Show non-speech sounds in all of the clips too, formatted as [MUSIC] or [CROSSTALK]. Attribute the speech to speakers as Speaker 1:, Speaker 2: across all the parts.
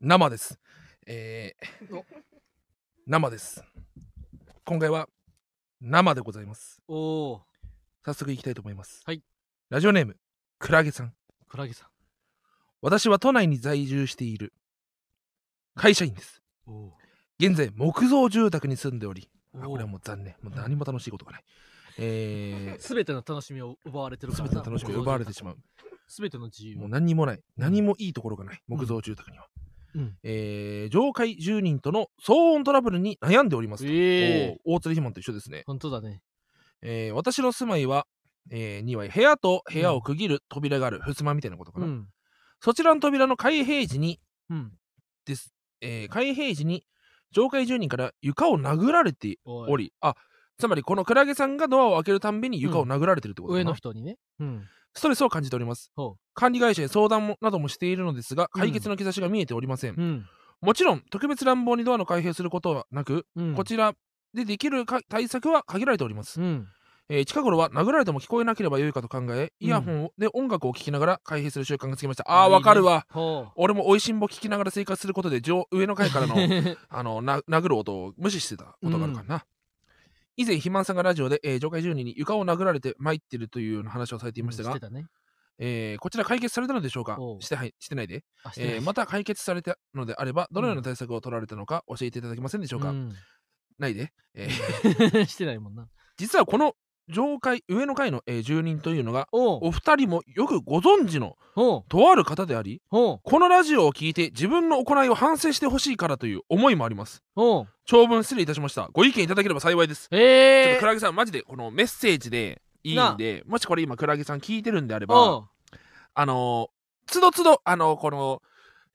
Speaker 1: 生です。えー
Speaker 2: お
Speaker 1: 生です。今回は生でございます。
Speaker 2: おお、
Speaker 1: 早速いきたいと思います。
Speaker 2: はい。
Speaker 1: ラジオネーム、クラゲさん。
Speaker 2: クラゲさ
Speaker 1: 私は都内に在住している会社員です。
Speaker 2: ん。お
Speaker 1: 現在、木造住宅に住んでおり、
Speaker 2: お
Speaker 1: あこれはもう残念。もう何も楽しいことがない。え
Speaker 2: [LAUGHS]
Speaker 1: ー、
Speaker 2: すべての楽しみを奪われてるか
Speaker 1: 全
Speaker 2: ら
Speaker 1: ての楽しみを奪われてしまう。
Speaker 2: すべての自由
Speaker 1: も
Speaker 2: を
Speaker 1: う。何にもない。何もいいところがない。木造住宅には。
Speaker 2: うん
Speaker 1: えー上階住人との騒音トラブルに悩んでおりますと。
Speaker 2: ええ
Speaker 1: おー大鶴ひまんと一緒ですね。
Speaker 2: 本当だね。
Speaker 1: えー私の住まいは、え2枚部屋と部屋を区切る扉がある襖みたいなことかな、
Speaker 2: うん。
Speaker 1: そちらの扉の開閉時に
Speaker 2: うん。
Speaker 1: です、えー開閉時に上階住人から床を殴られて
Speaker 2: お
Speaker 1: お
Speaker 2: い
Speaker 1: りあつまりこのクラゲさんがドアを開けるたんびに床を殴られてるってことだな
Speaker 2: 上の人にね。うん。
Speaker 1: ストレスを感じております
Speaker 2: ほう
Speaker 1: 管理会社へ相談もなどもしているのですが
Speaker 2: うん
Speaker 1: 解決の兆しが見えておりません、
Speaker 2: うん。
Speaker 1: もちろん特別乱暴にドアの開閉することはなく、
Speaker 2: うん。
Speaker 1: こちらでできるか対策は限られております
Speaker 2: うん。
Speaker 1: えー近頃は殴られても聞こえなければよいかと考え、
Speaker 2: うん
Speaker 1: イヤホンで音楽を聴きながら開閉する習慣がつきました。
Speaker 2: あ
Speaker 1: あ
Speaker 2: い
Speaker 1: ー、
Speaker 2: いね
Speaker 1: わかるわ。
Speaker 2: ほ
Speaker 1: 俺もおいしんぼ聴きながら生活することで上上の階から
Speaker 2: う。 [LAUGHS]
Speaker 1: のあのな殴る音を無視してたことがあるからな。以前、肥満さんがラジオで、えー上階住人に床を殴られて参ってるというような話をされていました
Speaker 2: し
Speaker 1: が
Speaker 2: て、たね。
Speaker 1: えーこちら解決されたのでしょうか
Speaker 2: おう
Speaker 1: してはいしてないで、
Speaker 2: あ、して
Speaker 1: えーまた解決されたのであれば、どのよう
Speaker 2: う
Speaker 1: なん対策を取られたのか教えていただけませんでしょうか、
Speaker 2: うん
Speaker 1: ないで。えー
Speaker 2: [LAUGHS] してないもんな。
Speaker 1: 実はこの上階、上の階の、えー住人というのが、
Speaker 2: お
Speaker 1: お
Speaker 2: お。
Speaker 1: 二人もよくご存知の
Speaker 2: ほう。
Speaker 1: とある方であり
Speaker 2: ほう。
Speaker 1: このラジオを聞いて自分の行いを反省してほしいからという思いもあります
Speaker 2: ほう。
Speaker 1: 長文失礼いたしましたご意見いただければ幸いですちょっ
Speaker 2: え
Speaker 1: と
Speaker 2: え
Speaker 1: ク。ラゲさんマジでこのメッセージでいいんでもしこれ今クラゲさん聞いてるんであれば
Speaker 2: おう
Speaker 1: あのーつどつどあのこの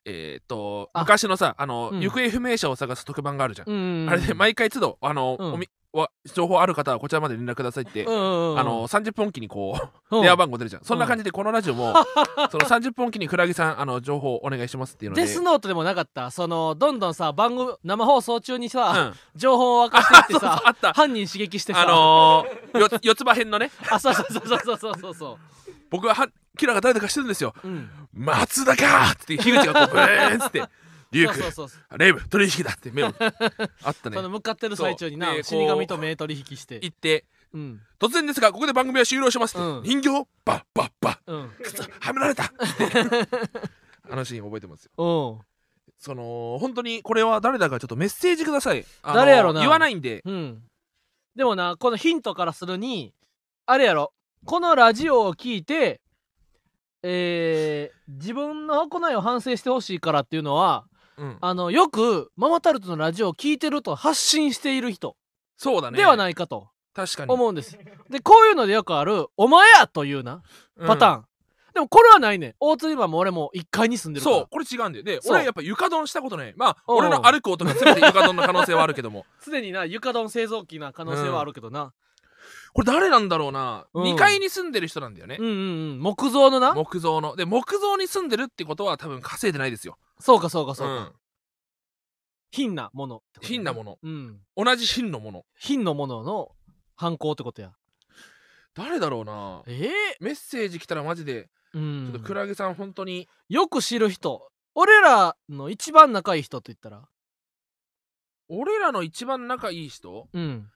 Speaker 1: えーっと
Speaker 2: あ
Speaker 1: 昔のさあの、
Speaker 2: うん
Speaker 1: 行方不明者を探す特番があるじゃん、
Speaker 2: うん。
Speaker 1: あれで毎回都度あの、
Speaker 2: うん
Speaker 1: おみわ情報ある方はこちらまで連絡くださいって、
Speaker 2: うん。
Speaker 1: あの30分おきにこう
Speaker 2: うん、
Speaker 1: 電話番号出るじゃんそんな感じでこのラジオも [LAUGHS] その30分おきにクラゲさんあの情報お願いしますっていうので
Speaker 2: デスノートでもなかったそのどんどんさ番組生放送中に
Speaker 1: うん
Speaker 2: さ、
Speaker 1: あ
Speaker 2: 情報を明かしていって
Speaker 1: そう [LAUGHS]
Speaker 2: さ
Speaker 1: そうあった
Speaker 2: 犯人刺激してさ
Speaker 1: あのーよ四つ葉編のね
Speaker 2: [LAUGHS] あそうそうそうそうそうそうそ
Speaker 1: 僕ははキラが誰だかしてるんですよ
Speaker 2: う、うん、
Speaker 1: 松田かーって樋口がこうブーンっつってリュ
Speaker 2: そうそう
Speaker 1: ウ
Speaker 2: そうそう
Speaker 1: クレイブ取引だって
Speaker 2: [LAUGHS]
Speaker 1: 目をあったね
Speaker 2: その向かってる最中にな
Speaker 1: そうで
Speaker 2: 死神と目取引して
Speaker 1: 行って
Speaker 2: うん
Speaker 1: 突然ですがここで番組は終了しますって、
Speaker 2: うん
Speaker 1: 人形バッバッバッ
Speaker 2: うん
Speaker 1: 靴はめられた [LAUGHS] あのシーン覚えてますよ
Speaker 2: おう
Speaker 1: その本当にこれは誰だかちょっとメッセージくださいあのー
Speaker 2: 誰やろな
Speaker 1: 言わないんで
Speaker 2: うんでもなこのヒントからするにあれやろこのラジオを聞いてえー、自分の行いを反省してほしいからっていうのは
Speaker 1: うん
Speaker 2: あのよくママタルトのラジオを聞いてると発信している人
Speaker 1: そうだね
Speaker 2: ではないかと
Speaker 1: 確かに
Speaker 2: 思うんです、でこういうのでよくある「お前や!」というなパターン、でもこれはないね大津今も俺も1階に住んでるから
Speaker 1: そうこれ違うんだよで
Speaker 2: そう
Speaker 1: 俺はやっぱ床丼したことないまあ
Speaker 2: おう
Speaker 1: 俺の歩く音が全て床丼の可能性はあるけど
Speaker 2: [LAUGHS]
Speaker 1: も
Speaker 2: すでにな床丼製造機な可能性はあるけどな、
Speaker 1: これ誰なんだろうな、
Speaker 2: うん
Speaker 1: 2階に住んでる人なんだよね
Speaker 2: うん、うんうん木造のな
Speaker 1: 木造ので木造に住んでるってことは多分稼いでないですよ
Speaker 2: そうかそうかそう
Speaker 1: う
Speaker 2: か、
Speaker 1: ん
Speaker 2: 品なものってことや
Speaker 1: 品なもの
Speaker 2: うん
Speaker 1: 同じ品のもの
Speaker 2: 品のものの犯行ってことや
Speaker 1: 誰だろうな
Speaker 2: ええ
Speaker 1: メッセージ来たらマジでち
Speaker 2: う
Speaker 1: ょっと
Speaker 2: ん
Speaker 1: クラゲさん本当に
Speaker 2: よく知る人俺らの一番仲いい人って言ったら
Speaker 1: 俺らの一番仲いい人
Speaker 2: うん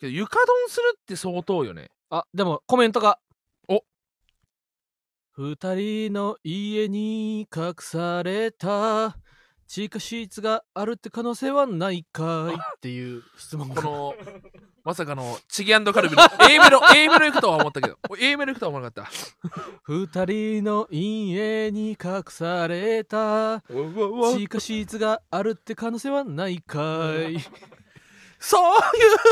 Speaker 1: けど床丼するって相当よね
Speaker 2: あでもコメントが
Speaker 1: お
Speaker 2: 二人の家に隠された地下室があるって可能性はないかいっていう質問
Speaker 1: こ
Speaker 2: が [LAUGHS]
Speaker 1: のまさかのチギカルビの A メロ A メロ行くとは思ったけど A メロ行くとは思わなかった
Speaker 2: 二人の家に隠された地下室があるって可能性はないかい
Speaker 1: そうい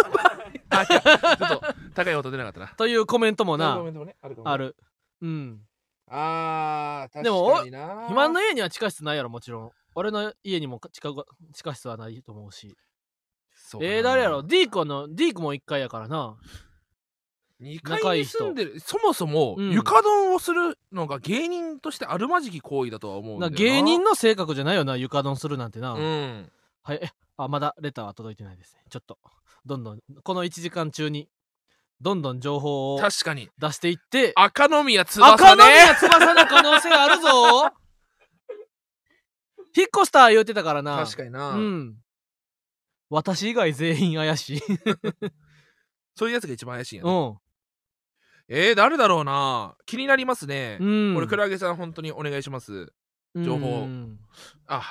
Speaker 1: う場合あいやちょっと高い音出なかったな。
Speaker 2: というコメントもなあ
Speaker 1: る。
Speaker 2: るうん
Speaker 1: あー、
Speaker 2: でも
Speaker 1: 確かにな。
Speaker 2: 肥満の家には地下室ないやろもちろん俺の家にも地下地下室はないと思うし
Speaker 1: そうだな
Speaker 2: えー、誰やろディークのディークも1回やからな
Speaker 1: 二
Speaker 2: 仲
Speaker 1: 階
Speaker 2: いい
Speaker 1: に
Speaker 2: 人
Speaker 1: 住んでる。そもそも、
Speaker 2: うん
Speaker 1: 床丼をするのが芸人としてあるまじき行為だとは思うんだよ
Speaker 2: な
Speaker 1: な。
Speaker 2: 芸人の性格じゃないよな床丼するなんてな、
Speaker 1: うん。
Speaker 2: はいえあまだレターは届いてないですねちょっとどんどんこの1時間中にどんどん情報を
Speaker 1: 確かに。
Speaker 2: 出していって
Speaker 1: 赤宮
Speaker 2: 赤
Speaker 1: 翼ね。 [LAUGHS]
Speaker 2: 宮翼の可能性あるぞひ引っ越した言うてたからな
Speaker 1: 確かにな、
Speaker 2: うん私以外全員怪しい
Speaker 1: そういうやつが一番怪しいんや
Speaker 2: う
Speaker 1: な、
Speaker 2: ん
Speaker 1: えー、誰だろうな気になりますね、
Speaker 2: うん
Speaker 1: これクラゲさん本当にお願いします情報
Speaker 2: うん
Speaker 1: あ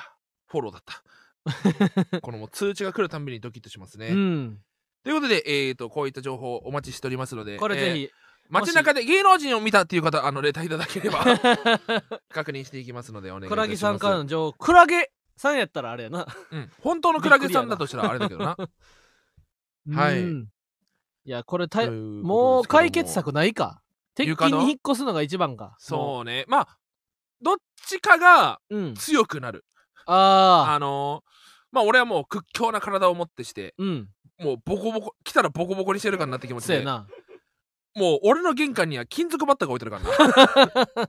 Speaker 1: フォローだった
Speaker 2: [LAUGHS]
Speaker 1: このもう通知が来るたんびにドキッとしますね、
Speaker 2: うん
Speaker 1: ということで、えー、とこういった情報をお待ちしておりますので
Speaker 2: これぜひ、
Speaker 1: えー街中で芸能人を見たっていう方あのレターいただけれ
Speaker 2: [LAUGHS]
Speaker 1: ば確認していきますのでお願いいた
Speaker 2: ク
Speaker 1: しま
Speaker 2: ラ
Speaker 1: す
Speaker 2: ゲさんからの情報クラゲさんやったらあれやな
Speaker 1: うん、本当のクラゲさんだとしたらあれだけどなはい
Speaker 2: うんいやこれた
Speaker 1: ということですけど
Speaker 2: もう解決策ないか鉄
Speaker 1: 床
Speaker 2: 筋
Speaker 1: の
Speaker 2: に引っ越すのが一番か
Speaker 1: そうねまあどっちかが
Speaker 2: ううん
Speaker 1: 強くなる
Speaker 2: ああ
Speaker 1: あのーまあ俺はもう屈強な体を持ってして
Speaker 2: うん
Speaker 1: もうボコボコ来たらボコボコにしてやるかなって気持ち
Speaker 2: そうや
Speaker 1: で
Speaker 2: な
Speaker 1: もう俺の玄関には金属バットが置いてるからな、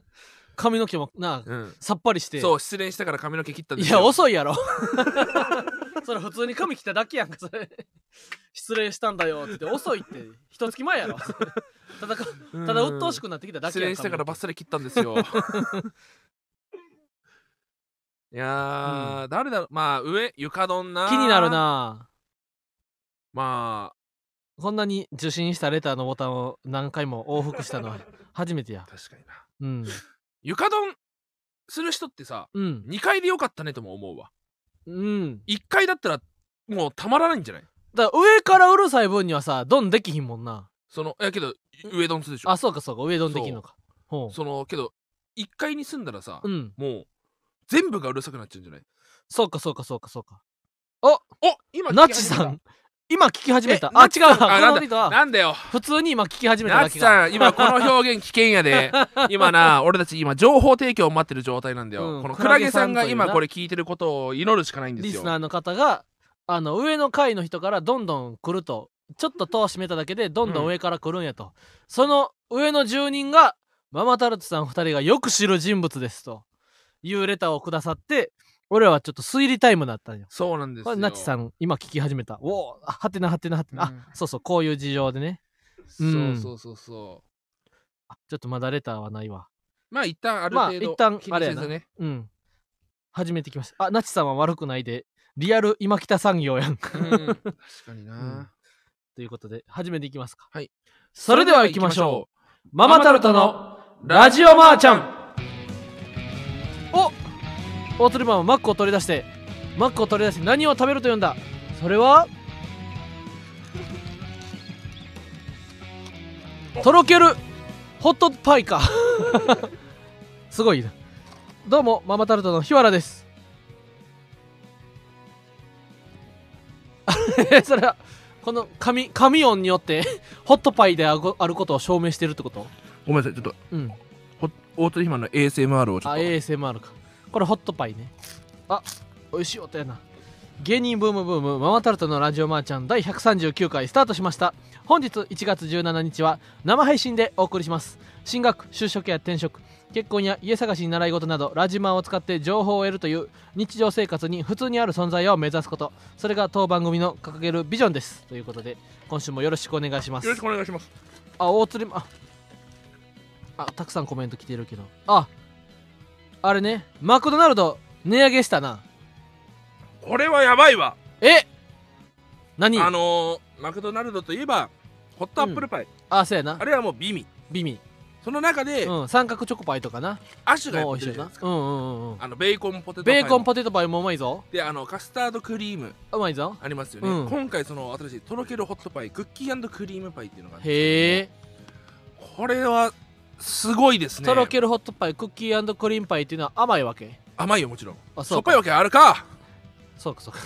Speaker 2: 髪の毛もな
Speaker 1: うん、
Speaker 2: さっぱりして
Speaker 1: そう失恋したから髪の毛切ったんで
Speaker 2: い
Speaker 1: すよ
Speaker 2: や遅いやろ [LAUGHS] それ普通に髪切っただけやんかそれ失礼したんだよって言って遅いって一月前やろ [LAUGHS] ただか
Speaker 1: うん
Speaker 2: ただ鬱陶しくなってきただけ
Speaker 1: 失
Speaker 2: やん
Speaker 1: 恋したからバッ
Speaker 2: ス
Speaker 1: サリ切ったんです
Speaker 2: [LAUGHS]
Speaker 1: よいやー、誰だろうまあ上床どんな
Speaker 2: 気になるな
Speaker 1: ま
Speaker 2: こんなに受信したレターのボタンを何回も往復したのは初めてや
Speaker 1: あ確かにな
Speaker 2: うん
Speaker 1: 床どんする人ってさ
Speaker 2: うん
Speaker 1: 2階でよかったねとも思うわ
Speaker 2: うん
Speaker 1: 1階だったらもうたまらないんじゃない
Speaker 2: だから上からうるさい分にはさドンできひんもんな
Speaker 1: そのいやけど上どんするでしょ
Speaker 2: あそうかそうか上ドンできんのかほ
Speaker 1: そのけど1階に住んだらさ、
Speaker 2: ううん
Speaker 1: もう全部がうるさくなっちゃうんじゃない
Speaker 2: そうかそうかそうかそうか
Speaker 1: お今
Speaker 2: ナチさん今聞き始めた
Speaker 1: え
Speaker 2: あ
Speaker 1: ナチ
Speaker 2: 違う
Speaker 1: さん
Speaker 2: わ
Speaker 1: あ
Speaker 2: こ
Speaker 1: なん
Speaker 2: の
Speaker 1: だ
Speaker 2: 人は
Speaker 1: なんだよ
Speaker 2: 普通に今聞き始めた
Speaker 1: ナ
Speaker 2: だ
Speaker 1: チ
Speaker 2: けが
Speaker 1: さん今この表現危険や
Speaker 2: [LAUGHS]
Speaker 1: で今な俺たち今情報提供を待ってる状態なんだよ、
Speaker 2: うん
Speaker 1: このクラゲさんが
Speaker 2: クラゲさんというな
Speaker 1: 今これ聞いてることを祈るしかないんで
Speaker 2: リ
Speaker 1: す
Speaker 2: ス
Speaker 1: よ
Speaker 2: ナーの方があの上の階の人からどんどん来るとちょっと戸を閉めただけでどんどん上から来るんやと、その上の住人がママタルトさん2人がよく知る人物ですというレターをくださって俺らはちょっと推理タイムだったんよ。
Speaker 1: そうなんです
Speaker 2: こ
Speaker 1: よ
Speaker 2: れナチさん今聞き始めた。おおはてなはてなはてな。
Speaker 1: うん
Speaker 2: あそうそうこういう事情でね。うん
Speaker 1: そうそうそうそう
Speaker 2: あちょっとまだレターはないわ。
Speaker 1: まあ一旦ある
Speaker 2: まあ
Speaker 1: 程度、
Speaker 2: 一旦
Speaker 1: 気にせず
Speaker 2: あれ
Speaker 1: ね
Speaker 2: うん。初めて来ました。あナチさんは悪くないでリアル今北産業やん [LAUGHS] か。
Speaker 1: うん確かにな、
Speaker 2: うんということで始めていきますか。
Speaker 1: はい。
Speaker 2: それでは行きましょう。マ
Speaker 1: マ
Speaker 2: マ
Speaker 1: タ
Speaker 2: タ
Speaker 1: ル
Speaker 2: ル
Speaker 1: ト
Speaker 2: ト
Speaker 1: の
Speaker 2: の
Speaker 1: ラ
Speaker 2: ラ
Speaker 1: ジ
Speaker 2: ジオマーちゃん。お大鳥マンはマックを取り出して、マックを取り出して何を食べると言うんだそれはとろけるホットパイか。 [LAUGHS] すごいな。どうも、ママタルトの日原です。あれそれは、この紙、紙音によって、ホットパイであごあることを証明してるってこと
Speaker 1: ごめんなさいちょっと
Speaker 2: うん。
Speaker 1: ほ大鳥ひまの ASMR をちょ
Speaker 2: あ、
Speaker 1: っと
Speaker 2: ASMR か。これホットパイね。あ、美味しい音やな。芸人ブームブームママタルトのラジオマーちゃん第139回スタートしました。本日1月17日は生配信でお送りします。進学、就職や転職、結婚や家探しに習い事などラジマンを使って情報を得るという日常生活に普通にある存在を目指すこと。それが当番組の掲げるビジョンです。ということで、今週もよろしくお願いします
Speaker 1: よろ。しくお願いします
Speaker 2: あ、大釣りあ、あ、たくさんコメント来てるけど。あ、あれね、マクドナルド値上げしたな。
Speaker 1: これはやばいわ
Speaker 2: え何
Speaker 1: あ
Speaker 2: あ
Speaker 1: のーマクドナルドといえばホットアップルパイ、
Speaker 2: そうやな
Speaker 1: あ。れはもう美味
Speaker 2: ビミ。
Speaker 1: その中で、
Speaker 2: うん、三角チョコパイとかな。
Speaker 1: アシュがや
Speaker 2: もう
Speaker 1: って
Speaker 2: 美味
Speaker 1: るじゃない
Speaker 2: しいよな
Speaker 1: です。か
Speaker 2: うんうんうんうん。
Speaker 1: あのベーコンポテトパイ
Speaker 2: ベーコン
Speaker 1: も
Speaker 2: ポテトパイもうまいぞ。
Speaker 1: であのカスタードクリーム
Speaker 2: うまいぞ。
Speaker 1: ありますよね、
Speaker 2: うん
Speaker 1: 今回その新しいとろけるホットパイクッキークリームパイっていうのがあるんです
Speaker 2: へえ。
Speaker 1: けどこれはすごいですね
Speaker 2: とろけるホットパイ、クッキークリームパイっていうのは甘いわけ。
Speaker 1: 甘いよもちろん
Speaker 2: あ、
Speaker 1: しょ
Speaker 2: そ
Speaker 1: っ
Speaker 2: う
Speaker 1: ぱい
Speaker 2: か。
Speaker 1: わけあるか
Speaker 2: そうかそうか。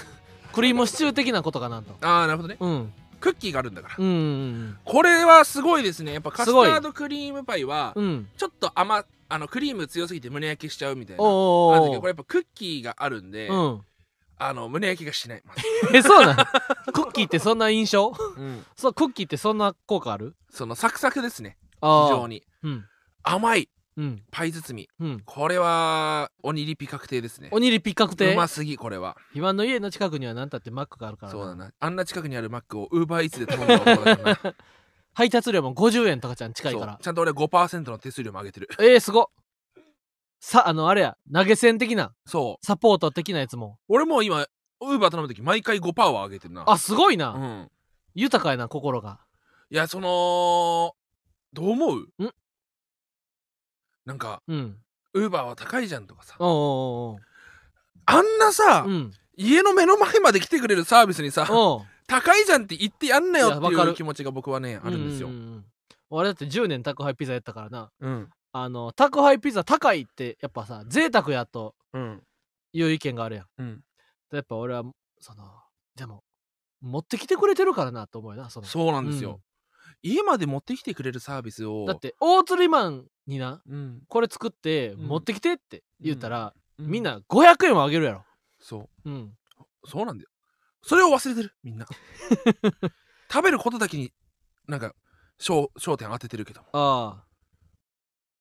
Speaker 2: クリームシチュー的なことかなんと。
Speaker 1: ああなるほどね
Speaker 2: うん。
Speaker 1: クッキーがあるんだから、
Speaker 2: うんうん
Speaker 1: これはすごいですねやっぱカスタ
Speaker 2: すごい
Speaker 1: ードクリームパイは
Speaker 2: うん。うん。
Speaker 1: ちょっと甘あのクリーム強すぎて胸焼けしちゃうみたいな
Speaker 2: お
Speaker 1: あ
Speaker 2: ー
Speaker 1: るんだけ
Speaker 2: おー
Speaker 1: どこれやっぱクッキーがあるんで、
Speaker 2: うん。
Speaker 1: あの胸焼けがしない、まず
Speaker 2: [LAUGHS] え、そうなんクッキーってそんな印象
Speaker 1: うん
Speaker 2: そうクッキーってそんな効果ある
Speaker 1: [LAUGHS] そのサクサクですね
Speaker 2: あ
Speaker 1: 非
Speaker 2: あ
Speaker 1: 常に
Speaker 2: うん
Speaker 1: 甘い
Speaker 2: うん
Speaker 1: パイ包み
Speaker 2: うん
Speaker 1: これはおにりピ確定ですね
Speaker 2: おにぎりピッカク
Speaker 1: う
Speaker 2: テ
Speaker 1: ま。すぎこれは
Speaker 2: 今の家の近くには何たってマックがあるから
Speaker 1: そうだなあんな近くにあるマックをウーバーイーツで頼んだ方が
Speaker 2: [LAUGHS]
Speaker 1: な
Speaker 2: 配達料も50円とかちゃん近い
Speaker 1: そ
Speaker 2: か
Speaker 1: う
Speaker 2: ら
Speaker 1: ちゃんと俺5%の手数料も上げてる [LAUGHS]
Speaker 2: えー、すごっさ、あの、あれや、投げ銭的な、
Speaker 1: そう。
Speaker 2: サポート的なやつも。
Speaker 1: 俺もう今、ウーバー頼むとき、毎回5%は上げてるな。
Speaker 2: あ、すごいうな。
Speaker 1: ん。
Speaker 2: 豊かやな、心が。
Speaker 1: いや、その、どう思うんなんか、
Speaker 2: うん。
Speaker 1: ウーバーは高いじゃんとかさ。
Speaker 2: おうおう
Speaker 1: あんなさ
Speaker 2: おうおう。う、ん。
Speaker 1: 家の目の前まで来てくれるサービスにさ、
Speaker 2: おう
Speaker 1: 高いじゃんって言ってやんなよって
Speaker 2: い
Speaker 1: い
Speaker 2: やわか
Speaker 1: う
Speaker 2: る
Speaker 1: 気持ちが僕はね、あるんですよ
Speaker 2: うう。ううん俺だって10年宅配ピザやったからな。
Speaker 1: うん。
Speaker 2: あの、宅配ピザ高いって、やっぱさ、贅沢やと
Speaker 1: うん。
Speaker 2: いう意見があるやん。
Speaker 1: うん。
Speaker 2: やっぱ俺は、その、でも、持ってきてくれてるからなと思うよな、その。
Speaker 1: そうなんですよ。家まで持ってきてくれるサービスを、
Speaker 2: だって、大釣りマンにな、
Speaker 1: うん、
Speaker 2: これ作って、
Speaker 1: うん
Speaker 2: 持ってきてって言ったら、
Speaker 1: う
Speaker 2: みん、な500円はあげるやろ。
Speaker 1: そ
Speaker 2: うん。
Speaker 1: う、そうなんだよ。それを忘れてる、みん
Speaker 2: [LAUGHS]
Speaker 1: な。食べることだけに、なんか、焦焦点当ててるけども。
Speaker 2: ああ。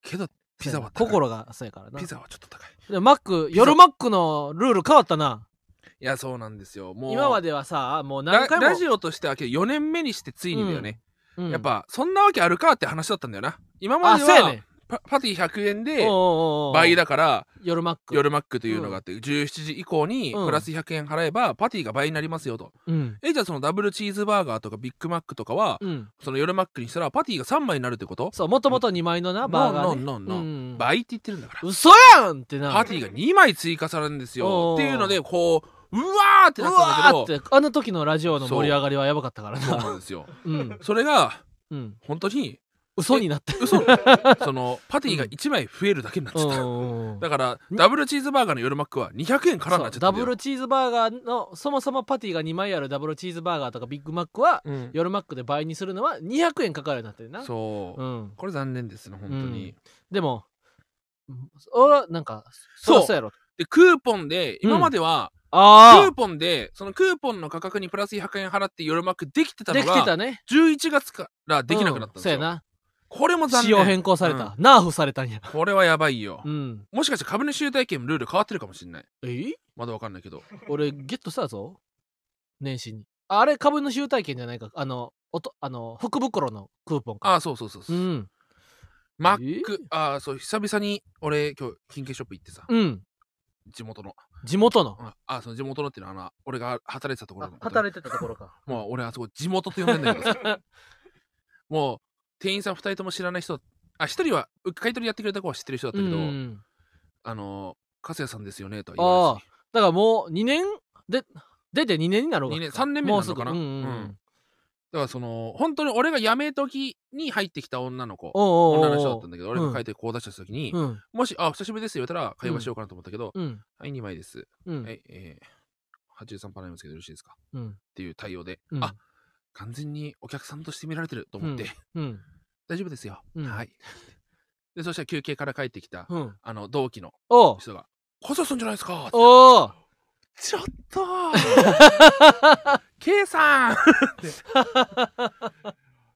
Speaker 1: けど、ピザは高い
Speaker 2: 心がそうやからな。
Speaker 1: ピザはちょっと高い。
Speaker 2: でマック
Speaker 1: ピザ
Speaker 2: 夜マックのルール変わったない
Speaker 1: や、そうなんですよ。もう、
Speaker 2: 今まではさもう
Speaker 1: ラ
Speaker 2: 何回も
Speaker 1: ラジオとしては4年目にしてついにだよね、
Speaker 2: うん
Speaker 1: やっぱそんなわけあるかって話だったんだよな今ま
Speaker 2: あ
Speaker 1: で
Speaker 2: そうや
Speaker 1: は
Speaker 2: ね
Speaker 1: パパティ100円
Speaker 2: おう
Speaker 1: で
Speaker 2: おうおう
Speaker 1: 倍だから
Speaker 2: 夜マック
Speaker 1: 夜マックというのがあって17時以降に
Speaker 2: うん
Speaker 1: プラス100円払えばパティが倍になりますよと
Speaker 2: うん
Speaker 1: えじゃあそのダブルチーズバーガーとかビッグマックとかは
Speaker 2: うん
Speaker 1: その夜マックにしたらパティが3枚になるってこと
Speaker 2: そうもともと2枚のなバーガ
Speaker 1: ノ
Speaker 2: ー、ね、
Speaker 1: ンノンノンノン
Speaker 2: うん
Speaker 1: 倍って言ってるんだから
Speaker 2: 嘘やんってな
Speaker 1: パティが2枚追加されるんですよ
Speaker 2: おー
Speaker 1: っていうのでこううわーって
Speaker 2: う
Speaker 1: なってたんだ
Speaker 2: わーっ
Speaker 1: けど
Speaker 2: てあの時のラジオの盛り上がりはやばかったから
Speaker 1: そう
Speaker 2: な
Speaker 1: なんですよ
Speaker 2: うん
Speaker 1: それが
Speaker 2: うん
Speaker 1: 本当に
Speaker 2: 嘘になって
Speaker 1: 嘘
Speaker 2: [LAUGHS]
Speaker 1: そのパティが1枚増えるだけになっちゃった、
Speaker 2: うん
Speaker 1: だからダブルチーズバーガーの夜マックは200円からになっちゃった
Speaker 2: ダ
Speaker 1: んだ
Speaker 2: ブ
Speaker 1: よ
Speaker 2: ルチーズバーガーのそもそもパティが2枚あるダブルチーズバーガーとかビッグマックは
Speaker 1: うん
Speaker 2: 夜マックで倍にするのは200円かかるようになってるな
Speaker 1: そう、
Speaker 2: うん
Speaker 1: これ残念ですね本当に、
Speaker 2: うんでも、うん俺はなんか、
Speaker 1: そう
Speaker 2: そらそうやろ。
Speaker 1: でクーポンで今までは、ク
Speaker 2: あ
Speaker 1: ーポンでそのクーポンの価格にプラス100円払って夜マックできてた
Speaker 2: で
Speaker 1: の
Speaker 2: きて
Speaker 1: が
Speaker 2: たね。
Speaker 1: 11月からできなくなったんですよ、
Speaker 2: うんそうや
Speaker 1: これも
Speaker 2: な。
Speaker 1: 残
Speaker 2: 仕様
Speaker 1: 念
Speaker 2: 変更された。ナーフされたんや。
Speaker 1: これはやばいよ、
Speaker 2: うん。
Speaker 1: もしかして株主優待券もルール変わってるかもしれない
Speaker 2: え
Speaker 1: まだわかんないけど
Speaker 2: 俺、ゲットしたぞ。年始に。あれ、株主優待券じゃないか。あの、おとあの福袋のクーポンか。
Speaker 1: ああそうそうそうそうう、
Speaker 2: ん。
Speaker 1: マックああそう久々に俺今日金券ショップ行ってさ、
Speaker 2: うん。
Speaker 1: 地元の
Speaker 2: 地元の。
Speaker 1: ああその地元のっていうのはあの俺が働いてたところのことね
Speaker 2: 働いてたところか。
Speaker 1: もう俺はそこ地元と呼んでんだけど
Speaker 2: [LAUGHS]
Speaker 1: さもう店員さん2人とも知らない人あ1人はう買い取りやってくれた子は知ってる人だっ
Speaker 2: う
Speaker 1: たけど、
Speaker 2: ん。
Speaker 1: あの粕谷さんですよねとは言わ
Speaker 2: だからもう2年で、出て2年になるわ
Speaker 1: 二年三年目にな
Speaker 2: もう
Speaker 1: る
Speaker 2: す
Speaker 1: の
Speaker 2: ぐ
Speaker 1: かな
Speaker 2: うんうんう
Speaker 1: うん
Speaker 2: ん。
Speaker 1: れずしだからその本当に俺が辞め時に入ってきた女の子
Speaker 2: おうおうおう
Speaker 1: 女の人だったんだけど俺
Speaker 2: う
Speaker 1: が
Speaker 2: ん
Speaker 1: 買い取りこう出した時に、
Speaker 2: うん。
Speaker 1: もし「あ久しぶりです」よ言われたら会話しようかなと思ったけど「
Speaker 2: うん。
Speaker 1: はい2枚です」
Speaker 2: うん。
Speaker 1: はいえー、83パラムつけてよろしいですか?」
Speaker 2: うん。
Speaker 1: っていう対応で、
Speaker 2: うん
Speaker 1: あ完全にお客さんとして見られてると思って、
Speaker 2: うん。
Speaker 1: [LAUGHS] 大丈夫ですよ。
Speaker 2: うん [LAUGHS]
Speaker 1: はい。で、そしたら休憩から帰ってきた、
Speaker 2: うん。
Speaker 1: あの、同期の
Speaker 2: おう
Speaker 1: 人が、小沢さんじゃないですか
Speaker 2: おお
Speaker 1: ちょっ
Speaker 2: [LAUGHS]
Speaker 1: と K さんって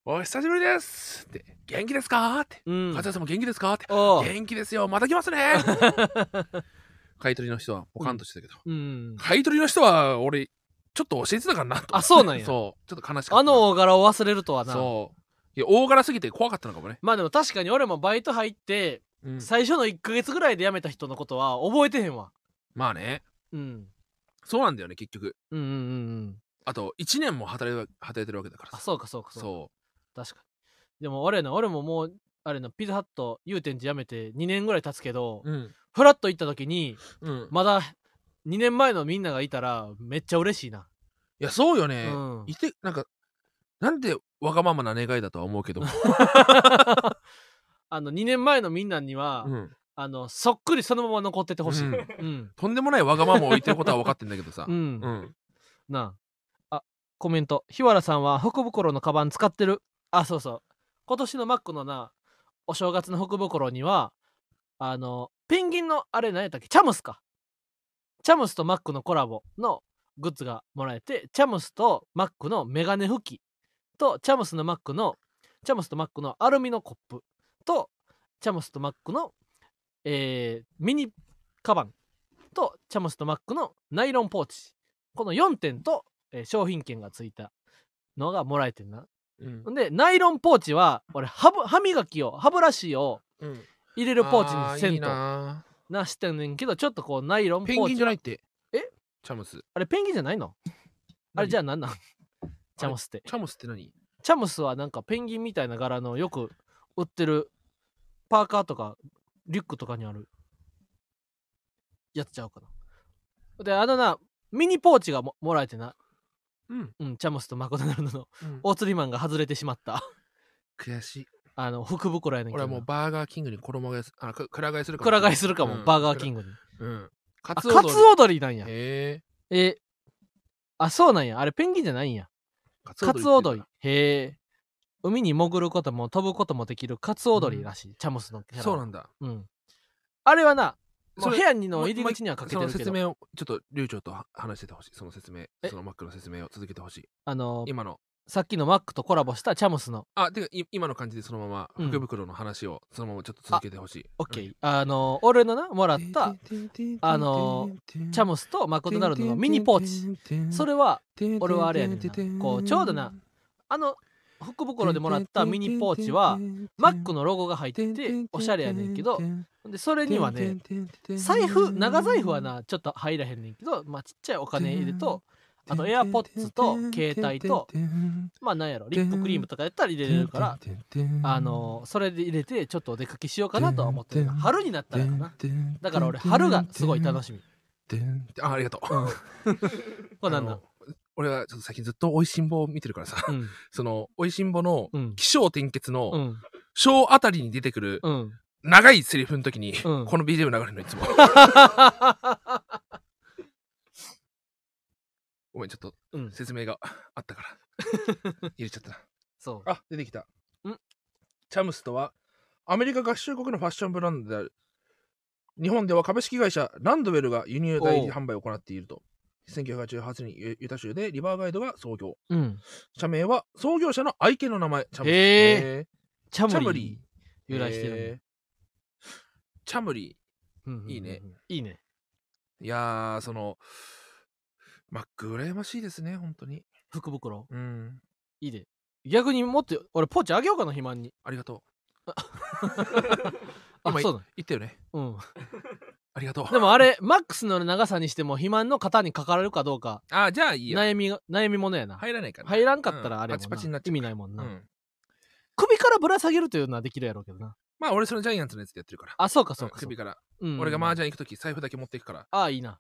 Speaker 1: お久しぶりですって、元気ですかって、
Speaker 2: うん
Speaker 1: 小沢さんも元気ですかって、
Speaker 2: おう
Speaker 1: 元気ですよ、また来ます
Speaker 2: [LAUGHS]
Speaker 1: ね買い取りの人はポカンとしてたけど、
Speaker 2: うん。
Speaker 1: 買い取りの人は俺、ちょっと教えてたからなと。
Speaker 2: あそうなんや
Speaker 1: そう、ちょっと悲しかった。
Speaker 2: あの大柄を忘れるとはな。
Speaker 1: そう。いや、大柄すぎて怖かったのかもね。
Speaker 2: まあでも確かに俺もバイト入って、
Speaker 1: うん
Speaker 2: 最初の1ヶ月ぐらいで辞めた人のことは覚えてへんわ。
Speaker 1: まあね、
Speaker 2: うん。
Speaker 1: そうなんだよね、結局。
Speaker 2: うんうんうんうん。
Speaker 1: あと1年も働いて働いてるわけだから
Speaker 2: あ、
Speaker 1: さ
Speaker 2: そうかそうかそうか。
Speaker 1: そ
Speaker 2: 確かに。でも俺の、俺ももう、あれのピザハット、祐天寺辞めて2年ぐらい経つけど、
Speaker 1: ううん
Speaker 2: フラッと行った時に、
Speaker 1: うん
Speaker 2: まだ2年前のみんながいたら、めっちゃ嬉しいな。
Speaker 1: いやそうよ
Speaker 2: う
Speaker 1: ね、
Speaker 2: ん。 [LAUGHS]
Speaker 1: いてなんかなんでわがままな願いだとは思うけども、
Speaker 2: あの、2年前のみんなには、
Speaker 1: うん
Speaker 2: あの、そっくりそのまま残っててほしい。
Speaker 1: う
Speaker 2: うんん。
Speaker 1: とんでもないわがままを言ってることは分かってんだけどさ、
Speaker 2: う
Speaker 1: うん
Speaker 2: ん。なあ。あ、コメント。日原さんは福袋のカバン使ってる。あ、そうそう。今年のマックのな、お正月の福袋には、あの、ペンギンの、あれ何やったっけチャムスか。チャムスとマックのコラボのグッズがもらえて、チャムスとマックのメガネ拭きと、チャムスのマックの、チャムスとマックのアルミのコップと、チャムスとマックの、えーミニカバンと、チャムスとマックのナイロンポーチ。この4点と、えー商品券がついたのがもらえてんな。
Speaker 1: うん
Speaker 2: んで、ナイロンポーチは、俺、歯ぶ歯磨きを、歯ブラシを
Speaker 1: うん
Speaker 2: 入れるポーチにせ
Speaker 1: あーいい
Speaker 2: んと。
Speaker 1: な
Speaker 2: なしてんねんけどちょっとこうナイロンポー
Speaker 1: ペ
Speaker 2: チ
Speaker 1: ンギンじゃない
Speaker 2: い
Speaker 1: って。
Speaker 2: え
Speaker 1: チャムス。
Speaker 2: あれペンギンじゃないのあれじ
Speaker 1: ゃ
Speaker 2: ゃあ何なんチャムスって
Speaker 1: チャムスって何
Speaker 2: チャムスはなんかペンギンみたいな柄のよく売ってるパーカーとかリュックとかにあるやっちゃうかな。で、あのな、ミニポーチがももらえてな、
Speaker 1: うん。
Speaker 2: うん、チャムスとマクドナルドの
Speaker 1: うん
Speaker 2: 大釣りマンが外れてしまった、
Speaker 1: 悔しい。
Speaker 2: あの、福袋やねんけ
Speaker 1: 俺は
Speaker 2: どな。
Speaker 1: もうバーガーキングに衣替えす、あ、くくら替えするかもしれ
Speaker 2: くら
Speaker 1: ない。
Speaker 2: 替えするかも、
Speaker 1: うん
Speaker 2: バーガーキングに。
Speaker 1: うん。カ
Speaker 2: あ、
Speaker 1: ツ
Speaker 2: カ
Speaker 1: オ
Speaker 2: ツ
Speaker 1: ド
Speaker 2: オドリなん
Speaker 1: リ。
Speaker 2: や。
Speaker 1: へえ。
Speaker 2: え、あ、そうなんや。あれペンギンじゃないんや。
Speaker 1: カ
Speaker 2: カツオドリ
Speaker 1: って。
Speaker 2: へえ。海に潜ることも飛ぶこともできるカツオドリらしい、チャムスのキャ
Speaker 1: 言う
Speaker 2: ラ
Speaker 1: んだ
Speaker 2: は
Speaker 1: そうなんだ。
Speaker 2: うん。あれはな、も
Speaker 1: そうれ
Speaker 2: 部屋にの
Speaker 1: もう
Speaker 2: 入り口にはかけて
Speaker 1: そ
Speaker 2: る
Speaker 1: の
Speaker 2: け
Speaker 1: 説
Speaker 2: ど、
Speaker 1: 明を、ちょっと流暢とは話しててほしい。その説明、
Speaker 2: え
Speaker 1: そのマックの説明を続けてほしい。
Speaker 2: あの、
Speaker 1: 今の。
Speaker 2: さっきのマックとコラボしたチャムスの、
Speaker 1: あ、てか、い今の感じでそのまま、
Speaker 2: うん
Speaker 1: 福袋の話をそのままちょっと続けてほしい。
Speaker 2: オッケー、あの、俺のな、もらった、あのチャ
Speaker 1: ム
Speaker 2: ムスとマクドナルドのミニポーチ。
Speaker 1: チ
Speaker 2: そ
Speaker 1: れ、
Speaker 2: れは、俺はあれやねんなこうちょうどな、あの、福袋でもらったミニポーチは、、マックのロゴが入ってて、おしゃれやねんけど、、でそれにはね、、財布、長財布は、な、ちょっと入らへんねんけど、まあ、ちっちゃいお金入れと、あの AirPods と携帯と、まあ、なんやろ、リップクリームとかやったら入れれるから、、あ、のそれで入れてちょっとお出かけしようかなとは思ってるな春になったらかなだから俺春がすごい楽しみ
Speaker 1: み。あ、ありがとう。
Speaker 2: これなん
Speaker 1: あ
Speaker 2: だ
Speaker 1: の俺はちょっと最近ずっと美味しんぼを見てるからさ、 [LAUGHS]
Speaker 2: うん
Speaker 1: その美味しんぼの
Speaker 2: うん
Speaker 1: 起承転結
Speaker 2: う
Speaker 1: の
Speaker 2: ん
Speaker 1: 章あたりに出てくる
Speaker 2: うん [LAUGHS]
Speaker 1: 長いセリフの時に、
Speaker 2: うん
Speaker 1: この BGM 流れるのいつ
Speaker 2: [LAUGHS]
Speaker 1: も。ごめん、ちょっと
Speaker 2: うん
Speaker 1: 説明があった
Speaker 2: [LAUGHS]
Speaker 1: から。入れちゃったな。
Speaker 2: そ
Speaker 1: あ、出てきた。
Speaker 2: ん
Speaker 1: チャムスとは、アメリカ合衆国のファッションブランドである。日本では株式会社ランドベルが輸入代理販売を行っていると。1988年ユユタ州でリバーガイドが創業。
Speaker 2: ううん
Speaker 1: 社名は創業者の愛犬の名前、チャムス。
Speaker 2: へ
Speaker 1: へ
Speaker 2: チャ
Speaker 1: チャ
Speaker 2: ム
Speaker 1: ム
Speaker 2: リ
Speaker 1: リ
Speaker 2: ー由来してるんだ
Speaker 1: へーチャムリ
Speaker 2: うんうんうん
Speaker 1: いいね
Speaker 2: いいね
Speaker 1: ー。いやー、その、マック羨ましいですね、本当に。
Speaker 2: 福袋
Speaker 1: うん。
Speaker 2: いいね逆にもっと俺ポーチあげようかな肥満に
Speaker 1: ありがと
Speaker 2: [LAUGHS] あ
Speaker 1: 今
Speaker 2: そうだ
Speaker 1: う。言ったよね。
Speaker 2: うん
Speaker 1: ありがとう。
Speaker 2: でもあれマックスの長さにしても肥満の方にかかられるかどうか
Speaker 1: あ、じゃあいいや。
Speaker 2: 悩みが悩みものやな
Speaker 1: 入らないから。
Speaker 2: 入らんかったらあれ
Speaker 1: う
Speaker 2: や
Speaker 1: ん
Speaker 2: も
Speaker 1: パチ
Speaker 2: んな
Speaker 1: パチになっちゃ
Speaker 2: 意
Speaker 1: う
Speaker 2: 味ないもん
Speaker 1: う、
Speaker 2: なん首からぶら下げるというのはできるやろうけどな
Speaker 1: まあ俺そのジャイアンツのやつでやってるから。
Speaker 2: あそうかそう
Speaker 1: う
Speaker 2: か
Speaker 1: ん
Speaker 2: そう
Speaker 1: 首
Speaker 2: か
Speaker 1: から。
Speaker 2: うん
Speaker 1: 俺が麻雀行くとき財布だけ持っていくから。
Speaker 2: ああ、いいな。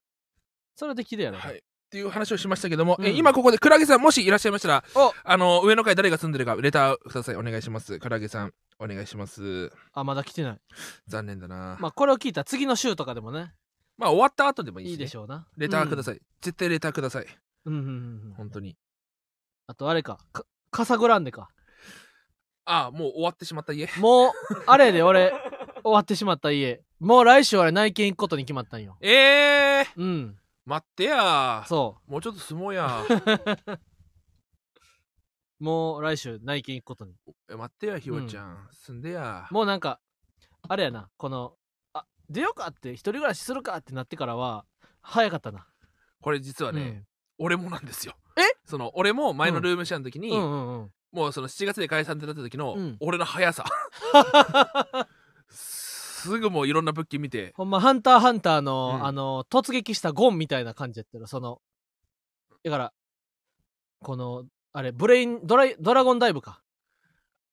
Speaker 2: それはできるやろ。
Speaker 1: はい。っていう話をしましたけども、え
Speaker 2: うん
Speaker 1: 今ここでクラゲさんもしいらっしゃいましたら
Speaker 2: お、
Speaker 1: あの上の階誰が住んでるかレターくださいお願いします。クラゲさんお願いします。
Speaker 2: あ、まだ来てない。
Speaker 1: 残念だな。ま
Speaker 2: まあ、これを聞いた次の週とかでもね、
Speaker 1: あ終わった後でもいいし、ね。
Speaker 2: いいでしょうな。
Speaker 1: レターくださ
Speaker 2: い。
Speaker 1: い、絶対レターください。
Speaker 2: うん、うん、うんうん。
Speaker 1: 本当に。
Speaker 2: あと、あれかかカサグランデか。
Speaker 1: ああ、もう終わってしまった家。
Speaker 2: もう、あれで俺、終わってしまった家。もう来週俺、内見行くことに決まったんよ。
Speaker 1: えー、
Speaker 2: うん。
Speaker 1: 待ってやー。
Speaker 2: そ
Speaker 1: もうちょっと相撲
Speaker 2: [LAUGHS]
Speaker 1: や。
Speaker 2: う。もう来週、内見行くことに。
Speaker 1: え待ってや、ひわちゃん。住んでや。
Speaker 2: もうなんか、あれやな、この、あ、出ようかって、一人暮らしするかってなってからは、早かったな。
Speaker 1: これ実はね、俺もなんですよ。
Speaker 2: え
Speaker 1: その俺も前のルームシェアの時に、
Speaker 2: うん、うんうんうん。
Speaker 1: もうその7月で解散ってなった時の、
Speaker 2: うん
Speaker 1: 俺の速
Speaker 2: [LAUGHS]
Speaker 1: さすぐもういろんな物件見
Speaker 2: [LAUGHS]
Speaker 1: て
Speaker 2: ほんま、ハンターハンターの、
Speaker 1: うん
Speaker 2: あの、突撃したゴンみたいな感じやったら、その、だから、この、あれ、ブレイン、ドライドラゴンダイ
Speaker 1: [LAUGHS]
Speaker 2: ブか。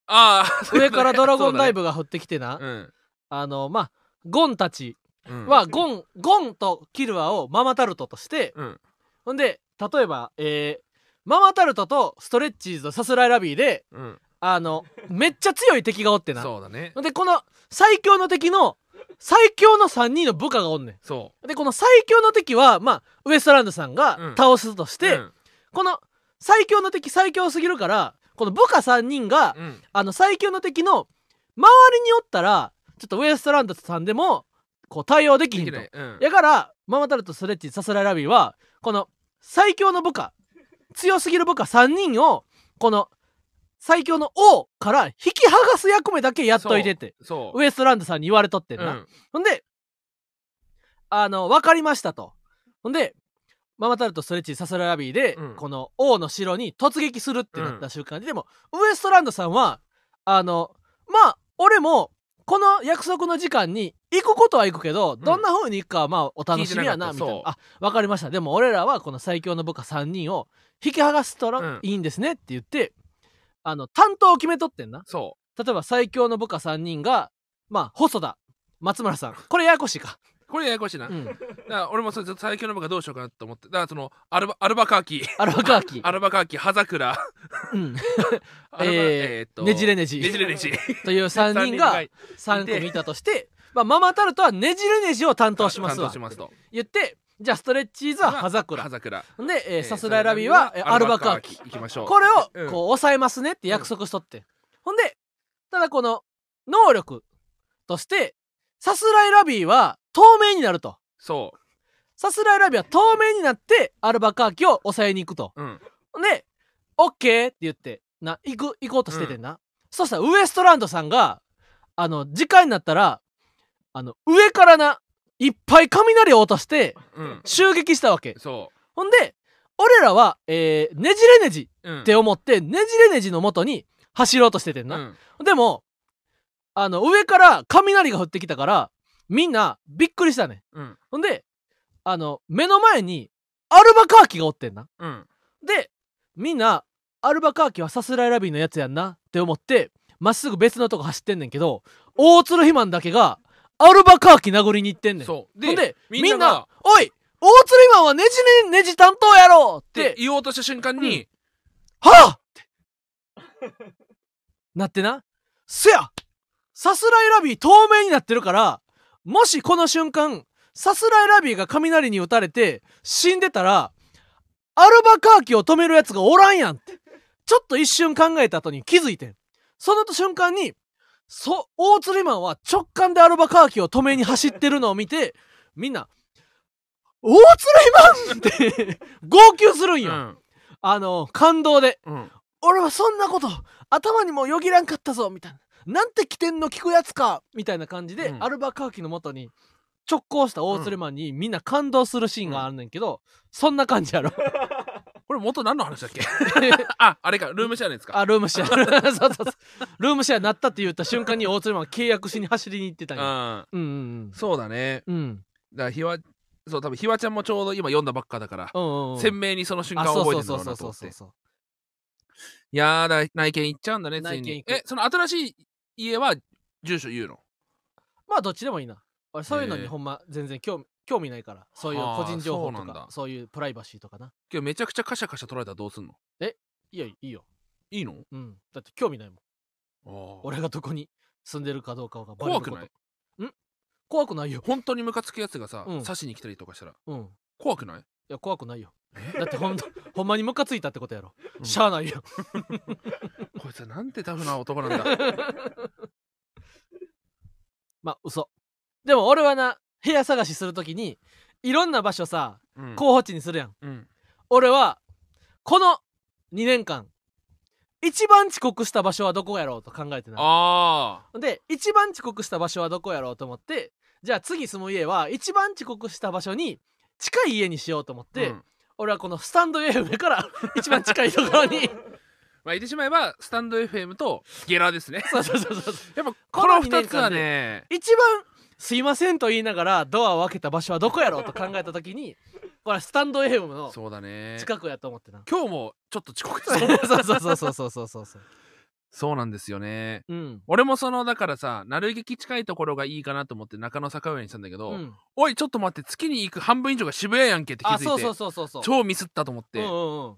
Speaker 1: ああ
Speaker 2: 上からドラゴンダイ
Speaker 1: ブ
Speaker 2: ブが降ってきてな、
Speaker 1: う,、ね、
Speaker 2: あの、まあ、ゴンたち
Speaker 1: うん、うん、
Speaker 2: は、ゴン、ゴンとキルアをママタルトとして、
Speaker 1: うん
Speaker 2: ほんで、例えば、えー、ママタルトとストレッチーズとサスライラビーで、
Speaker 1: うん、
Speaker 2: あの、めっちゃ強い敵がおってな。
Speaker 1: そうだね
Speaker 2: ほんで、この最強の敵の、最強の3人の部下がおんねん。
Speaker 1: そ
Speaker 2: で、この最強の敵は、まあ、ウエストランドさん
Speaker 1: う
Speaker 2: が
Speaker 1: ん
Speaker 2: 倒すとし
Speaker 1: う
Speaker 2: て、
Speaker 1: うん
Speaker 2: この最強の敵最強すぎるから、この部下3人が、
Speaker 1: うん
Speaker 2: あの最強の敵の周りにおったら、ちょっとウエストランドさんでも、こう対応でき
Speaker 1: で
Speaker 2: ひ
Speaker 1: き
Speaker 2: んと
Speaker 1: な。い、うん、
Speaker 2: やから、ママタルト、スレッチ、サスライラビーは、この最強の部下、強すぎる部下3人を、この最強の王から引き剥がす役目だけやっといてって、
Speaker 1: そう
Speaker 2: ウエストランドさんに言われとってんな。
Speaker 1: うん
Speaker 2: ほんで、あの、わかりましたと。ほんで、ママタルト、ストレッチ、サスララビーで、
Speaker 1: うん
Speaker 2: この王の城に突撃するってなった瞬間に、でも、ウエストランドさんは、あの、まあ、俺もこの約束の時間に行くことは行くけど、どんな風に行くかはまあお楽しみやな
Speaker 1: 聞い
Speaker 2: み
Speaker 1: て
Speaker 2: た
Speaker 1: ないか
Speaker 2: な
Speaker 1: った
Speaker 2: あわかりましたでも俺らはこの最強の部下3人を引き剥がした
Speaker 1: う
Speaker 2: ら
Speaker 1: ん
Speaker 2: いいんですねって言って、あの担当を決めとってんな
Speaker 1: そ
Speaker 2: 例えば最強の部下3人がまあ細田松村さんこれややこしいか、
Speaker 1: うこれややこしいな、
Speaker 2: う
Speaker 1: だか
Speaker 2: ん、
Speaker 1: ら俺もそれずっと最強の部下どうしようかなと思ってだからそのアルバアルバカーキ
Speaker 2: アルバカーキ、
Speaker 1: アルバカーキ葉桜
Speaker 2: うん、
Speaker 1: アルバ
Speaker 2: えー
Speaker 1: ーっと
Speaker 2: ねじれねじ
Speaker 1: ねじれねじ
Speaker 2: という3人が3組いたとして、まあ、ママタルトはねじれねじを担当します
Speaker 1: 担
Speaker 2: わ
Speaker 1: 当しますと
Speaker 2: 言ってじゃあストレッチーズは葉桜
Speaker 1: 葉桜
Speaker 2: で、えー
Speaker 1: えー
Speaker 2: さすらいラビーはえーアルバカーキ
Speaker 1: 行きましょう
Speaker 2: これを
Speaker 1: うん
Speaker 2: こう抑えますねって約束しとって、ほんでただこの能力としてさすらいラビーは透明になると
Speaker 1: そ
Speaker 2: さすらいラビーは透明になってアルバカーキを抑えに行くと
Speaker 1: ううん
Speaker 2: ほんでオッケーって言ってな行く行こうとしててんな、そしたらウエストランドさんがあの時間になったらあの上からないっぱい雷を落として
Speaker 1: うん
Speaker 2: 襲撃した
Speaker 1: [LAUGHS]
Speaker 2: わけ
Speaker 1: そ
Speaker 2: ほんで俺らは、えーねじれねじ
Speaker 1: ううん
Speaker 2: って思ってねじれねじのもとに走ろうとしててん
Speaker 1: う
Speaker 2: な、
Speaker 1: ん
Speaker 2: でもあの上から雷が降ってきたからみんなびっくりしたね
Speaker 1: うん
Speaker 2: ほんであの目の前にアルバカーキがおってんな
Speaker 1: うん
Speaker 2: でみんなアルバカーキはさすらいラビーのやつやんなって思ってまっすぐ別のとこ走ってんねんけど大鶴肥満だけがアルバカーキ殴りに行ってんねん
Speaker 1: そう
Speaker 2: ほんでみんな
Speaker 1: が
Speaker 2: 「おい大鶴肥満はねじねねじ担当やろ!」っ
Speaker 1: って
Speaker 2: て
Speaker 1: 言おうとした瞬間に
Speaker 2: はあってなってな。せやさすらいラビー透明になってるから、もしこの瞬間、さすらいラビーが雷に打たれて死んでたら、アルバカーキを止めるやつがおらんやんって。ちょっと一瞬考えた後に気づいてん。その瞬間に、そ、大釣りマンは直感でアルバカーキを止めに走ってるのを見て、みんな、大釣りマンって号泣するん
Speaker 1: う
Speaker 2: よ。
Speaker 1: ん
Speaker 2: あの、感動で。
Speaker 1: うん
Speaker 2: 俺はそんなこと頭にもよぎらんかったぞみたいななんて起点の聞くやつかみたいな感じで、
Speaker 1: うん
Speaker 2: アルバカーキのもとに直行したオーツレマンにみんな感動するシーンがあるねんけど、そんな
Speaker 1: [LAUGHS]
Speaker 2: 感じやろ
Speaker 1: これ元何の話だっけ [LAUGHS] ああれかルームシェアのやつか
Speaker 2: あルームシェア [LAUGHS] そうそうそうルームシェアになったって言った瞬間にオーツレマンは契約しに走りに行ってたんや
Speaker 1: うん
Speaker 2: うんうん
Speaker 1: そうだね
Speaker 2: うんうん
Speaker 1: だからひわそう多分ひわちゃんもちょうど今読んだばっかだから
Speaker 2: うんうん
Speaker 1: 鮮明にその瞬
Speaker 2: あ
Speaker 1: 間
Speaker 2: そ
Speaker 1: を
Speaker 2: う
Speaker 1: 覚
Speaker 2: そ
Speaker 1: え
Speaker 2: う
Speaker 1: てるだ
Speaker 2: そう
Speaker 1: ろうなと思
Speaker 2: そうそう
Speaker 1: って
Speaker 2: そう
Speaker 1: いやーだ内見行っちゃうんだねつい
Speaker 2: 内見
Speaker 1: に
Speaker 2: 行く
Speaker 1: えその新しい家は住所言うの
Speaker 2: まあどっちでもいいな俺そういうのに
Speaker 1: へえ
Speaker 2: ほんま全然興味興味ないからそういう
Speaker 1: は
Speaker 2: 個
Speaker 1: あ
Speaker 2: 人情報
Speaker 1: そ
Speaker 2: と
Speaker 1: うなん
Speaker 2: か
Speaker 1: だ
Speaker 2: そういうプライバシーとかな
Speaker 1: 今日めちゃくちゃカシャカシャ取られたらどうすんの
Speaker 2: いいよいいよ
Speaker 1: いいの
Speaker 2: うん。だって興味ないもん。
Speaker 1: あー
Speaker 2: 俺がどこに住んでるかどうかがバレ
Speaker 1: 怖
Speaker 2: ること
Speaker 1: くない
Speaker 2: 怖くないよ。
Speaker 1: 本当にムカつくやつがさ、
Speaker 2: うん
Speaker 1: 刺しに来たりとかしたら
Speaker 2: うん。い
Speaker 1: 怖くない
Speaker 2: や、怖くないよ。だってほ
Speaker 1: [LAUGHS]
Speaker 2: んと、ほんまにムカついたってことやろ。
Speaker 1: うん
Speaker 2: しゃあないよ。
Speaker 1: こいつはなんてタフな男なん
Speaker 2: [LAUGHS]
Speaker 1: だ
Speaker 2: まあ、嘘。でも俺はな、部屋探しするときに、いろんな場所さ、
Speaker 1: うん
Speaker 2: 候補地にするやん。
Speaker 1: うん
Speaker 2: 俺は、この2年間、一番遅刻した場所はどこやろうと考えてな。
Speaker 1: あ
Speaker 2: で一番遅刻した場所はどこやろうと思ってじゃあ次住む家は一番遅刻した場所に近い家にしようと思っ
Speaker 1: あ
Speaker 2: て、
Speaker 1: うん
Speaker 2: 俺はこのスタンド FM から [LAUGHS] 一番近いとこ
Speaker 1: [LAUGHS]
Speaker 2: ろに
Speaker 1: まあ言ってしまえばスタンド FM とゲラですね
Speaker 2: そうそうそうそう
Speaker 1: やっぱ
Speaker 2: こ
Speaker 1: こ
Speaker 2: の
Speaker 1: の
Speaker 2: 二
Speaker 1: 2
Speaker 2: 年間で
Speaker 1: つはね
Speaker 2: 一番「すいません」と言いながらドアを開けた場所はどこやろうと考えた時にこれはスタンド FM の
Speaker 1: そうだね
Speaker 2: 近くやと思ってな
Speaker 1: 今日もちょっと遅刻し
Speaker 2: そう
Speaker 1: そう
Speaker 2: そうそうそうそうそうそうそう
Speaker 1: そうなんですよね
Speaker 2: [LAUGHS] うん
Speaker 1: 俺もそのだからさなる劇近いところがいいかなと思って中野坂上にしたんだけど、
Speaker 2: うん
Speaker 1: おいちょっと待って月に行く半分以上が渋谷やんけって気づい
Speaker 2: あ
Speaker 1: て
Speaker 2: そうそうそうそうそうっ
Speaker 1: 超ミスったと思って、
Speaker 2: うんうん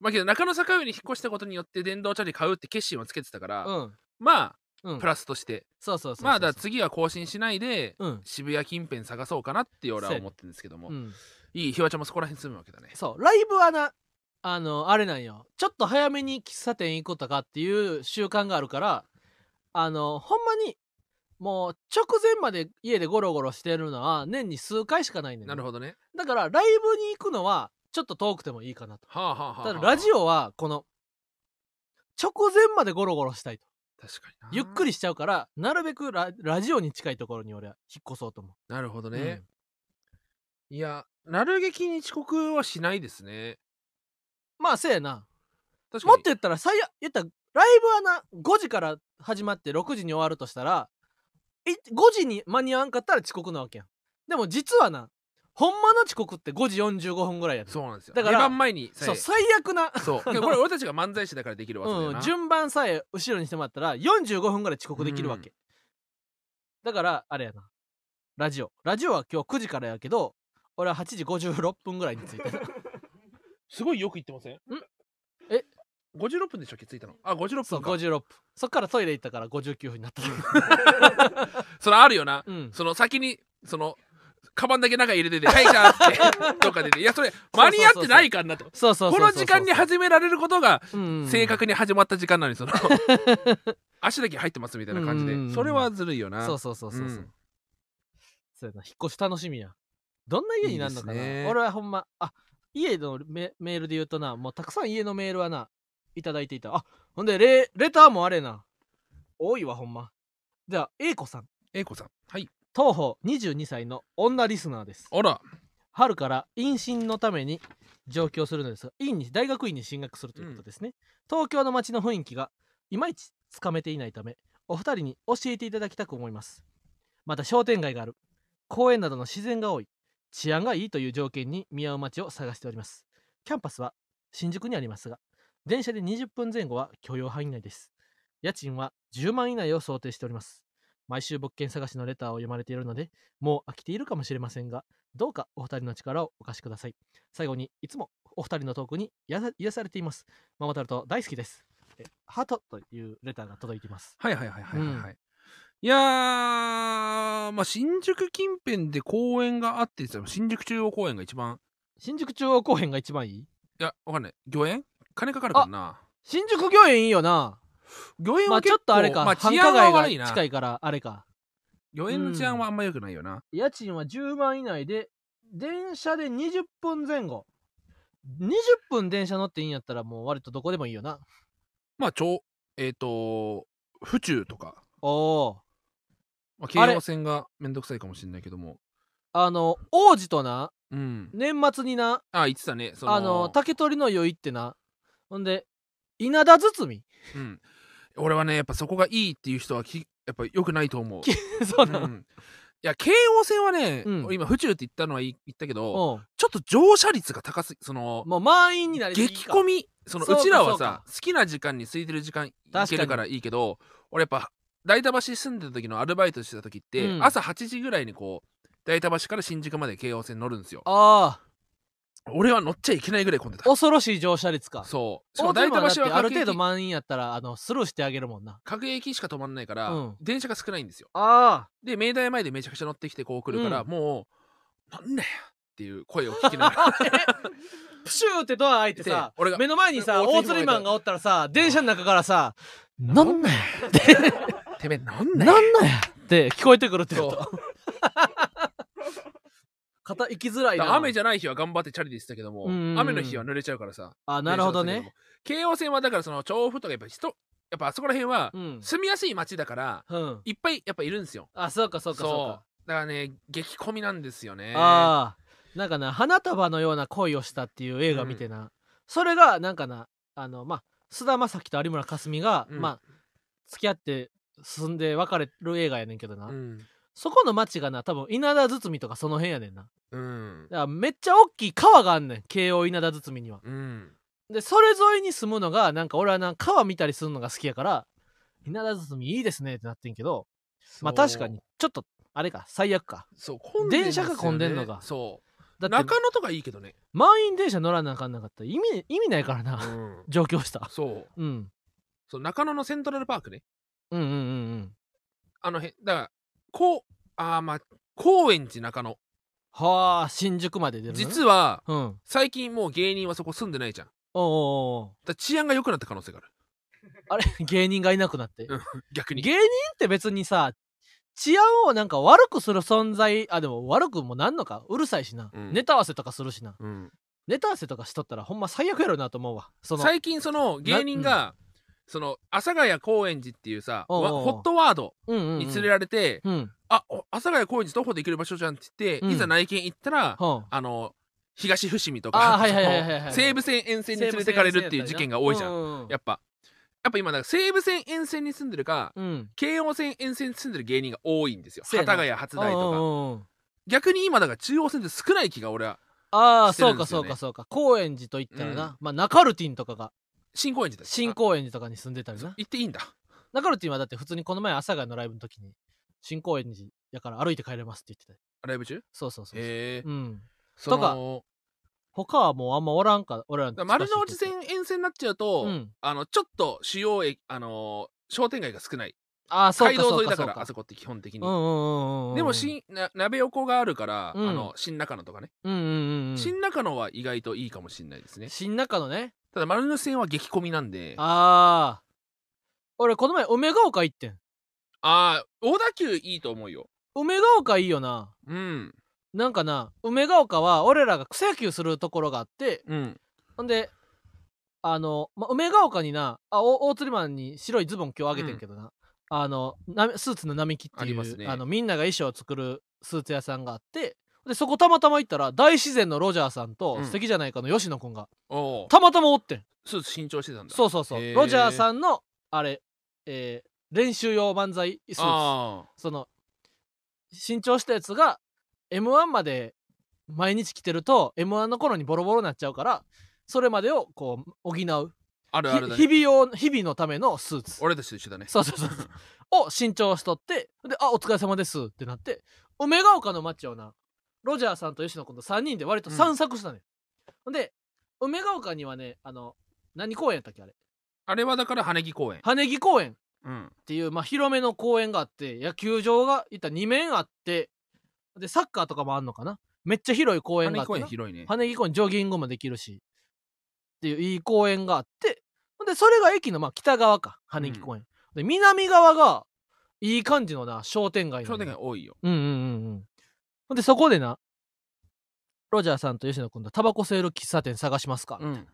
Speaker 1: まあけど中野坂上に引っ越したことによって電動チャリ買うって決心をつけてたから、
Speaker 2: うんうん
Speaker 1: ま
Speaker 2: う
Speaker 1: あ
Speaker 2: ん
Speaker 1: プラスとして、
Speaker 2: そうそうそうそう
Speaker 1: まあだから次は更新しないで、
Speaker 2: うん
Speaker 1: 渋谷近辺探そうかなって俺は思ってるんですけども、
Speaker 2: うん
Speaker 1: いいひわちゃんもそこら辺住むわけだね
Speaker 2: そうライブはなあのあれなんよちょっと早めに喫茶店行こうとかっていう習慣があるからあのほんまにもう直前まで家でゴロゴロしてるのは年に数回しかないねん
Speaker 1: なる
Speaker 2: ほ
Speaker 1: ほどね
Speaker 2: どだからライブに行くのはちょっと遠くてもいいかなと
Speaker 1: はあはあはあ、
Speaker 2: ただラジオはこの直前までゴロゴロしたいと
Speaker 1: オ確かにな
Speaker 2: ゆっくりしちゃうからなるべくララジオに近いところに俺は引っ越そうと思
Speaker 1: なるほど
Speaker 2: う、
Speaker 1: ね、いやなる劇に遅刻はしないですね
Speaker 2: うんまあせやな
Speaker 1: 確
Speaker 2: もっ
Speaker 1: か
Speaker 2: と
Speaker 1: に
Speaker 2: 言ったら最悪言ったらライブはな5時から始まって6時に終わるとしたらい5時に間に合わんかったら遅刻なわけやんでも実はなほんまの遅刻って5時45分ぐらいやで
Speaker 1: そうなんですよ
Speaker 2: だから
Speaker 1: 出番前にさ
Speaker 2: そう
Speaker 1: え
Speaker 2: 最悪な、
Speaker 1: そうでもこれ俺たちが漫才師だからできるわけだよ
Speaker 2: う
Speaker 1: な、
Speaker 2: ん、順番さえ後ろにしてもらったら45分ぐらい遅刻できるわけ、だからあれやなラジオラジオは今日9時からやけど俺は8時56分ぐらいに着いてる
Speaker 1: すごいよく言ってません
Speaker 2: え
Speaker 1: 56分でしたっけついたのあ56分か
Speaker 2: そ
Speaker 1: [LAUGHS] そう
Speaker 2: 56分そっからトイレ行ったから59分に
Speaker 1: [LAUGHS]
Speaker 2: なった、
Speaker 1: れあるよな、
Speaker 2: うん、
Speaker 1: その先にそのカバンだけ中に入れてて「はいじゃあ」
Speaker 2: [LAUGHS]
Speaker 1: ってとかで、ね、いやそれ間に合ってないからなと
Speaker 2: そうそうそう
Speaker 1: この時間に
Speaker 2: は
Speaker 1: 始められることが正
Speaker 2: 正
Speaker 1: 確に始まった時間なのにそ
Speaker 2: [LAUGHS]
Speaker 1: の足だけ入ってますみたいな感じ
Speaker 2: うんうんうん
Speaker 1: でそれはずるいよな
Speaker 2: そうそうそうそうそう、
Speaker 1: うん
Speaker 2: そうやな引っ越し楽しみやどんな家になるのかない
Speaker 1: いですね
Speaker 2: 俺はほんまあ家のメメールで言うとなもうたくさん家のメールはないただいていたあほんでレレターもあれな多いわほんまじゃあ A 子さん
Speaker 1: A 子さんはい
Speaker 2: 東方22歳の女リスナーです
Speaker 1: あら
Speaker 2: 春から妊娠のために上京するのですが院に大学院に進学するということですね、東京の街の雰囲気がいまいちつかめていないためお二人に教えていただきたく思いますまた商店街がある公園などの自然が多い治安がいいという条件に見合う街を探しておりますキャンパスは新宿にありますが電車で20分前後は許容範囲内です家賃は10万以内を想定しております毎週物件探しのレターを読まれているのでもう飽きているかもしれませんがどうかお二人の力をお貸しください。最後にいつもお二人のトークに癒さ癒されています。ママタルト大好きです。えハートというレターが届いています。
Speaker 1: はいはいはいはいはい、は
Speaker 2: う
Speaker 1: いいやーまあ新宿近辺で公園があって言ってたら新宿中央公園が一番
Speaker 2: 新宿中央公園が一番いい
Speaker 1: いやわかんない御苑金かかるからな
Speaker 2: 新宿御苑いいよな。
Speaker 1: 御苑
Speaker 2: ま
Speaker 1: は
Speaker 2: あち
Speaker 1: 結
Speaker 2: ょっ
Speaker 1: 構、
Speaker 2: とあれか、
Speaker 1: まあ、
Speaker 2: 繁
Speaker 1: 治
Speaker 2: 華
Speaker 1: 安は悪
Speaker 2: 街
Speaker 1: い
Speaker 2: が
Speaker 1: な
Speaker 2: 近いからあれか。
Speaker 1: 御苑の治安はあんま良くないよな、
Speaker 2: 家賃は10万以内で、電車で20分前後。20分電車乗っていいんやったらもう割とどこでもいいよな。
Speaker 1: まあちょえっ、と府中とか、
Speaker 2: おお。
Speaker 1: まあ、京王線がめんどくさいかもしれないけども
Speaker 2: あの、王子とな、
Speaker 1: うん
Speaker 2: 年末にな、
Speaker 1: あ言ってたねその
Speaker 2: あの竹取の宵ってなほんで稲
Speaker 1: [LAUGHS]
Speaker 2: 田堤
Speaker 1: うん、俺はねやっぱそこがいいっていう人はきやっぱ良くないと思う、
Speaker 2: そう
Speaker 1: う
Speaker 2: なの、
Speaker 1: ん、いや京王線はね、
Speaker 2: うん
Speaker 1: 俺今府中って言ったのはい言ったけど
Speaker 2: おう
Speaker 1: ちょっと乗車率が高すぎその
Speaker 2: もう満員になりすぎ
Speaker 1: 激混みその
Speaker 2: そう
Speaker 1: う
Speaker 2: か
Speaker 1: ちら
Speaker 2: そう
Speaker 1: は
Speaker 2: か
Speaker 1: さ好きな時間に空いてる時間
Speaker 2: かに
Speaker 1: 行けるからいいけど俺やっぱ代田橋住んでた時のアルバイトしてた時って、
Speaker 2: うん
Speaker 1: 朝8時ぐらいにこう代田橋から新宿まで京王線乗るんですよ
Speaker 2: あ
Speaker 1: 俺は乗っちゃいけないぐらい混んでた
Speaker 2: あ恐ろしい乗車率か
Speaker 1: そうしか
Speaker 2: 大
Speaker 1: も代田
Speaker 2: 手もだっ
Speaker 1: 橋
Speaker 2: て
Speaker 1: は
Speaker 2: ある
Speaker 1: 各
Speaker 2: 程度
Speaker 1: 駅
Speaker 2: 満員やったらあのスルーしてあげるもんな
Speaker 1: 各駅しか止まんないから、
Speaker 2: うん
Speaker 1: 電車が少ないんですよ
Speaker 2: あ
Speaker 1: で明大前でめちゃくちゃ乗ってきてこう来るから、
Speaker 2: う
Speaker 1: もう「なんだよ」っていう声を聞きながら
Speaker 2: [LAUGHS] あプシューってドア開いてさ
Speaker 1: で俺が
Speaker 2: 目の前にさ
Speaker 1: 俺
Speaker 2: 大釣りマンがおったらさ電車の中からさ「な
Speaker 1: なんん
Speaker 2: な
Speaker 1: なん
Speaker 2: や
Speaker 1: や「てめえ [LAUGHS] なんだよ」
Speaker 2: なんなんや」って聞こえてくるってこ
Speaker 1: そ
Speaker 2: と [LAUGHS] 肩行きづらい
Speaker 1: だか
Speaker 2: な
Speaker 1: ら雨じゃない日は頑張ってチャリでしたけども、
Speaker 2: うんうんうん
Speaker 1: 雨の日は濡れちゃうからさ
Speaker 2: あなるほどね
Speaker 1: 京王線はだからその調布とかやっぱ人やっぱあそこら辺は
Speaker 2: うん、
Speaker 1: 住みやすい街だから
Speaker 2: うん、
Speaker 1: いっぱいやっぱいるんですよ
Speaker 2: あそうかそうかそうか
Speaker 1: だからね激混みなんですよね
Speaker 2: ああなんかな花束のような恋をしたっていう映画見てな、それがなんかなあのまあ菅田将暉と有村架純が、
Speaker 1: うん
Speaker 2: まあ付き合って進んで別れる映画やねんけどな、
Speaker 1: うん、
Speaker 2: そこの町がな多分稲田堤とかその辺やねんな
Speaker 1: うん
Speaker 2: だからめっちゃ大きい川があんねん慶応稲田堤には
Speaker 1: うん、
Speaker 2: でそれ沿いに住むのがなんか俺はな川見たりするのが好きやから稲田堤いいですねってなってんけどまあ
Speaker 1: そう
Speaker 2: 確かにちょっとあれか最悪か
Speaker 1: そう混んでんすよね
Speaker 2: 電車が混んでんのが
Speaker 1: そ
Speaker 2: だ
Speaker 1: う
Speaker 2: って
Speaker 1: 中野とかいいけどね、
Speaker 2: 満員電車乗らなあかんなかったら意味意味ないからな、 [LAUGHS]
Speaker 1: うん、
Speaker 2: 上京した、
Speaker 1: そう
Speaker 2: うん、
Speaker 1: そう中野のセントラルパークね
Speaker 2: うんうんうんうん
Speaker 1: あの辺だからこうあーまあ高円寺中野
Speaker 2: はあ新宿まで出るの
Speaker 1: 実
Speaker 2: は
Speaker 1: は
Speaker 2: うんおう
Speaker 1: 最近もう芸人はそこ住んでないじゃんだか
Speaker 2: おうおう
Speaker 1: ら治安が良くなった可能性がある
Speaker 2: あれ [LAUGHS] 芸人がいなくなって、
Speaker 1: うん逆に
Speaker 2: 芸人って別にさ治安をなんか悪くする存在あでも悪くもなんのかうるさいしな、
Speaker 1: うん
Speaker 2: ネタ合わせとかするしな
Speaker 1: うん
Speaker 2: ネタ合わせとかしとったらほんま最悪やろなと思うわその
Speaker 1: 最近その芸人がその阿佐ヶ谷高円寺っていうさ
Speaker 2: おう
Speaker 1: わ
Speaker 2: おうおう
Speaker 1: ホットワード
Speaker 2: うんうんうん
Speaker 1: に連れられて
Speaker 2: うん
Speaker 1: 「あお阿佐ヶ谷高円寺徒歩で行ける場所じゃん」って言って、
Speaker 2: うん
Speaker 1: いざ内見行ったら、
Speaker 2: はあ
Speaker 1: あの東伏見と
Speaker 2: あー
Speaker 1: か [LAUGHS]
Speaker 2: はいはいはいはいはい
Speaker 1: 西武線沿線に連れてかれるっていう事件が多いじゃん、
Speaker 2: うんうんうん
Speaker 1: やっぱやっやっぱ今だから西武線沿線に住んでるか
Speaker 2: うん
Speaker 1: 京王線沿線に住んでる芸人が多いんですよ
Speaker 2: せや
Speaker 1: 幡
Speaker 2: な
Speaker 1: ヶ谷初台
Speaker 2: うんう
Speaker 1: とか
Speaker 2: んうん
Speaker 1: 逆に今だから中央線って少ない気が俺は
Speaker 2: ああ、
Speaker 1: してるん
Speaker 2: そう
Speaker 1: で
Speaker 2: か
Speaker 1: すよ
Speaker 2: そう
Speaker 1: ね
Speaker 2: かそうか高円寺といったらな、まあ中ルティンとかが
Speaker 1: 新高円寺だよ
Speaker 2: 新高円寺とかに住んでたり
Speaker 1: あ
Speaker 2: な
Speaker 1: 行っていいんだ
Speaker 2: 中ルティンはだって普通にこの前阿佐ヶ谷のライブの時に新高円寺やから歩いて帰れますって言ってたよ
Speaker 1: ライブ中
Speaker 2: そうそうそうそう、
Speaker 1: へえ
Speaker 2: うん
Speaker 1: その
Speaker 2: とか他はもうあんまおらんか俺らの
Speaker 1: だから丸の内
Speaker 2: 近しい人
Speaker 1: 線沿線になっちゃうと、
Speaker 2: うん
Speaker 1: あのちょっと主要駅あのー商店街が少ない
Speaker 2: ああそう
Speaker 1: 街
Speaker 2: か
Speaker 1: 道
Speaker 2: そ
Speaker 1: 沿
Speaker 2: う
Speaker 1: い
Speaker 2: か
Speaker 1: だ
Speaker 2: そ
Speaker 1: か
Speaker 2: う
Speaker 1: らあ
Speaker 2: か
Speaker 1: そこって基本的
Speaker 2: う
Speaker 1: に、
Speaker 2: んうんうんうんうん
Speaker 1: でも新な鍋横があるから、
Speaker 2: うん
Speaker 1: あの新中野とかね、
Speaker 2: うんうんうんうん
Speaker 1: 新中野は意外といいかもしれないですね
Speaker 2: 新中のね
Speaker 1: ただ丸の内線は激混みなんであ
Speaker 2: ああ俺この前梅ヶ丘行ってん
Speaker 1: あー大田急いいと思うよ
Speaker 2: 梅ヶ丘いいよな
Speaker 1: うん
Speaker 2: なんかな梅ヶ丘は俺らが草野球するところがあって
Speaker 1: うん
Speaker 2: ほんであの、ま、梅ヶ丘になあお大釣りマンに白いズボン今日あげてんけどな、あのなスーツの並木って
Speaker 1: あ
Speaker 2: い
Speaker 1: り
Speaker 2: う
Speaker 1: ますね
Speaker 2: のみんなが衣装を作るスーツ屋さんがあってでそこたまたま行ったら大自然のロジャーさんと
Speaker 1: うん
Speaker 2: 素敵じゃないかの吉野くんが
Speaker 1: おお
Speaker 2: たまたまおってん
Speaker 1: スーツ新調してたんだ
Speaker 2: そうそうそう
Speaker 1: へ
Speaker 2: ロジャーさんのあれ、えー練習用漫才スーツ
Speaker 1: あ
Speaker 2: その新調したやつが m 1まで毎日着てると m 1の頃にボロボロになっちゃうからそれまでをこう補う
Speaker 1: ああるあるだ
Speaker 2: ひ
Speaker 1: ね
Speaker 2: 日々用日々のためのスーツ
Speaker 1: 俺たちと一緒だね
Speaker 2: そうそうそうそうを新調しとってで「あお疲れ様です」ってなって梅ヶ丘の街をなロジャーさんと吉野君と3人で割と散策したのよ、ほん、で梅ヶ丘にはねあの何公園やったっけあれ
Speaker 1: あれはだから羽木公園
Speaker 2: 羽木公園
Speaker 1: うん
Speaker 2: っていう、まあ、広めの公園があって野球場がいった2面あってでサッカーとかもあんのかなめっちゃ広い公園
Speaker 1: 羽
Speaker 2: があ
Speaker 1: 木
Speaker 2: って
Speaker 1: 公園
Speaker 2: な
Speaker 1: 広いね
Speaker 2: 羽根公園ジョギングもできるしっていういい公園があってほんでそれが駅のまあ北側か羽根公園、で南側がいい感じのな商店街な
Speaker 1: 商
Speaker 2: のよ
Speaker 1: 店街多いよ
Speaker 2: うんうんうんうんほんでそこでなロジャーさんと吉野君とタバコ吸える喫茶店探しますか、
Speaker 1: うん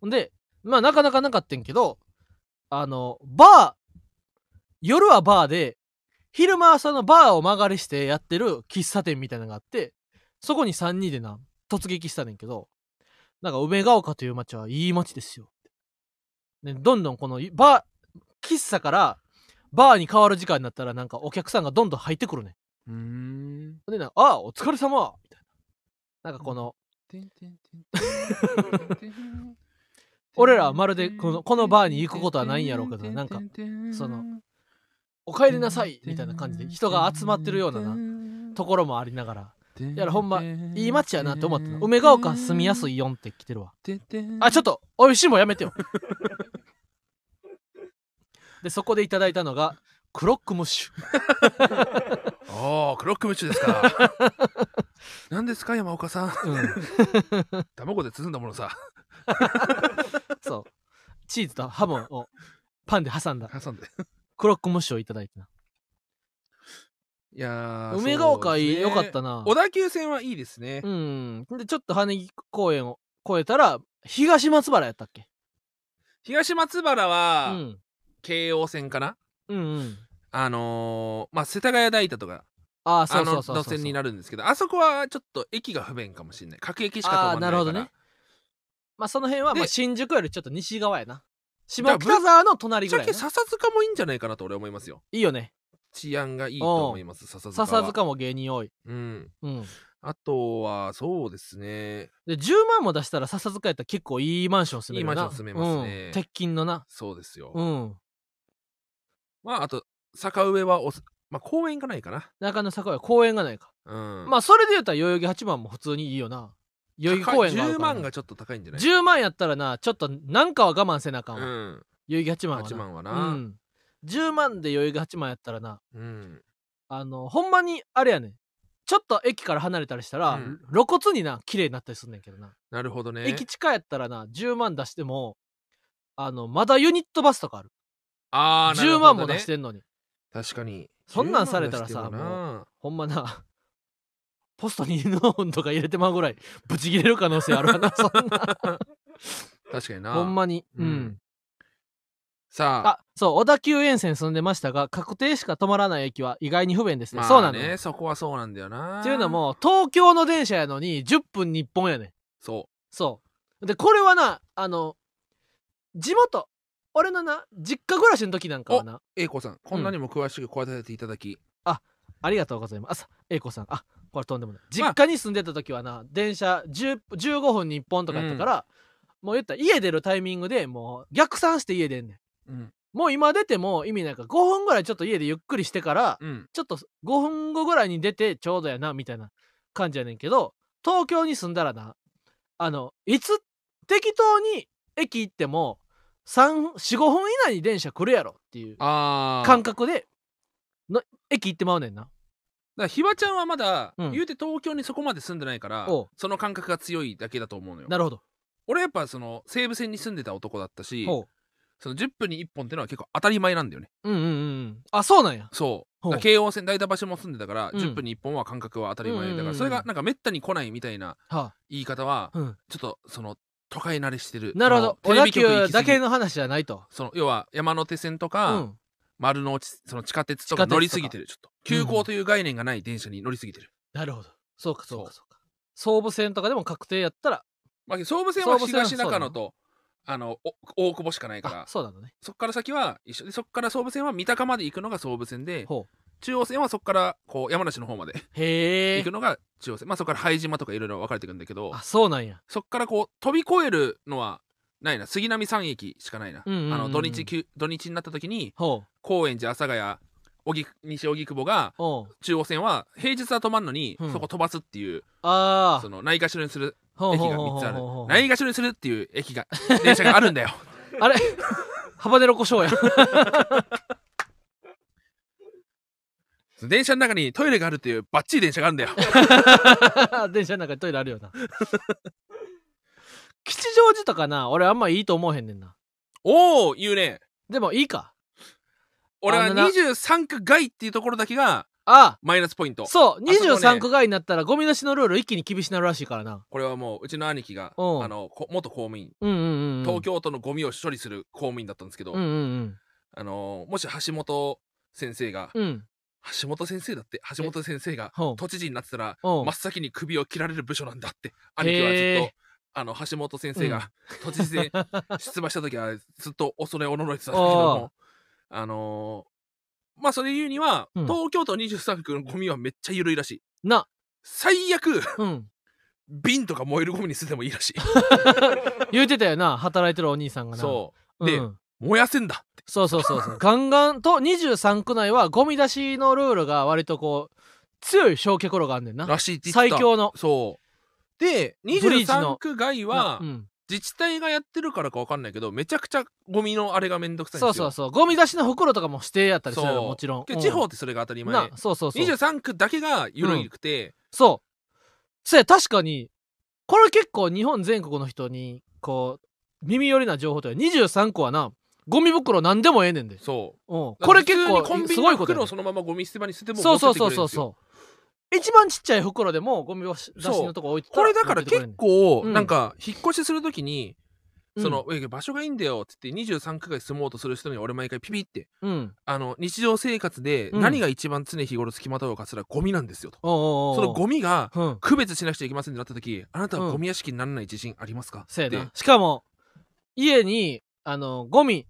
Speaker 2: ほんで、まあなかなかなかったんけど、あの、バー、夜はバーで、昼間はそのバーを曲がりしてやってる喫茶店みたいなのがあって、そこに3人でな、突撃したねんけど、なんか梅ヶ丘という街はいい街ですよ。ね、どんどんこのバー、喫茶からバーに変わる時間になったらなんかお客さんがどんどん入ってくるね
Speaker 1: うーん
Speaker 2: ん。でな、ああ、お疲れ様みたいな。なんかこの、 [LAUGHS] 俺らはまるでこのこのバーに行くことはないんやろうけどなんかそのお帰りなさいみたいな感じで人が集まってるようななところもありながら
Speaker 1: い
Speaker 2: やらほんまいい街やなって思ったの梅
Speaker 1: 梅
Speaker 2: ヶ
Speaker 1: ヶ
Speaker 2: 丘
Speaker 1: 丘
Speaker 2: 住
Speaker 1: 住
Speaker 2: み
Speaker 1: み
Speaker 2: や
Speaker 1: や
Speaker 2: す
Speaker 1: すい
Speaker 2: い4って来てるわあ
Speaker 1: あ
Speaker 2: ち
Speaker 1: ちょ
Speaker 2: ょ
Speaker 1: っ
Speaker 2: っとおいしいもんや
Speaker 1: [LAUGHS]
Speaker 2: めてよでそこでいただいたのがクロックムッシュ
Speaker 1: とおークロックムッシュです
Speaker 2: [LAUGHS]
Speaker 1: か何ですか山岡さん、
Speaker 2: うん、
Speaker 1: 卵で包んだものさ [LAUGHS]
Speaker 2: そうチーズとハムをパンで挟んだ
Speaker 1: 挟んで
Speaker 2: クロックムッシュをいただいてない
Speaker 1: やー
Speaker 2: 梅ヶ
Speaker 1: そ
Speaker 2: 丘
Speaker 1: うですね
Speaker 2: 良かったな
Speaker 1: 小田急線はいいですね、
Speaker 2: うんでちょっと羽根木公園を越えたら東松原やったっけ
Speaker 1: 東松原
Speaker 2: う
Speaker 1: は
Speaker 2: ん
Speaker 1: 京王線かな、
Speaker 2: うんうん
Speaker 1: あのーまあ世田谷代田とか
Speaker 2: ああそ
Speaker 1: あ
Speaker 2: うそ
Speaker 1: の
Speaker 2: うそうそう
Speaker 1: 路線になるんですけどあそこはちょっと駅が不便かもしれない各駅しか
Speaker 2: ああ
Speaker 1: 通らな
Speaker 2: ーないる
Speaker 1: か
Speaker 2: ほど
Speaker 1: ら
Speaker 2: ねまあその辺は
Speaker 1: で
Speaker 2: まあ新宿よりちょっと西側やな
Speaker 1: ゃ
Speaker 2: 下
Speaker 1: あ
Speaker 2: 北沢の隣
Speaker 1: じ
Speaker 2: ぐ
Speaker 1: ゃ
Speaker 2: らい
Speaker 1: け
Speaker 2: やな
Speaker 1: 笹塚もいいんじゃないかなと俺は思いますよ
Speaker 2: いいよね
Speaker 1: 治安がいいと思います笹塚は
Speaker 2: 笹塚も芸人多い
Speaker 1: うん
Speaker 2: うん
Speaker 1: あとはそうですね
Speaker 2: で10万も出したら笹塚やったら結構いいマンション住めるよない
Speaker 1: いマンション住めますね
Speaker 2: うん鉄筋のな
Speaker 1: そうですよ、
Speaker 2: うん
Speaker 1: まああと坂上はおすまあ公園がないかな
Speaker 2: 中野坂は公園がないか
Speaker 1: うん
Speaker 2: まあそれで言ったら代々木八幡も普通にいいよな代々木公園がある
Speaker 1: 10
Speaker 2: から
Speaker 1: 万がちょっと高いんじゃない
Speaker 2: 10万やったらなちょっとなんかは我慢せなあかんわ
Speaker 1: う
Speaker 2: 代
Speaker 1: ん
Speaker 2: 々木八幡はな
Speaker 1: 8万は
Speaker 2: う
Speaker 1: な、
Speaker 2: ん10万で代々木八幡やったらな
Speaker 1: うん
Speaker 2: あのほんまにあれやねんちょっと駅から離れたりしたら、
Speaker 1: うん
Speaker 2: 露骨にな綺麗になったりすんねんけどな、
Speaker 1: なるほどね
Speaker 2: 駅近やったらな10万出してもあのまだユニットバスとかある
Speaker 1: あーなる
Speaker 2: 10
Speaker 1: ほど
Speaker 2: 万も
Speaker 1: ね
Speaker 2: 出してんのに
Speaker 1: 確かに
Speaker 2: そんなんされたらさ
Speaker 1: 10万出してもな
Speaker 2: ほんまなポストにノーンとか入れてまうぐらいブチ切れる可能性ある
Speaker 1: [LAUGHS]
Speaker 2: わなそんな
Speaker 1: 確かにな
Speaker 2: ほんまにうん、
Speaker 1: うんさあ
Speaker 2: あそう小田急沿線住んでましたが確定しか止まらない駅は意外に不便ですね、
Speaker 1: まあ、ね、
Speaker 2: そうなんだよ
Speaker 1: そこはそうなんだよな
Speaker 2: っていうのも東京の電車やのに10分に1本やねん
Speaker 1: そ
Speaker 2: そう。で、これはな、あの、地元、俺のな実家暮らしの時なんかはな
Speaker 1: A 子さんこんなにも詳しくこうさせていただき、
Speaker 2: ありがとうございます。A 子さん、あこれとんでもない。実家に住んでた時はな、電車10 15分に1本とかやったから、もう言ったら家出るタイミングでもう逆算して家出んね
Speaker 1: うん
Speaker 2: ん。もう今出ても意味ないから5分ぐらいちょっと家でゆっくりしてから、
Speaker 1: うん、
Speaker 2: ちょっと5分後ぐらいに出てちょうどやなみたいな感じやねんけど東京に住んだらなあのいつ適当に駅行っても345分以内に電車来るやろっていう
Speaker 1: ああ
Speaker 2: 感覚での駅行ってまうねんな。
Speaker 1: だからひばちゃんはまだ、
Speaker 2: うん
Speaker 1: 言うて東京にそこまで住んでないから
Speaker 2: おう
Speaker 1: その感覚が強いだけだと思うのよ
Speaker 2: なるほど。
Speaker 1: 俺やっぱその西武線に住んでた男だったし
Speaker 2: ほう
Speaker 1: その10分に1本ってのは結構当たり前なんだよね
Speaker 2: うんうんうん。あ、そうなんや。
Speaker 1: そうだ
Speaker 2: ほう
Speaker 1: から京王線代田橋も住んでたから、
Speaker 2: うん
Speaker 1: 10分に1本は感覚は当たり前だ
Speaker 2: うん
Speaker 1: か
Speaker 2: うんう
Speaker 1: ら
Speaker 2: ん
Speaker 1: それがなんかめったに来ないみたいな
Speaker 2: は
Speaker 1: 言い方は
Speaker 2: あ、うん。
Speaker 1: ちょっとその都会慣れしてる
Speaker 2: なるほど。
Speaker 1: そ
Speaker 2: 小
Speaker 1: の
Speaker 2: 田
Speaker 1: テレビ局行
Speaker 2: 急
Speaker 1: き
Speaker 2: だ
Speaker 1: 過ぎ
Speaker 2: けの話じゃないと。
Speaker 1: その要は山手線と
Speaker 2: う
Speaker 1: か、
Speaker 2: ん。
Speaker 1: 丸の内その地下鉄と
Speaker 2: 地下
Speaker 1: か
Speaker 2: 鉄とか
Speaker 1: 乗りすぎてるちょっと急
Speaker 2: うん
Speaker 1: 行という概念がない電車に乗りすぎてる、
Speaker 2: なるほど。そうかそうかそうか。総武線とかでも確定やったら、
Speaker 1: まあ、総武線は
Speaker 2: 総武線は
Speaker 1: 東中野とあのお大久保しかないか
Speaker 2: あ
Speaker 1: ら
Speaker 2: そうなのね。
Speaker 1: そこから先は一緒でそこから総武線は三鷹まで行くのが総武線で
Speaker 2: ほ
Speaker 1: 中央線はそこからこう山梨の方まで
Speaker 2: う。
Speaker 1: 行
Speaker 2: へえ
Speaker 1: く。のが中央線まあそこから拝島とかいろいろ分かれていくんだけど
Speaker 2: あ、そうなんや。
Speaker 1: そこからこう飛び越えるのはないな杉並3駅しかないな、
Speaker 2: うんうんうんうん
Speaker 1: あの土日休土日になった時に
Speaker 2: ほう。
Speaker 1: 高円寺阿佐ヶ谷荻西荻窪が
Speaker 2: おう
Speaker 1: 中央線は平日は止まんのに、
Speaker 2: うん
Speaker 1: そこ飛ばすっていう
Speaker 2: あ
Speaker 1: そ
Speaker 2: あ。
Speaker 1: のないがしろにする
Speaker 2: ほう
Speaker 1: 駅
Speaker 2: ほう
Speaker 1: が
Speaker 2: ほう
Speaker 1: 3つある
Speaker 2: ほうほう
Speaker 1: ないがしろにするっていう駅が [LAUGHS] 電車があるんだよ
Speaker 2: あれ [LAUGHS] ハバネロ胡椒や。
Speaker 1: 電車の中にトイレがあるっていうバッチリ電車があ
Speaker 2: [LAUGHS]
Speaker 1: るんだよ
Speaker 2: 電車の中にトイレある
Speaker 1: [LAUGHS]
Speaker 2: よな。吉祥寺とかな、俺あんまいいと思わへんねんな。
Speaker 1: おお言うね
Speaker 2: でもいいか。
Speaker 1: 俺は
Speaker 2: あのな
Speaker 1: 23区外っていうところだけが
Speaker 2: あ
Speaker 1: マイナスポイント
Speaker 2: そ
Speaker 1: あそ
Speaker 2: う、
Speaker 1: こね
Speaker 2: 23区外になったらゴミ出しのルール一気に厳しくなるらしいからな。
Speaker 1: これはもううちの兄貴があ
Speaker 2: うん
Speaker 1: のこ元公務員
Speaker 2: うんうんうんうん。
Speaker 1: 東京都のゴミを処理する公務員だったんですけど、
Speaker 2: うんうん
Speaker 1: あのもし橋本先生が、
Speaker 2: うん。うん。
Speaker 1: 橋本先生だって橋本先生が
Speaker 2: ほう
Speaker 1: 都知事になってたら
Speaker 2: おう
Speaker 1: 真っ先に首を切られる部署なんだって兄貴はず
Speaker 2: へ
Speaker 1: っ
Speaker 2: ー
Speaker 1: とあの橋本先生が都知事選出馬した時はずっと恐れおののいてたんだけど
Speaker 2: おう
Speaker 1: もあのーまあそれ言うには、
Speaker 2: うん
Speaker 1: 東京都23区のゴミはめっちゃ緩いらしい
Speaker 2: な、
Speaker 1: 最悪
Speaker 2: うん。
Speaker 1: 瓶とか燃えるゴミに捨ててもいいらしい
Speaker 2: 言うてたよな、働いてるお兄さんがな。
Speaker 1: そううで、
Speaker 2: ん
Speaker 1: 燃やせんだって
Speaker 2: そうそうそうそう。ガンガンと23区内はゴミ出しのルールが割とこう、強い焼却炉があんねんな。
Speaker 1: らしいって言って
Speaker 2: 最
Speaker 1: た
Speaker 2: 強の。
Speaker 1: そうで
Speaker 2: ブリーチ
Speaker 1: 23
Speaker 2: の
Speaker 1: 区外は
Speaker 2: うん、
Speaker 1: 自治体がやってるからかわかんないけどめちゃくちゃゴミのあれがめんどくさいんです
Speaker 2: そう
Speaker 1: よ
Speaker 2: そうそう。ゴミ出しの袋とかも指定やったりするの
Speaker 1: そう
Speaker 2: もちろん。
Speaker 1: け
Speaker 2: う
Speaker 1: ど
Speaker 2: ん
Speaker 1: 地方ってそれが当たり前
Speaker 2: な、そうそうそう。
Speaker 1: 23区だけが緩くて、
Speaker 2: そう。そや、確かに、これ結構日本全国の人に、こう、耳寄りな情報というか、23個はな、ゴミ袋何でもええねんで。
Speaker 1: そう
Speaker 2: うん。
Speaker 1: だ
Speaker 2: こ
Speaker 1: から
Speaker 2: れ結
Speaker 1: 普通にコン
Speaker 2: 構、
Speaker 1: ビ
Speaker 2: す
Speaker 1: ニ
Speaker 2: ご
Speaker 1: の
Speaker 2: いことや
Speaker 1: 袋
Speaker 2: ね
Speaker 1: をそのままゴミ捨て場に捨てても
Speaker 2: そうそう
Speaker 1: 持っ
Speaker 2: そ
Speaker 1: てきてくれ
Speaker 2: う
Speaker 1: るん
Speaker 2: そう
Speaker 1: ですよ
Speaker 2: そう。一番ちっちゃい袋でもゴミ出し出しのとこ置いてた
Speaker 1: これだから
Speaker 2: 持ってきて
Speaker 1: 結
Speaker 2: く
Speaker 1: 構
Speaker 2: うん
Speaker 1: なんか引っ越しするときに、
Speaker 2: れんねん
Speaker 1: その、いや場所がいいんだよって言って23区外住もうとする人に俺毎回ピピって
Speaker 2: うん、うん。
Speaker 1: あの日常生活で
Speaker 2: うん
Speaker 1: 何が一番常日頃付きまとうかすらゴミなんですよと、
Speaker 2: おうおうおう
Speaker 1: そのゴミが
Speaker 2: うん。
Speaker 1: 区別しなくちゃいけませんってなった時あなた
Speaker 2: う
Speaker 1: は
Speaker 2: ん
Speaker 1: ゴミ屋敷にならない自信ありますか、
Speaker 2: せや
Speaker 1: で
Speaker 2: な。しかも、家に、あの、ゴミ、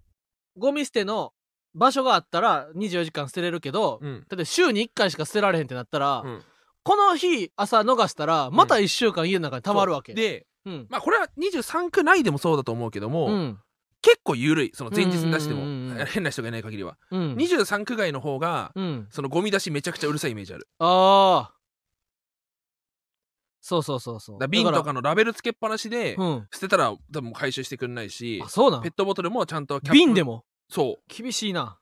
Speaker 2: ゴミ捨ての場所があったら24時間捨てれるけど、
Speaker 1: うん
Speaker 2: 例えば週に1回しか捨てられへんってなったら、
Speaker 1: うん
Speaker 2: この日朝逃したらまた1週間家の中に溜まるわけ、
Speaker 1: で
Speaker 2: うん
Speaker 1: まあこれは23区内でもそうだと思うけども、
Speaker 2: うん
Speaker 1: 結構緩いその前日に出しても、
Speaker 2: うんうんうんうん
Speaker 1: 変な人がいない限りは、
Speaker 2: うん
Speaker 1: 23区外の方が
Speaker 2: うん
Speaker 1: そのゴミ出しめちゃくちゃうるさいイメージある
Speaker 2: ああそうそうそうそ
Speaker 1: だ
Speaker 2: う
Speaker 1: から瓶とからのラベルつけっぱなしで、
Speaker 2: うん
Speaker 1: 捨てたら多分回収してくれないし
Speaker 2: あそうなん
Speaker 1: ペットボトルもちゃんとキャップ
Speaker 2: 瓶でも
Speaker 1: そ
Speaker 2: 厳しいな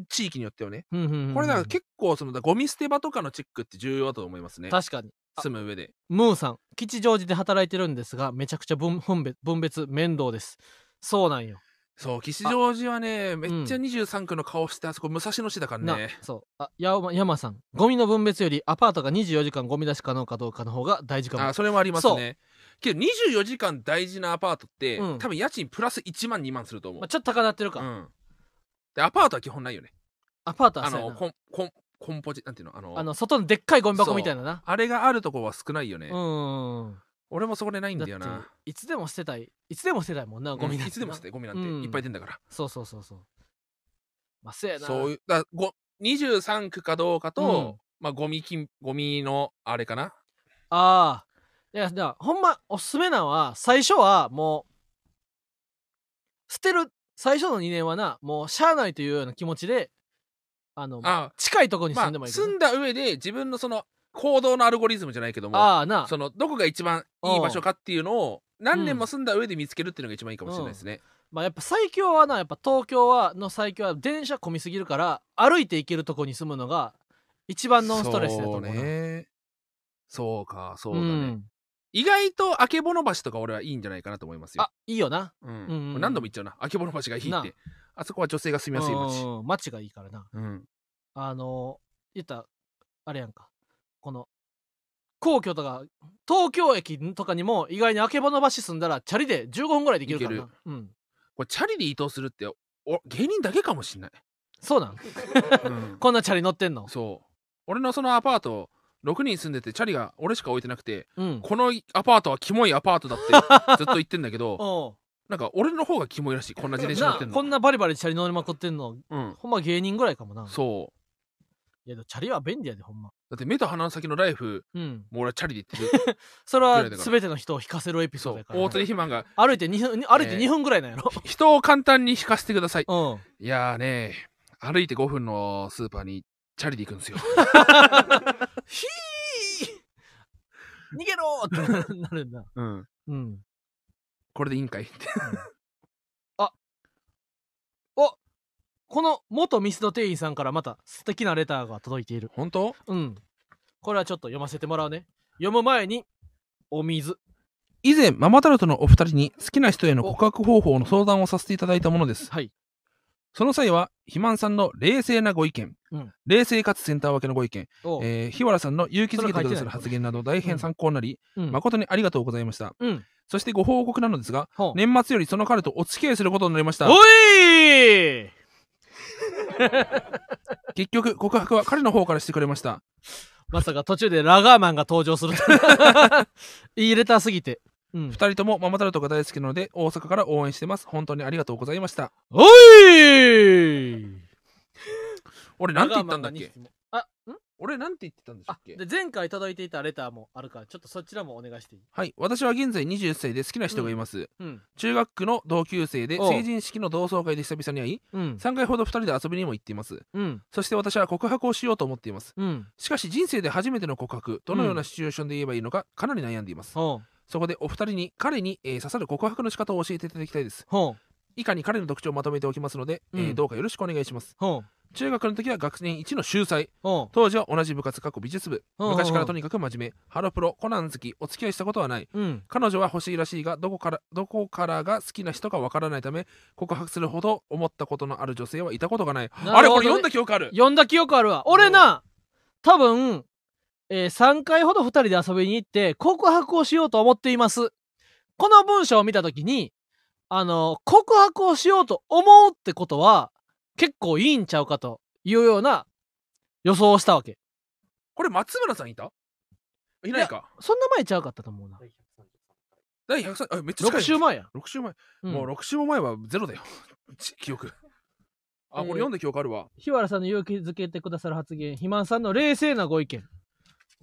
Speaker 1: う地域によってはね
Speaker 2: うんうんうんうん
Speaker 1: これだから結構そのだからゴミ捨て場とかのチェックって重要だと思いますね
Speaker 2: 確かに
Speaker 1: 住む上で
Speaker 2: ムーさん吉祥寺で働いてるんですがめちゃくちゃ分分別分別面倒ですそうなんよ、
Speaker 1: そう吉祥寺はねめっちゃ23区の顔してあそこ武蔵野市だから
Speaker 2: な
Speaker 1: ね
Speaker 2: そうあやま山さんゴミの分別よりアパートが24時間ゴミ出し可能かどうかの方が大事かも
Speaker 1: あそれもありますねけど24時間大事なアパートって、
Speaker 2: うん
Speaker 1: 多分家賃プラス1万2万すると思う、
Speaker 2: まあ、ちょっと高なってるか、
Speaker 1: うん、でアパートは基本ないよね
Speaker 2: アパートは
Speaker 1: あ
Speaker 2: そうや
Speaker 1: の
Speaker 2: な
Speaker 1: コンコンコンポジなんていうのあの
Speaker 2: あの外のでっかいゴミ箱みたいなな
Speaker 1: あれがあるとこは少ないよね、
Speaker 2: うんうんうん
Speaker 1: 俺もそこでないん
Speaker 2: だ
Speaker 1: だ
Speaker 2: って
Speaker 1: よな。
Speaker 2: いつでも捨てたいいつでも捨てたいもんなゴミ
Speaker 1: う
Speaker 2: なんん
Speaker 1: いつでも捨
Speaker 2: て
Speaker 1: て、ゴミなんて
Speaker 2: うん
Speaker 1: いっぱい出んだから。
Speaker 2: なそうそうそうそうまあせやな
Speaker 1: そういう、だご23区かどうかと、まあ、ゴミ金、ゴミのあれかな。
Speaker 2: ああいやだからほんまおすすめなんは最初はもう捨てる最初の2年はなもうしゃあないというような気持ちであの
Speaker 1: あ
Speaker 2: 近いとこに
Speaker 1: ま
Speaker 2: 住んでも
Speaker 1: あ、
Speaker 2: いいけど
Speaker 1: 住
Speaker 2: ね、
Speaker 1: んだ上で自分のその行動のアルゴリズムじゃないけども、
Speaker 2: ああな
Speaker 1: そのどこが一番いい場所かっていうのを何年も住んだ上で見つけるっていうのが一番いいかもしれないですね。
Speaker 2: まあやっぱ最強はなやっぱ東京はの最強は電車混みすぎるから歩いて行けるとこに住むのが一番ノンストレスだと思うな
Speaker 1: そうね。そうか、そう
Speaker 2: う
Speaker 1: だね。
Speaker 2: ん
Speaker 1: 意外とあけぼの橋とか俺はいいんじゃないかなと思いますよ。
Speaker 2: あいいよな
Speaker 1: うん
Speaker 2: うんうんうん
Speaker 1: 何度も言っちゃうな。あけぼの橋がいいっ
Speaker 2: な
Speaker 1: て。あそこは女性が住みやすい街。
Speaker 2: うん街がいいからな
Speaker 1: うん。
Speaker 2: あの言ったらあれやんかこの皇居とか東京駅とかにも意外にあけぼの橋住んだらチャリで15分ぐらいで行けるから
Speaker 1: 行
Speaker 2: なうん
Speaker 1: これチャリで移動するってお芸人だけかもしん
Speaker 2: [LAUGHS]
Speaker 1: ない。
Speaker 2: そうなん
Speaker 1: うん
Speaker 2: こんなチャリ乗ってんの
Speaker 1: そう。俺のそのアパート6人住んでてチャリが俺しか置いてなくて
Speaker 2: うん
Speaker 1: このアパートはキモいアパートだってずっと言ってんだ
Speaker 2: [LAUGHS]
Speaker 1: けど
Speaker 2: お
Speaker 1: なんか俺の方がキモいらしいこんな自
Speaker 2: う
Speaker 1: 転車乗っ
Speaker 2: な
Speaker 1: てん
Speaker 2: こ
Speaker 1: の。
Speaker 2: んなバリバリチャリ乗りまくってんの
Speaker 1: うん、
Speaker 2: ほんま芸人ぐらいかもな
Speaker 1: そう
Speaker 2: いやでもチャリは便利やでほんま
Speaker 1: だって目と鼻の先のライフ
Speaker 2: うん
Speaker 1: もう俺はチャリで行ってる
Speaker 2: それ
Speaker 1: ぐ
Speaker 2: は
Speaker 1: らいだから
Speaker 2: 全ての人を引かせるエピ
Speaker 1: そ
Speaker 2: ソード
Speaker 1: う
Speaker 2: やから
Speaker 1: 大
Speaker 2: な
Speaker 1: 鳥肥満が
Speaker 2: 歩いて2分歩いて
Speaker 1: えー
Speaker 2: 2分ぐらいなんやろ、
Speaker 1: 人を簡単に引かせてください
Speaker 2: うん
Speaker 1: いやーね歩いて5分のスーパーにチャリで行くんですよ
Speaker 2: ひ [LAUGHS] ー逃げろーってなるな
Speaker 1: うん
Speaker 2: うん
Speaker 1: これでいいんかい
Speaker 2: [LAUGHS]
Speaker 1: って
Speaker 2: この元ミスド店員さんからまた素敵なレターが届いている
Speaker 1: 本当
Speaker 2: うんこれはちょっと読ませてもらうね読む前にお水
Speaker 1: 以前ママタルトのお二人に好きな人への告白方法の相談をさせていただいたものです
Speaker 2: はい
Speaker 1: その際は肥満さんの冷静なご意見、
Speaker 2: うん
Speaker 1: 冷静かつセンター分けのご意見、
Speaker 2: おう、
Speaker 1: えー日原さんの勇気づけてくださる
Speaker 2: それ書いてない
Speaker 1: 発言など大変参考になり、
Speaker 2: うん
Speaker 1: 誠にありがとうございました
Speaker 2: うん
Speaker 1: そしてご報告なのですが
Speaker 2: ほう
Speaker 1: 年末よりその彼とお付き合いすることになりました
Speaker 2: おい
Speaker 1: 結局告白は彼の方からしてくれました
Speaker 2: まさか途中でラガーマンが登場す [LAUGHS] るとはいいレターすぎて、うん
Speaker 1: 2、人ともママタルトが大好きなので大阪から応援してます本当にありがとうございました
Speaker 2: おい
Speaker 1: 俺なんて言ったんだっ
Speaker 2: ラガーマンが二
Speaker 1: け
Speaker 2: 匹もあん
Speaker 1: 俺なんて言ってたんでしたっけ
Speaker 2: で前回届いていたレターもあるからちょっとそちらもお願いしていい、
Speaker 1: はい私は現在21歳で好きな人がいます、
Speaker 2: うん
Speaker 1: 中学区の同級生で
Speaker 2: おう
Speaker 1: 成人式の同窓会で久々に会い
Speaker 2: うん
Speaker 1: 3回ほど2人で遊びにも行っています
Speaker 2: うん
Speaker 1: そして私は告白をしようと思っています
Speaker 2: うん
Speaker 1: しかし人生で初めての告白どのようなシチュエーションで言えばいいのかかなり悩んでいます、
Speaker 2: ほう
Speaker 1: そこでお二人に彼に、えー刺さる告白の仕方を教えていただきたいです
Speaker 2: ほう
Speaker 1: 以下に彼の特徴をまとめておきますので、えー
Speaker 2: うん
Speaker 1: どうかよろしくお願いします
Speaker 2: ほう
Speaker 1: 中学の時は学年一の秀才
Speaker 2: ほ
Speaker 1: 当時は同じ部活過去美術部
Speaker 2: うんうんうん
Speaker 1: 昔からとにかく真面目ハロプロコナン好きお付き合いしたことはないう
Speaker 2: うん
Speaker 1: 彼女は欲しいらしいがどこからどこからが好きな人かわからないため告白するほど思ったことのある女性はいたことがない
Speaker 2: なるほどね
Speaker 1: あれこれ読んだ記憶ある
Speaker 2: 読んだ記憶あるわ俺な多分、えー3回ほど2人で遊びに行って告白をしようと思っていますこの文章を見た時にあの告白をしようと思うってことは結構いいんちゃうかというような予想をしたわけ
Speaker 1: これ松村さんいたいないか
Speaker 2: そんな前ちゃうかったと思うな
Speaker 1: 第103あめっちゃ近い
Speaker 2: 6週前や、
Speaker 1: 6週前、
Speaker 2: うん
Speaker 1: もう6週も前はゼロだよ [LAUGHS] ち記憶あこれ読んだ記憶あるわ、
Speaker 2: 日原さんの勇気づけてくださる発言肥満さんの冷静なご意見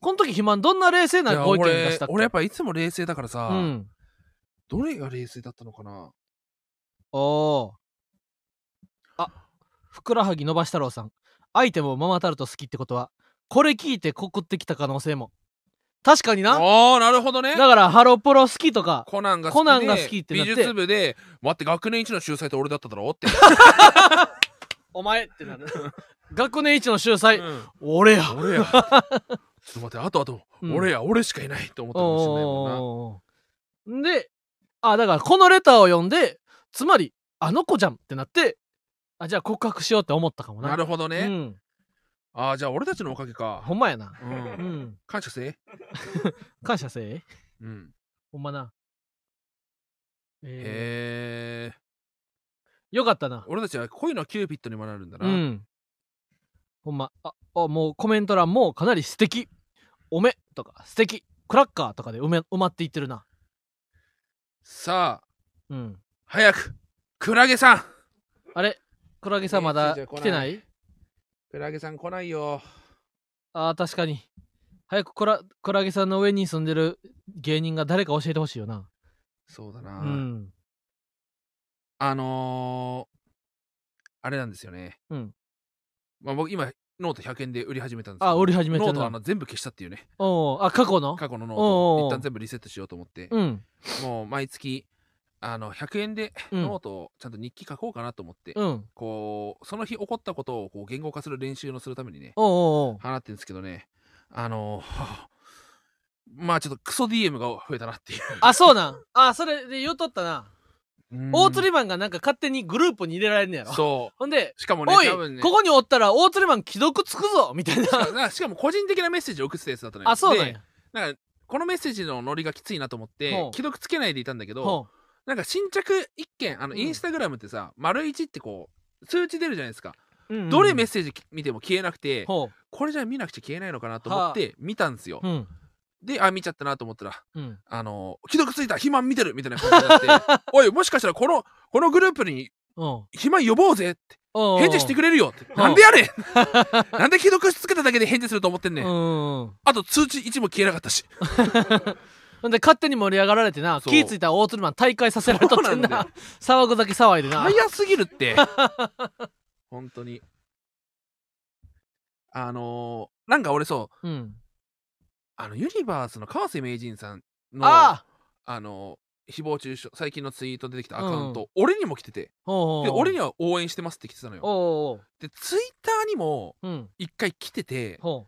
Speaker 2: この時肥満どんな冷静
Speaker 1: い
Speaker 2: な
Speaker 1: や
Speaker 2: ご意見
Speaker 1: 俺
Speaker 2: 出したっけ
Speaker 1: 俺やっぱいつも冷静だからさ、
Speaker 2: うん
Speaker 1: どれが冷静だったのかな
Speaker 2: おおーあふくらはぎ伸ばしたろうさんアイテムをママタルト好きってことはこれ聞いて告ってきた可能性も確かにな
Speaker 1: ああなるほどね
Speaker 2: だからハロプロ好きとか
Speaker 1: コナンが好きで
Speaker 2: コナンが好きってなっ
Speaker 1: 美
Speaker 2: て
Speaker 1: 術部で待って学年一の秀才と俺だっただろうって、
Speaker 2: お前ってなる [LAUGHS] 学年一の秀才、
Speaker 1: うん
Speaker 2: 俺や
Speaker 1: 俺やちょっと待ってあとあと、
Speaker 2: うん
Speaker 1: 俺や俺しかいないと思ったかもしれないもんな
Speaker 2: おーで、あ、だからこのレターを読んで、つまり、あの子じゃんってなって、あ、じゃあ告白しようって思ったかもな。
Speaker 1: なるほどね、
Speaker 2: うん。
Speaker 1: ああじゃあ俺たちのおかげか、
Speaker 2: ほんまやな。
Speaker 1: う、
Speaker 2: うん
Speaker 1: [LAUGHS]
Speaker 2: ん。
Speaker 1: 感謝せえ
Speaker 2: 感謝せえ。
Speaker 1: うん、
Speaker 2: ほんまな。
Speaker 1: へえ
Speaker 2: えー、よかったな。
Speaker 1: 俺たちは恋のキューピッドに学るんだな、
Speaker 2: うん。ほんま、あ、あもうコメント欄もかなり素敵おめとか素敵クラッカーとかで埋め埋まっていってるな
Speaker 1: さあ
Speaker 2: うん
Speaker 1: 早くクラゲさん
Speaker 2: あれクラゲさんまだ
Speaker 1: いや違う違う
Speaker 2: 来てない
Speaker 1: クラゲさん来ないよ
Speaker 2: あー確かに早くクラクラゲさんの上に住んでる芸人が誰か教えてほしいよな
Speaker 1: そうだ
Speaker 2: う
Speaker 1: な、
Speaker 2: ん
Speaker 1: あのー、あれなんですよね
Speaker 2: うん
Speaker 1: まあ僕今ノート100円で売り始めたんですけど
Speaker 2: あ売り始めて
Speaker 1: ノー
Speaker 2: る
Speaker 1: トは
Speaker 2: な
Speaker 1: あの全部消したっていうね
Speaker 2: おうあ過去の
Speaker 1: 過去のノート
Speaker 2: おうおう
Speaker 1: を
Speaker 2: おう
Speaker 1: 一旦全部リセットしようと思って、
Speaker 2: うん
Speaker 1: もう毎月あの100円で
Speaker 2: うん
Speaker 1: ノートをちゃんと日記書こうかなと思って、
Speaker 2: うん
Speaker 1: こうその日起こったことをこう言語化する練習をするためにね
Speaker 2: おうおうおう
Speaker 1: 放ってるんですけどねあのはあ [LAUGHS] まあちょっとクソ DM が増えたなっていう
Speaker 2: あそうなんあそれで言うとったな大釣
Speaker 1: り
Speaker 2: りマンがなんか勝手にグループに入れられんねやろ
Speaker 1: そ
Speaker 2: ほんで
Speaker 1: うしかも
Speaker 2: 「
Speaker 1: ね
Speaker 2: おい
Speaker 1: 多分ね
Speaker 2: ここにおったら大釣りマン既読つくぞ」みたいな
Speaker 1: しかなしかも個人的なメッセージを送ってたやつだったのよ
Speaker 2: [LAUGHS] あそうなん
Speaker 1: で
Speaker 2: や
Speaker 1: なんかこのメッセージのノリがきついなと思って
Speaker 2: ほう
Speaker 1: 既読つけないでいたんだけど
Speaker 2: ほ
Speaker 1: なんか新着一件あの
Speaker 2: うん
Speaker 1: インスタグラムってさ、丸1ってこう数値出るじゃないですか、
Speaker 2: ううん
Speaker 1: どれメッセージ見ても消えなくて、
Speaker 2: ほ
Speaker 1: これじゃ見なくちゃ消えないのかなと思って見たんですよ、
Speaker 2: ううん
Speaker 1: であ見ちゃったなと思ったら
Speaker 2: うん
Speaker 1: あの既読ついた肥満見てるみたいな感じになって
Speaker 2: [LAUGHS]
Speaker 1: おいもしかしたらこのこのグループに
Speaker 2: うん
Speaker 1: 肥満呼ぼうぜって返事してくれるよって
Speaker 2: ん
Speaker 1: なんでやれんなん [LAUGHS] で既読つけただけで返事すると思ってんね
Speaker 2: ね
Speaker 1: ん、
Speaker 2: うん
Speaker 1: あと通知1も消えなかった
Speaker 2: [LAUGHS]
Speaker 1: し
Speaker 2: ほんで勝手に盛り上がられてな
Speaker 1: そう
Speaker 2: 気ぃついたら大鶴マン大会させられとってん
Speaker 1: そうなん
Speaker 2: な騒ぐだけ騒いでな
Speaker 1: 早すぎるって
Speaker 2: [LAUGHS]
Speaker 1: 本当にあのーなんか俺そう
Speaker 2: うん
Speaker 1: あのユニバースの川瀬名人さんの
Speaker 2: ああ
Speaker 1: あの誹謗中傷最近のツイート出てきたアカウント、俺にも来てて
Speaker 2: ほう
Speaker 1: で
Speaker 2: ほう
Speaker 1: 俺には応援してますって来てたのよ
Speaker 2: おうおう
Speaker 1: でツイッターにも
Speaker 2: うん
Speaker 1: 一回来てて
Speaker 2: ほ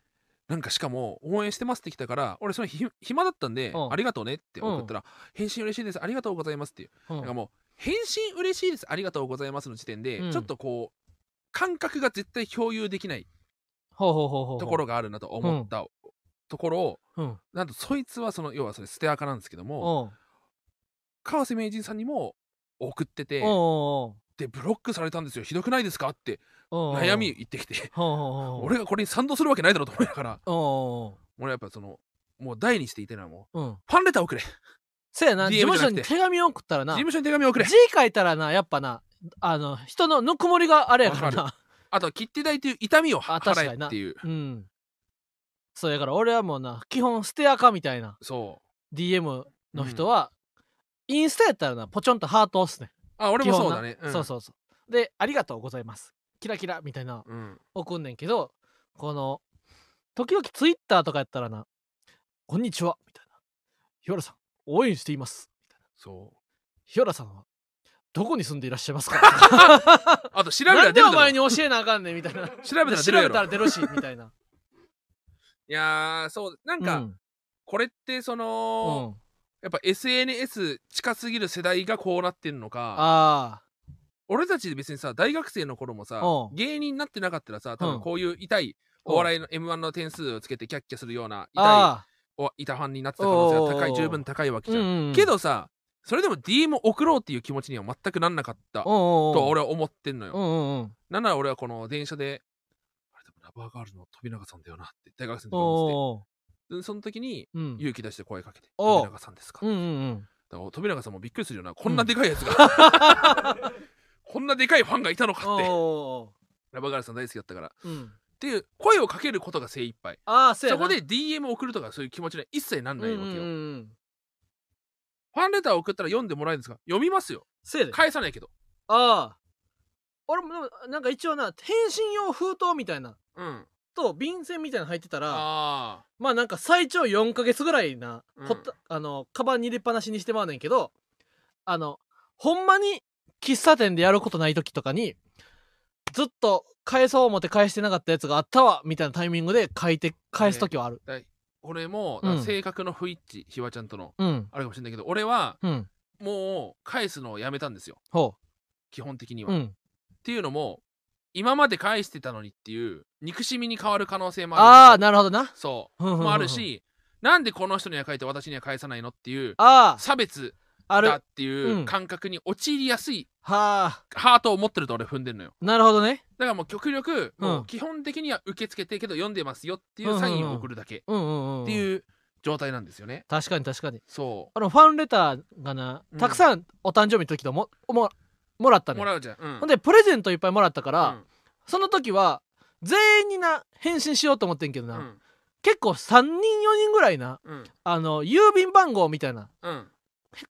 Speaker 1: なんかしかも応援してますって来たから俺その日暇だったんで
Speaker 2: うん
Speaker 1: ありがとうねって送ったら返信嬉しいですありがとうございますっていう
Speaker 2: ううん
Speaker 1: なんかもう返信嬉しいですありがとうございますの時点で、
Speaker 2: うん
Speaker 1: ちょっとこう感覚が絶対共有できない
Speaker 2: ほうほうほうほう
Speaker 1: ところがあるなと思ったところを、
Speaker 2: うん
Speaker 1: なんとそいつはその要はそれ捨てアカなんですけども
Speaker 2: おう
Speaker 1: 川瀬名人さんにも送ってて
Speaker 2: おうおう
Speaker 1: でブロックされたんですよひどくないですかって
Speaker 2: おうおう
Speaker 1: 悩み言ってきて
Speaker 2: ほうほうほう
Speaker 1: 俺がこれに賛同するわけないだろうと思いながら
Speaker 2: おうおう
Speaker 1: 俺はやっぱそのもう第二していたいのはもう
Speaker 2: おううん
Speaker 1: ファンレター送れ事
Speaker 2: せやな
Speaker 1: DM
Speaker 2: 事務所
Speaker 1: じゃ
Speaker 2: に
Speaker 1: なく
Speaker 2: 手紙送ったらな
Speaker 1: 務所に手紙を送れ
Speaker 2: 字書いたらなやっぱなあの人のぬくもりがあれやからな
Speaker 1: あとは切って代という痛みを
Speaker 2: あ確かに
Speaker 1: 払えっていう
Speaker 2: [LAUGHS] うんそうやから俺はもうな基本捨てアカみたいな
Speaker 1: そう
Speaker 2: DM の人は、インスタやったらなポチョンとハート押すね
Speaker 1: あ俺もそうだね
Speaker 2: 基本なそうそうそうで「ありがとうございます」「キラキラ」みたいな
Speaker 1: うん、うん
Speaker 2: 送んねんけどこの時々ツイッターとかやったらな「こんにちは」みたいな「日原さん応援しています」みたいな
Speaker 1: そう」
Speaker 2: 「日原さんはどこに住んでいらっしゃいますか?
Speaker 1: あと調べた
Speaker 2: な
Speaker 1: ら
Speaker 2: ん
Speaker 1: 出
Speaker 2: で
Speaker 1: る
Speaker 2: お
Speaker 1: だろ
Speaker 2: 前に教えなあかんねん」みたいな「
Speaker 1: 調べたら出
Speaker 2: 調
Speaker 1: るや
Speaker 2: べ
Speaker 1: ろ
Speaker 2: たら出るし」みたいな。
Speaker 1: いやーそう [LAUGHS] なん
Speaker 2: う
Speaker 1: か
Speaker 2: ん
Speaker 1: これってその、
Speaker 2: うん
Speaker 1: やっぱ SNS 近すぎる世代がこうなってるのか
Speaker 2: あ
Speaker 1: 俺たち別にさ大学生の頃もさ
Speaker 2: うん
Speaker 1: 芸人になってなかったらさ多
Speaker 2: う
Speaker 1: 分
Speaker 2: ん
Speaker 1: こういう痛い
Speaker 2: うん
Speaker 1: お笑いの m 1の点数をつけてキャッキャするような
Speaker 2: あ
Speaker 1: 痛い
Speaker 2: あ
Speaker 1: おいたファンになってた可能性が
Speaker 2: おうおうお
Speaker 1: 高
Speaker 2: う
Speaker 1: い十分高いわけ
Speaker 2: あ
Speaker 1: じゃん、
Speaker 2: うんうん
Speaker 1: けどさそれでも DM 送ろうっていう気持ちには全くなんなかった
Speaker 2: お
Speaker 1: と
Speaker 2: うおうおう
Speaker 1: 俺は思ってんのよ、
Speaker 2: うんうんうん
Speaker 1: なんなら俺はこの電車であれでもラバーガールの飛永さんだよなって大学生の時
Speaker 2: お
Speaker 1: 思ってて
Speaker 2: うおう
Speaker 1: でその時に
Speaker 2: うん
Speaker 1: 勇気出して声かけて「
Speaker 2: おう
Speaker 1: 富永さんですか?」
Speaker 2: うんうんうん
Speaker 1: だから富永さんもびっくりするようなこんなでかいやつが、
Speaker 2: [LAUGHS]
Speaker 1: こんなでかいファンがいたのか
Speaker 2: お
Speaker 1: っ
Speaker 2: う
Speaker 1: て
Speaker 2: おう
Speaker 1: ラバーガールさん大好きだったからっ
Speaker 2: おううん
Speaker 1: ていう声をかけることが精一杯
Speaker 2: ああそうや
Speaker 1: そ
Speaker 2: な
Speaker 1: こで DM 送るとかそういう気持ちには一切なんないわけよ、
Speaker 2: うんうんうん
Speaker 1: ファンレター送ったら読んでもらえるんですか読みますよ
Speaker 2: せやであ
Speaker 1: 返さないけど
Speaker 2: あ俺もでもなんか一応な返信用封筒みたいな
Speaker 1: うん
Speaker 2: と便箋みたいなの入ってたら
Speaker 1: あ
Speaker 2: まあなんか最長4ヶ月ぐらいな、
Speaker 1: うん
Speaker 2: ほったあのカバンに入れっぱなしにしてまうねんけどあのほんまに喫茶店でやることない時とかにずっと返そう思って返してなかったやつがあったわみたいなタイミングで書いて返す時はある、
Speaker 1: あ俺も
Speaker 2: うん
Speaker 1: 性格の不一致、ひわちゃんとの
Speaker 2: うん
Speaker 1: あるかもしれないけど俺は
Speaker 2: うん
Speaker 1: もう返すのをやめたんですよ
Speaker 2: ほ
Speaker 1: 基本的に
Speaker 2: う
Speaker 1: は、
Speaker 2: う
Speaker 1: っ
Speaker 2: ん
Speaker 1: ていうのも今まで返してたのにっていう憎しみに変わる可能性も
Speaker 2: あ
Speaker 1: あ
Speaker 2: あ
Speaker 1: る
Speaker 2: なるほどな
Speaker 1: そう
Speaker 2: ふんふんふんふん
Speaker 1: もあるし、なんでこの人には書いて私には返さないのっていう
Speaker 2: あ
Speaker 1: 差別
Speaker 2: あある
Speaker 1: だっ
Speaker 2: は
Speaker 1: ていううん感覚に陥りやすい
Speaker 2: あ
Speaker 1: ハートを持ってると俺踏んでるのよ
Speaker 2: なるほどね
Speaker 1: だからもう極力
Speaker 2: うん
Speaker 1: もう基本的には受け付けてけど読んでますよっていうサインを送るだけっ
Speaker 2: うんうんうん
Speaker 1: ていう状態なんですよね
Speaker 2: 確かに確かに
Speaker 1: そ
Speaker 2: あのファンレターがな
Speaker 1: うん
Speaker 2: たくさんお誕生日の時ともももらった
Speaker 1: う
Speaker 2: の
Speaker 1: も
Speaker 2: よ
Speaker 1: らうじゃん、うん、
Speaker 2: ほんでプレゼントいっぱいもらったか
Speaker 1: う
Speaker 2: ら、
Speaker 1: ん
Speaker 2: その時は全員にな返信しようと思ってんけど
Speaker 1: う
Speaker 2: な、
Speaker 1: ん
Speaker 2: 結構3人4人ぐらいな
Speaker 1: うん
Speaker 2: あの郵便番号みたいな
Speaker 1: うん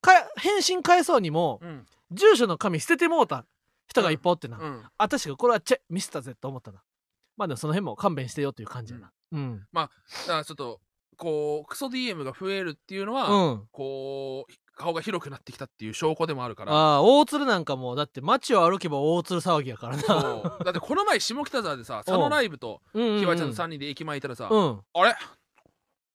Speaker 2: か返信返そうにも
Speaker 1: うん
Speaker 2: 住所の紙捨ててもうた人がいっぱいおってな、
Speaker 1: うん
Speaker 2: あ確かこれはチェミスったぜと思ったなまあでもその辺も勘弁してよという感じやなうん
Speaker 1: だからちょっとこうクソ DM が増えるっていうのは、
Speaker 2: うん、
Speaker 1: こう顔が広くなってきたっていう証拠でもあるから
Speaker 2: ああ大鶴なんかもうだって街を歩けば大鶴騒ぎやからな
Speaker 1: そうだってこの前下北沢で
Speaker 2: [LAUGHS]
Speaker 1: さ佐野ライブと
Speaker 2: うんうんうん
Speaker 1: ひわちゃんの3人で駅前いたらさ、
Speaker 2: うん
Speaker 1: あれあ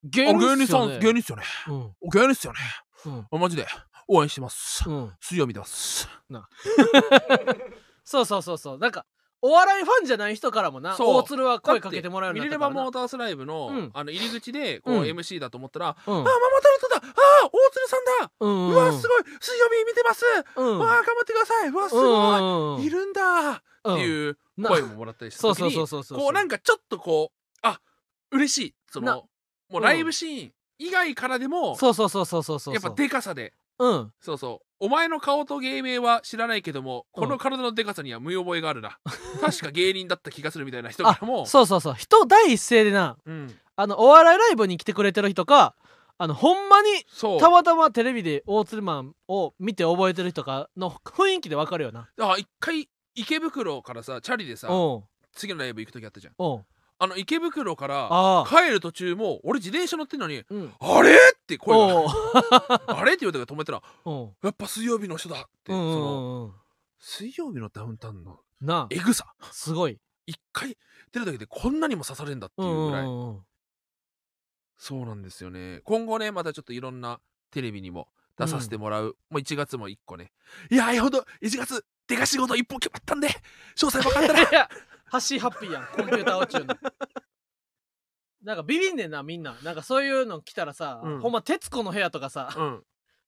Speaker 2: 芸
Speaker 1: 芸
Speaker 2: 人
Speaker 1: 人
Speaker 2: さ
Speaker 1: さ
Speaker 2: ん
Speaker 1: ん芸人っすよね
Speaker 2: うん
Speaker 1: お芸人っすよね
Speaker 2: うん
Speaker 1: あマジで応援してます、
Speaker 2: うん
Speaker 1: 水曜見てます
Speaker 2: そうそうそうそうなんかお笑いファンじゃない人からもな
Speaker 1: そう
Speaker 2: 大鶴は声かけてもらうよう
Speaker 1: ミ
Speaker 2: に
Speaker 1: レレ
Speaker 2: なっ
Speaker 1: バ
Speaker 2: たからな
Speaker 1: モータースライブの,、
Speaker 2: うん
Speaker 1: あの入り口でこう、
Speaker 2: うん
Speaker 1: MC だと思ったら「あ
Speaker 2: うん
Speaker 1: ママタルトだああ大鶴さんだ、
Speaker 2: うん
Speaker 1: う
Speaker 2: うん
Speaker 1: わすごい水曜日見てます、
Speaker 2: うん
Speaker 1: わあ頑張ってくださいうわすごい、
Speaker 2: ご
Speaker 1: いるんだ」って
Speaker 2: う
Speaker 1: いう
Speaker 2: な
Speaker 1: 声ももらったりした
Speaker 2: そう
Speaker 1: 時
Speaker 2: そう
Speaker 1: に
Speaker 2: そうそうそう
Speaker 1: こうなんかちょっとこうあ嬉しいそ
Speaker 2: な
Speaker 1: のもうライブシーン以外からでも、
Speaker 2: そうそうそうそうそうそう
Speaker 1: やっぱでかさで
Speaker 2: うん
Speaker 1: そうそうお前の顔と芸名は知らないけども
Speaker 2: うん
Speaker 1: この体のでかさには見覚えがある
Speaker 2: [LAUGHS]
Speaker 1: な、確か芸人だった気がするみたいな人からも
Speaker 2: そうそうそう人第一声でな
Speaker 1: うん、
Speaker 2: あのお笑いライブに来てくれてる人かあのほんまに
Speaker 1: そう
Speaker 2: たまたまテレビで大鶴マンを見て覚えてる人かの雰囲気でわかるよな
Speaker 1: あ一回池袋からさチャリでさ
Speaker 2: おう
Speaker 1: 次のライブ行く時あったじゃん
Speaker 2: おう
Speaker 1: あの池袋から
Speaker 2: ああ
Speaker 1: 帰る途中も俺自転車乗ってんのに
Speaker 2: うん
Speaker 1: 「あれ?」って声
Speaker 2: おう
Speaker 1: が「あれ?」って言われたから止めたら「
Speaker 2: おう
Speaker 1: やっぱ水曜日の人だ」って、
Speaker 2: うんう
Speaker 1: その
Speaker 2: んうん
Speaker 1: 水曜日のダウンタウンの
Speaker 2: な
Speaker 1: えぐさ
Speaker 2: あすごい
Speaker 1: 一回出るだけでこんなにも刺されるんだって
Speaker 2: う
Speaker 1: い
Speaker 2: んう
Speaker 1: うんぐ
Speaker 2: う
Speaker 1: らい
Speaker 2: んうん
Speaker 1: そうなんですよね今後ねまたちょっといろんなテレビにも出させてもらう、もう1月も1個ねいやーよほど1月でか仕事1本決まったんで詳細分か
Speaker 2: [LAUGHS]
Speaker 1: ったら
Speaker 2: いやハッシーハッピーやんコンピューター宇宙のなんかビビんねんなみんななんかそういうの来たらさ、
Speaker 1: うん
Speaker 2: ほんま『徹子の部屋』とかさ、
Speaker 1: うん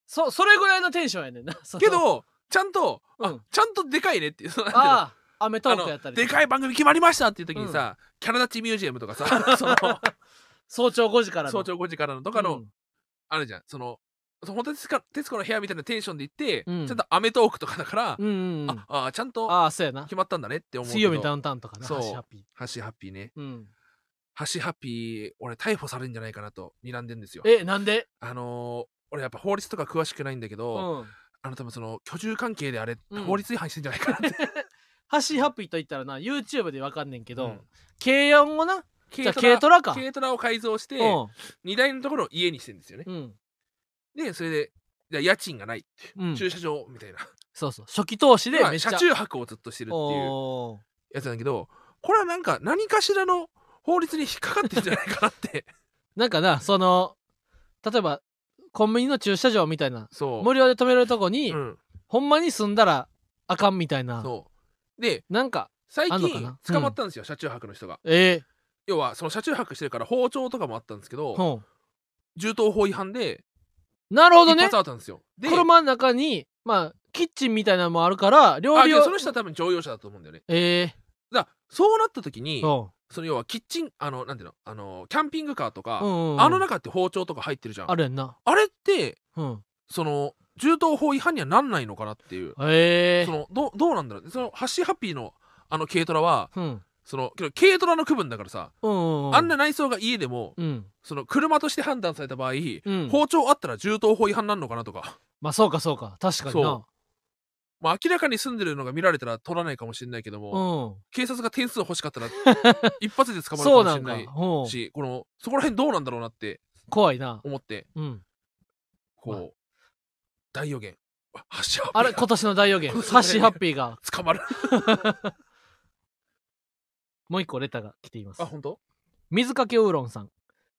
Speaker 2: そそれぐらいのテンションやねんなその
Speaker 1: けどちゃんと、
Speaker 2: うん
Speaker 1: あちゃんとでかいねっていうそのなんていうの
Speaker 2: ああアメトークやった
Speaker 1: あ
Speaker 2: り
Speaker 1: のでか
Speaker 2: い
Speaker 1: い番組決まりましたっていう時にさ、キャラ立ちミュージアムと
Speaker 2: [LAUGHS]
Speaker 1: かさその
Speaker 2: 早朝5時からの
Speaker 1: 早朝5時からのとかの、
Speaker 2: うん
Speaker 1: あるじゃんそのその本当に徹子徹子の部屋みたいなテンションで行って、
Speaker 2: うん
Speaker 1: ちゃんと『アメトーク』とかだから、
Speaker 2: うんうんうん
Speaker 1: ああちゃんと
Speaker 2: ああそうやな
Speaker 1: 決まったんだねって思う
Speaker 2: 水曜日
Speaker 1: け
Speaker 2: のダ
Speaker 1: ど
Speaker 2: ウンタウンとかな
Speaker 1: そう
Speaker 2: ハッシーハッピー
Speaker 1: ハシハッピーね
Speaker 2: うん、
Speaker 1: ハシハッピー俺逮捕されるんじゃないかなと睨んでんですよ
Speaker 2: えなんで、
Speaker 1: あのー俺やっぱ法律とか詳しくないんだけ
Speaker 2: う
Speaker 1: ど、
Speaker 2: ん、
Speaker 1: あの多分その居住関係であれ、
Speaker 2: うん
Speaker 1: 法律違反してんじゃないかな
Speaker 2: [LAUGHS]
Speaker 1: って
Speaker 2: ハッシーハッピーと言ったらな YouTube でわかんねんけど、
Speaker 1: うん
Speaker 2: 軽音をな
Speaker 1: 軽
Speaker 2: じゃあ軽トラか
Speaker 1: 軽トラを改造して、
Speaker 2: う
Speaker 1: 荷台のところを家にしてんですよね。
Speaker 2: ん、うん
Speaker 1: で、それで、じゃあ家賃がないって、
Speaker 2: うん、
Speaker 1: 駐車場みたいな。
Speaker 2: そうそう初期投資で
Speaker 1: まあ
Speaker 2: めっちゃ
Speaker 1: 車中泊をずっとしてるっていう
Speaker 2: おー
Speaker 1: やつなんだけど、これはなんか何かしらの法律に引っかかってんじゃないかな
Speaker 2: [LAUGHS]
Speaker 1: って。
Speaker 2: なんかなその例えばコンビニの駐車場みたいな
Speaker 1: [LAUGHS] そう。
Speaker 2: 無料で止めれるとこに、
Speaker 1: うん、
Speaker 2: ほんまに住んだらあかんみたいな
Speaker 1: そう。で、
Speaker 2: なんか
Speaker 1: 最
Speaker 2: あんのかな
Speaker 1: 近捕まったんですよ、車中泊の人が。
Speaker 2: え
Speaker 1: 要は、その車中泊してるから包丁とかもあったんですけ
Speaker 2: ー、
Speaker 1: ど、
Speaker 2: ほ
Speaker 1: 銃刀法違反で、
Speaker 2: んなるほど
Speaker 1: 一
Speaker 2: ね
Speaker 1: 発あったんですよ。で、
Speaker 2: 車の中にまあキッチンみたいなのもあるから料
Speaker 1: あ
Speaker 2: 理
Speaker 1: で
Speaker 2: を
Speaker 1: その人は多分乗用車だと思うんだよね。
Speaker 2: え
Speaker 1: だからそうなった時に
Speaker 2: ー、、そ
Speaker 1: その要はキッチン、あの、なんていうの、あの、キャンピングカーとか、
Speaker 2: う、うんうんうん、
Speaker 1: あの中って包丁とか入ってるじゃん。
Speaker 2: あるやんな
Speaker 1: あれって
Speaker 2: うん
Speaker 1: その銃刀法違反にはなんないのかなっていう、
Speaker 2: え
Speaker 1: そ
Speaker 2: ー、
Speaker 1: のどうどうなんだろうそのハッシーハッピーのあの軽トラは
Speaker 2: うん
Speaker 1: そのけど軽トラの区分だからさ、
Speaker 2: うんうんうん
Speaker 1: あんな内装が家でも
Speaker 2: うん
Speaker 1: その車として判断された場合、
Speaker 2: うん
Speaker 1: 包丁あったら銃刀法違反なんのかなとか、
Speaker 2: まあそうかそうか確かにな
Speaker 1: そまあ、明らかに住んでるのが見られたら取らないかもしれないけど
Speaker 2: う
Speaker 1: も、
Speaker 2: ん
Speaker 1: 警察が点数欲しか
Speaker 2: [LAUGHS]
Speaker 1: ったら一発で捕まる
Speaker 2: そ
Speaker 1: かも
Speaker 2: うな
Speaker 1: しれ
Speaker 2: んか
Speaker 1: ない
Speaker 2: うん
Speaker 1: しこのそこら辺どうなんだろうなって
Speaker 2: 怖いな
Speaker 1: 思って
Speaker 2: うん
Speaker 1: こう、
Speaker 2: まあ
Speaker 1: 大予言ハッシーハッピー
Speaker 2: あれ今年の大予言
Speaker 1: [LAUGHS] 今年の大予言
Speaker 2: ハッシーハッピーが
Speaker 1: 捕まる
Speaker 2: もう一個レターが来ています
Speaker 1: あ本当
Speaker 2: 水かけウーロンさん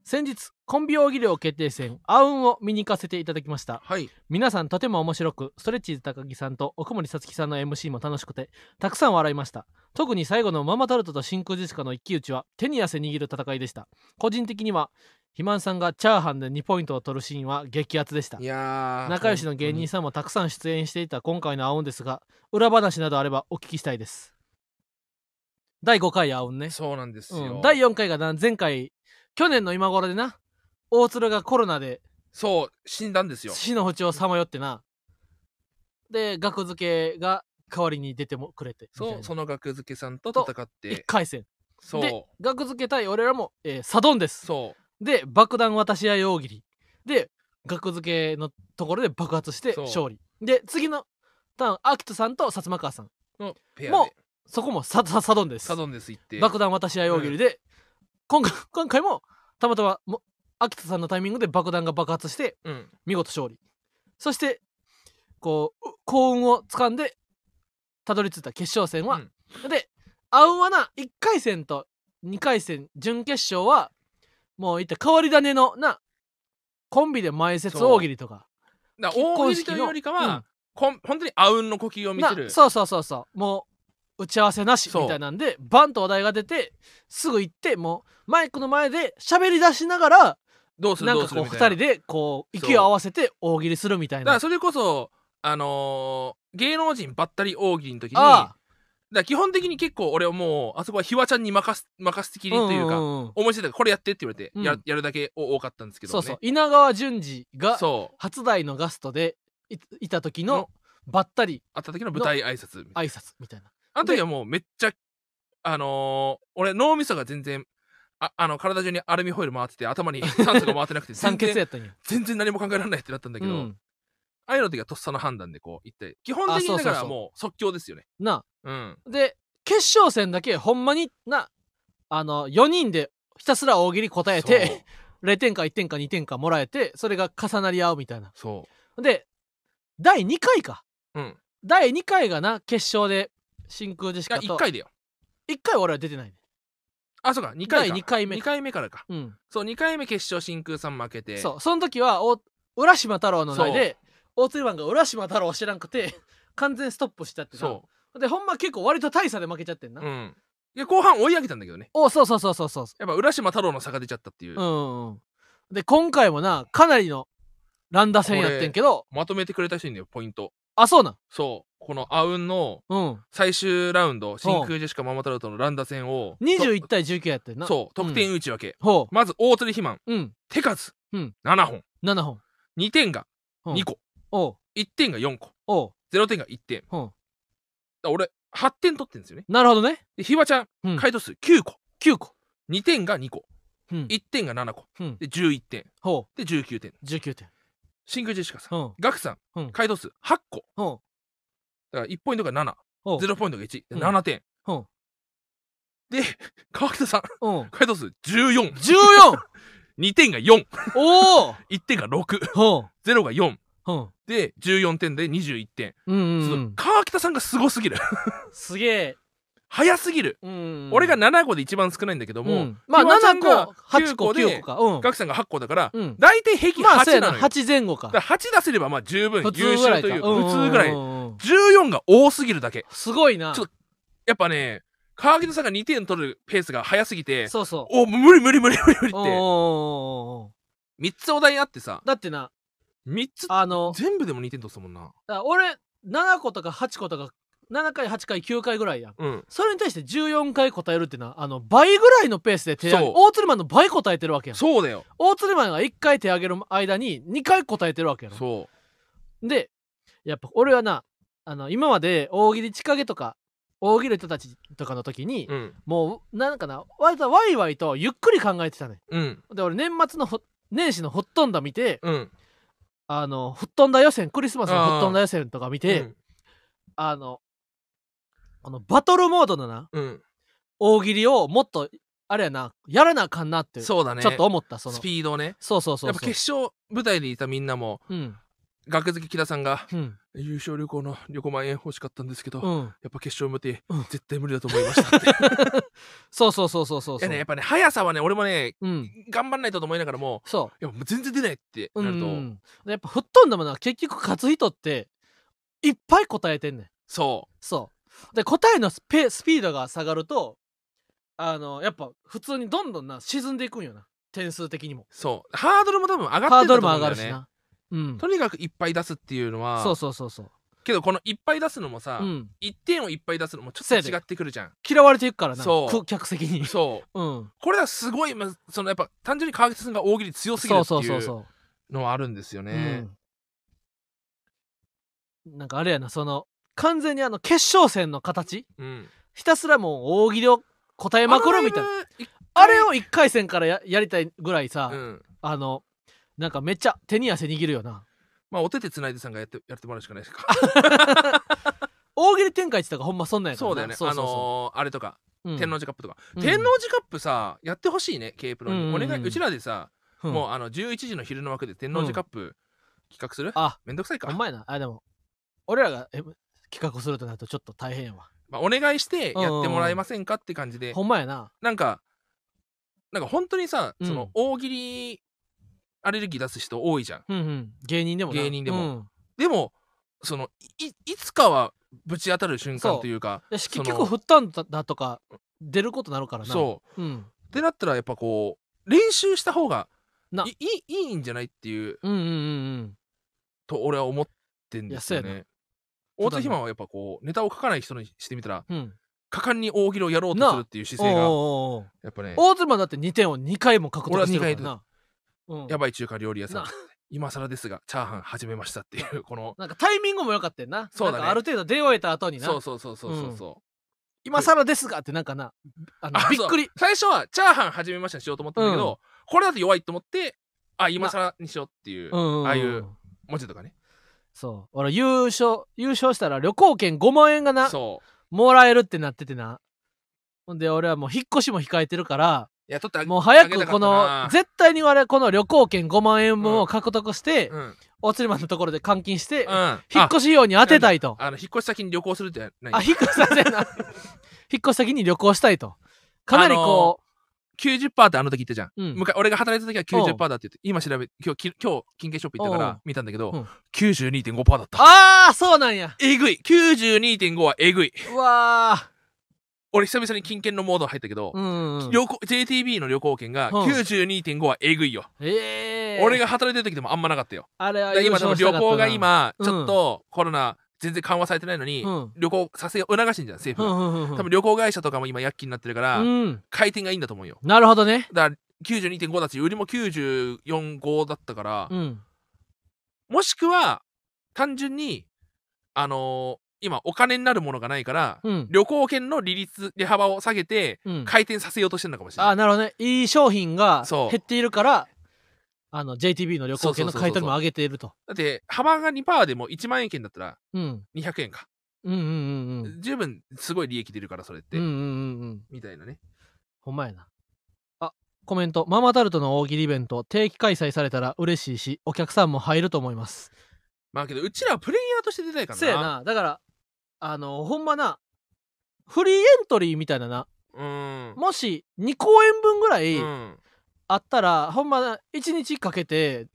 Speaker 2: 先日コンビ大喜利王決定戦あうんを見に行かせていただきました
Speaker 1: はい
Speaker 2: 皆さんとても面白くストレッチーズ高木さんと奥森さつきさんの MC も楽しくてたくさん笑いました特に最後のママタルトと真空ジェシカの一騎打ちは手に汗握る戦いでした個人的には肥満さんがチャーハンで2ポイントを取るシーンは激アツでした
Speaker 1: いやー
Speaker 2: 仲良しの芸人さんもたくさん出演していた今回の「あうん」ですが裏話などあればお聞きしたいです第5回「あうんね」
Speaker 1: そうなんですよ、
Speaker 2: うん、第4回がな前回去年の今頃でな大鶴がコロナで
Speaker 1: そう死んだんですよ
Speaker 2: 死の淵をさまよってなで額付けが代わりに出てもくれてみたい
Speaker 1: そ
Speaker 2: な
Speaker 1: うその額付けさんと戦っ
Speaker 2: 一
Speaker 1: て
Speaker 2: 回戦で
Speaker 1: そう
Speaker 2: 額付け対俺らも、えーサドンです
Speaker 1: そ
Speaker 2: で爆弾渡し合い大喜利で額付けのところで爆発して
Speaker 1: そう
Speaker 2: 勝利で次のターンアキトさんと薩摩川さん
Speaker 1: うのペア
Speaker 2: もう
Speaker 1: で
Speaker 2: そこもサササドンです
Speaker 1: サドンデス行って
Speaker 2: 爆弾渡し合い大喜利で、今回 [LAUGHS] 今回もたまたまも秋田さんのタイミングで爆弾が爆発して
Speaker 1: うん
Speaker 2: 見事勝利そしてこうう幸運をつかんでたどり着いた決勝戦は、であうんはな1回戦と2回戦準決勝はもういった変わり種のなコンビで前説大喜利とか
Speaker 1: だから
Speaker 2: 結
Speaker 1: 大
Speaker 2: 婚
Speaker 1: 喜利
Speaker 2: 式
Speaker 1: と
Speaker 2: の
Speaker 1: いうよりか
Speaker 2: うん
Speaker 1: は、こん、本当にあうんの呼吸を見
Speaker 2: な
Speaker 1: せる
Speaker 2: そうそうそうそうもう打ち合わせなし
Speaker 1: そう
Speaker 2: みたいなんでバンと話題が出てすぐ行ってもうマイクの前で喋り出しながら
Speaker 1: どうする
Speaker 2: なん
Speaker 1: ど
Speaker 2: か
Speaker 1: うする
Speaker 2: こう
Speaker 1: みた
Speaker 2: 2
Speaker 1: いな
Speaker 2: 人でこう
Speaker 1: そう
Speaker 2: 息を合わせて大喜利するみたい
Speaker 1: だか
Speaker 2: な
Speaker 1: らそれこそあのー芸能人ばったり大喜利の時に
Speaker 2: ああ
Speaker 1: だから基本的に結構俺はもうあそこはひわちゃんに任す任せきりというか、
Speaker 2: んんん
Speaker 1: 思いついたからこれやってって言われて、
Speaker 2: うん
Speaker 1: ややるだけ多かったんですけど
Speaker 2: そ
Speaker 1: ね
Speaker 2: うそう稲川淳二が
Speaker 1: そう
Speaker 2: 初代のガストでいいた時の
Speaker 1: の
Speaker 2: ばったり
Speaker 1: あった時の舞台挨拶みたいな
Speaker 2: 挨拶みたいな
Speaker 1: あの時はもうめっちゃあのー俺脳みそが全然ああの体中にアルミホイル回ってて頭
Speaker 2: [LAUGHS]
Speaker 1: に酸素が回ってなくて
Speaker 2: 酸
Speaker 1: 全
Speaker 2: 欠
Speaker 1: 然
Speaker 2: やったんや
Speaker 1: 全然何も考えられないってなったんだけど、
Speaker 2: うん
Speaker 1: ああいうの時はとっさの判断でこう言って基本的
Speaker 2: あそ
Speaker 1: にだ
Speaker 2: うそうそう
Speaker 1: からもう即興ですよね
Speaker 2: な
Speaker 1: うん
Speaker 2: あで決勝戦だけほんまになあの4人でひたすら大喜利答えて
Speaker 1: そう
Speaker 2: [LAUGHS] 0点か1点か2点かもらえてそれが重なり合うみたいな
Speaker 1: そ
Speaker 2: で第2回か
Speaker 1: ううん
Speaker 2: 第2回がな決勝で真空ジェシ
Speaker 1: いや
Speaker 2: カと
Speaker 1: 1回だよ
Speaker 2: 1回俺は出てないね
Speaker 1: あそうか2回か
Speaker 2: 第2回目か
Speaker 1: 2回目からか
Speaker 2: うん
Speaker 1: そう2回目決勝真空さん負けて
Speaker 2: そうその時はお浦島太郎の前で大鶴マンが浦島太郎を知らんくて完全ストップしちゃってな
Speaker 1: そ
Speaker 2: でほんま結構割と大差で負けちゃってんな、
Speaker 1: ううんいや後半追い上げたんだけどね
Speaker 2: おそうそうそうそうそう
Speaker 1: やっぱ浦島太郎の差が出ちゃったっていう、
Speaker 2: うんうんで今回もなかなりの乱打戦やってんけど
Speaker 1: まとめてくれた人にねポイント
Speaker 2: あそうなん
Speaker 1: そうこのあうんの
Speaker 2: うん
Speaker 1: 最終ラウンド真空ジェシカママタルトの乱打戦を
Speaker 2: 21対19やってん
Speaker 1: と
Speaker 2: な
Speaker 1: そう得点打ち分け、
Speaker 2: ほ
Speaker 1: まず大鳥肥満
Speaker 2: ううん
Speaker 1: 手数、
Speaker 2: うん
Speaker 1: 7本
Speaker 2: 7本
Speaker 1: 2点が2個、
Speaker 2: おう
Speaker 1: 1点が4個
Speaker 2: おう
Speaker 1: 0点が1点だか
Speaker 2: ほ
Speaker 1: ら俺8点取ってるんですよね
Speaker 2: うなるほどね
Speaker 1: でひわちゃん
Speaker 2: うん
Speaker 1: 回答数9個、
Speaker 2: 9個
Speaker 1: 2点が2個
Speaker 2: うん
Speaker 1: 1点が7個
Speaker 2: うん
Speaker 1: で11点
Speaker 2: ほ
Speaker 1: で19点
Speaker 2: う19点
Speaker 1: 真空ジェシカさん
Speaker 2: うん
Speaker 1: ガクさん、
Speaker 2: うん
Speaker 1: 回答数8個
Speaker 2: ほ
Speaker 1: だから1ポイントが7
Speaker 2: うおう
Speaker 1: 0ポイントが1
Speaker 2: うん
Speaker 1: で7点、
Speaker 2: うん
Speaker 1: で川北さん [LAUGHS]
Speaker 2: おう
Speaker 1: 回答数142
Speaker 2: 14!
Speaker 1: 点が41
Speaker 2: おお
Speaker 1: 点が60 [LAUGHS]
Speaker 2: ほう
Speaker 1: が4
Speaker 2: ほ
Speaker 1: で14点で21点、
Speaker 2: ううんうんう
Speaker 1: その
Speaker 2: ん
Speaker 1: 川北さんがすごすぎる [LAUGHS]
Speaker 2: すげえ
Speaker 1: 早すぎる、
Speaker 2: うんうん
Speaker 1: 俺が7個で一番少ないんだけど
Speaker 2: う
Speaker 1: も、
Speaker 2: んまあ
Speaker 1: ひわちゃん
Speaker 2: 7
Speaker 1: が
Speaker 2: 個8個
Speaker 1: 9で
Speaker 2: 9個か
Speaker 1: ガクさんが8個だから、
Speaker 2: うんうん
Speaker 1: 大体平均
Speaker 2: まあそ
Speaker 1: 8
Speaker 2: うや
Speaker 1: な
Speaker 2: な
Speaker 1: のよ、
Speaker 2: 8前後か
Speaker 1: だから8出せればまあ十分
Speaker 2: 普
Speaker 1: 優
Speaker 2: 通ぐら
Speaker 1: 秀
Speaker 2: い
Speaker 1: と
Speaker 2: か
Speaker 1: いうか
Speaker 2: うんうんうん
Speaker 1: 普通ぐらい
Speaker 2: うん
Speaker 1: 14が多すぎるだけ
Speaker 2: すごいな
Speaker 1: ちょっやっぱね川北さんが2点取るペースが早すぎて
Speaker 2: そうそう
Speaker 1: お無理無理無理無理無理
Speaker 2: お
Speaker 1: っ
Speaker 2: うおう
Speaker 1: て
Speaker 2: おうおう
Speaker 1: 3つお題あってさ
Speaker 2: だってな
Speaker 1: 3つ
Speaker 2: あの
Speaker 1: 全部でも2点取ったもんな
Speaker 2: だから俺7個とか8個とか7回8回9回ぐらいやん
Speaker 1: うん
Speaker 2: それに対して14回答えるってなあの倍ぐらいのペースで手上げ
Speaker 1: そう
Speaker 2: 大鶴マンの倍答えてるわけやん
Speaker 1: そうだよ
Speaker 2: 大鶴マンが1回手上げる間に2回答えてるわけやろ
Speaker 1: そ
Speaker 2: でやっぱ俺はなあの今まで大喜利地陰とか大喜利の人たちとかの時に、
Speaker 1: ううん
Speaker 2: もうなんかな割とワイワイとゆっくり考えてたね
Speaker 1: うん
Speaker 2: で俺年末のほ年始のほっとんだ見て
Speaker 1: うん
Speaker 2: あのほっとんだ予選クリスマスのほっとんだ予選とか見て、
Speaker 1: うん
Speaker 2: あのこのバトルモードのな
Speaker 1: うん
Speaker 2: 大喜利をもっとあれやなやらなあかんなってちょ
Speaker 1: そうだね
Speaker 2: っと思ったその
Speaker 1: スピードね
Speaker 2: そうそうそうそう
Speaker 1: やっぱ決勝舞台にいたみんなも
Speaker 2: うん
Speaker 1: 学付き木田さんが
Speaker 2: うん
Speaker 1: 優勝旅行の旅行万円欲しかったんですけど、
Speaker 2: う
Speaker 1: や
Speaker 2: ん
Speaker 1: っぱ決勝無て
Speaker 2: うん
Speaker 1: 絶対無理だと思い [LAUGHS] ましたって、い
Speaker 2: そうそうそうそうそうそ
Speaker 1: や
Speaker 2: う、
Speaker 1: ねやっぱね速さはね俺もね
Speaker 2: うん
Speaker 1: 頑張んないとと思いながらも
Speaker 2: そ
Speaker 1: いやもう全然出ないって
Speaker 2: うう
Speaker 1: なる
Speaker 2: ん
Speaker 1: と、
Speaker 2: うんでやっぱ吹っ飛んだものは結局勝つ人っていっぱい答えてんねん
Speaker 1: そ
Speaker 2: そうで答えのスペスピードが下がるとあのやっぱ普通にどんどんな沈んでいくんよな点数的にも
Speaker 1: うそうハードルも多分上がって
Speaker 2: ハー
Speaker 1: ると
Speaker 2: ドル
Speaker 1: 思う
Speaker 2: も上
Speaker 1: んだ
Speaker 2: がる
Speaker 1: よ
Speaker 2: し
Speaker 1: ね
Speaker 2: なうん
Speaker 1: とにかくいっぱい出すっていうのは
Speaker 2: そうそうそうそう
Speaker 1: けどこのいっぱい出すのもさ、
Speaker 2: うん、
Speaker 1: 一点をいっぱい出すのもち
Speaker 2: そ
Speaker 1: ょ
Speaker 2: うや
Speaker 1: っ
Speaker 2: で
Speaker 1: と違ってくるじゃん
Speaker 2: 嫌われていくからな
Speaker 1: そう
Speaker 2: く客席
Speaker 1: [LAUGHS]
Speaker 2: に、
Speaker 1: そう
Speaker 2: うん、
Speaker 1: これはすごい、まあ、そのやっぱ単純に川口さんが大喜利強すぎる
Speaker 2: そう
Speaker 1: って
Speaker 2: そう
Speaker 1: い
Speaker 2: そ
Speaker 1: う
Speaker 2: うそ
Speaker 1: のはあるんですよ
Speaker 2: う、
Speaker 1: ね
Speaker 2: うん、なんかあれやなその完全にあの決勝戦の形
Speaker 1: うん
Speaker 2: ひたすらもう大喜利を答えまくるみたいなあ
Speaker 1: あのライ
Speaker 2: れ
Speaker 1: ブ
Speaker 2: を1回戦からややりたいぐらいさ、
Speaker 1: うん
Speaker 2: あのなんかめっちゃ手に汗握るよな
Speaker 1: まあお手手つないでさんがやってやってもらうしかないですか
Speaker 2: 大喜利展開って言ったからほんまそんなんやから
Speaker 1: そうだよね
Speaker 2: そうそう
Speaker 1: あ
Speaker 2: そ
Speaker 1: のーあれとか
Speaker 2: う、うん
Speaker 1: 天王寺カップとか、
Speaker 2: うん
Speaker 1: 天王寺カップさやってほしいね K プロに、
Speaker 2: うんうんうん
Speaker 1: お願いうちらでさ、
Speaker 2: うん
Speaker 1: もうあの11時の昼の枠で天王寺カップ企画する、
Speaker 2: あ
Speaker 1: めんどくさいか
Speaker 2: ほんまやなあでも俺らがえ企画するとなるとちょっと大変やわ
Speaker 1: まあ、お願いしてやってもらえませんかって感じで、
Speaker 2: ほんまやな
Speaker 1: なんかなんか本当にさ、
Speaker 2: うん
Speaker 1: その大喜利アレルギー出す人多いじゃん
Speaker 2: うんうん芸人でもな
Speaker 1: 芸人でも
Speaker 2: うん
Speaker 1: でもそのいいいつかはぶち当たる瞬
Speaker 2: そう
Speaker 1: 間というか
Speaker 2: やし
Speaker 1: その
Speaker 2: 結局振ったんだだとか出ることなるからな、
Speaker 1: そう
Speaker 2: ん、
Speaker 1: うってなったらやっぱこう練習した方が
Speaker 2: ない
Speaker 1: いいいんじゃないっていう
Speaker 2: うんうんうん
Speaker 1: と俺は思ってんですよ
Speaker 2: いやそうや
Speaker 1: ね。大津ひまはやっぱこうネタを書かない人にしてみたら
Speaker 2: うんうん
Speaker 1: 果敢に大喜利をやろうとするっていう姿勢
Speaker 2: おう
Speaker 1: が
Speaker 2: おうおう
Speaker 1: やっぱね
Speaker 2: 大妻だって2点を2回も獲得してるから
Speaker 1: 俺
Speaker 2: な、うん、
Speaker 1: やばい中華料理屋さん
Speaker 2: な
Speaker 1: 今更ですがチャーハン始めましたっていうこの
Speaker 2: なんかタイミングも良かったよな
Speaker 1: そうだね
Speaker 2: なんかある程度出終えた後にな
Speaker 1: そうそうそうそうそうそう。
Speaker 2: 今更ですがってなんかなあの
Speaker 1: あ
Speaker 2: びっくり
Speaker 1: そう最初はチャーハン始めましたにしようと思ったんだけど、
Speaker 2: うん
Speaker 1: これだと弱いと思ってあ今更にしようっていう
Speaker 2: うんうんん
Speaker 1: ああいう文字とかね
Speaker 2: そう俺優勝優勝したら旅行券5万円がな
Speaker 1: そう
Speaker 2: もらえるってなっててなほんで俺はもう引っ越しも控えてるから
Speaker 1: いや取ってあげ
Speaker 2: もう早
Speaker 1: あげ
Speaker 2: く
Speaker 1: たか
Speaker 2: こ
Speaker 1: ったな
Speaker 2: の絶対に俺この旅行券5万円分を獲得して、
Speaker 1: うん、うん、
Speaker 2: お釣りマンのところで換金して、
Speaker 1: 引
Speaker 2: 引っ越し費用に当てたいと
Speaker 1: あの引っ越し先に旅行するってない
Speaker 2: あ引っ越し先
Speaker 1: [LAUGHS]
Speaker 2: な引っ越し先に旅行したいとかなりこ
Speaker 1: 90%ってあの時言ったじゃん、
Speaker 2: う、うん
Speaker 1: 昔俺が働いた時は90%だって言って今調べ今日き今日金券ショップ行ったか
Speaker 2: おう
Speaker 1: ら見たんだけど、
Speaker 2: うん
Speaker 1: 92.5%だった
Speaker 2: ああそうなんや
Speaker 1: えぐい92.5はえぐいう
Speaker 2: わ
Speaker 1: 俺久々に金券のモード入ったけど、
Speaker 2: ーうんうん
Speaker 1: 旅行 JTB の旅行券が
Speaker 2: うん
Speaker 1: 92.5はえぐいよ、
Speaker 2: ええ
Speaker 1: 俺が働いてる時でもあんまなかったよ
Speaker 2: あれ
Speaker 1: だ
Speaker 2: は
Speaker 1: から今でも旅行が今
Speaker 2: うん
Speaker 1: ちょっとコロナ全然緩和されてないのに、
Speaker 2: うん
Speaker 1: 旅行させ促してんじゃん政
Speaker 2: う
Speaker 1: 府が、
Speaker 2: んうんうん
Speaker 1: 多分旅行会社とかも今躍起になってるから、
Speaker 2: うん
Speaker 1: 回転がいいんだと思うよ
Speaker 2: なるほどね
Speaker 1: だから92.5だし売りも945だったから、
Speaker 2: うん
Speaker 1: もしくは単純にあのー今お金になるものがないから、
Speaker 2: うん
Speaker 1: 旅行券の利率利幅を下げて
Speaker 2: うん
Speaker 1: 回転させようとしてるのかもしれ
Speaker 2: あ
Speaker 1: な
Speaker 2: あ
Speaker 1: い、
Speaker 2: なるほどねいい商品が
Speaker 1: そう
Speaker 2: 減っているからあの JTB の旅行券の買い取りも上げていると
Speaker 1: だって幅が2%でも1万円券だったら
Speaker 2: うん
Speaker 1: 200円か、
Speaker 2: うんうんうんうん
Speaker 1: 十分すごい利益出るからそれって、
Speaker 2: うんうんうんうん
Speaker 1: みたいなね
Speaker 2: ほんまやなあコメントママタルトの大喜利イベント定期開催されたら嬉しいしお客さんも入ると思います
Speaker 1: まあけどうちらはプレイヤーとして出たいからな
Speaker 2: そうやなだからあのほんまなフリーエントリーみたいなな
Speaker 1: うん、
Speaker 2: もし2公演分ぐらい、
Speaker 1: うん
Speaker 2: あったらほんまな1日かけて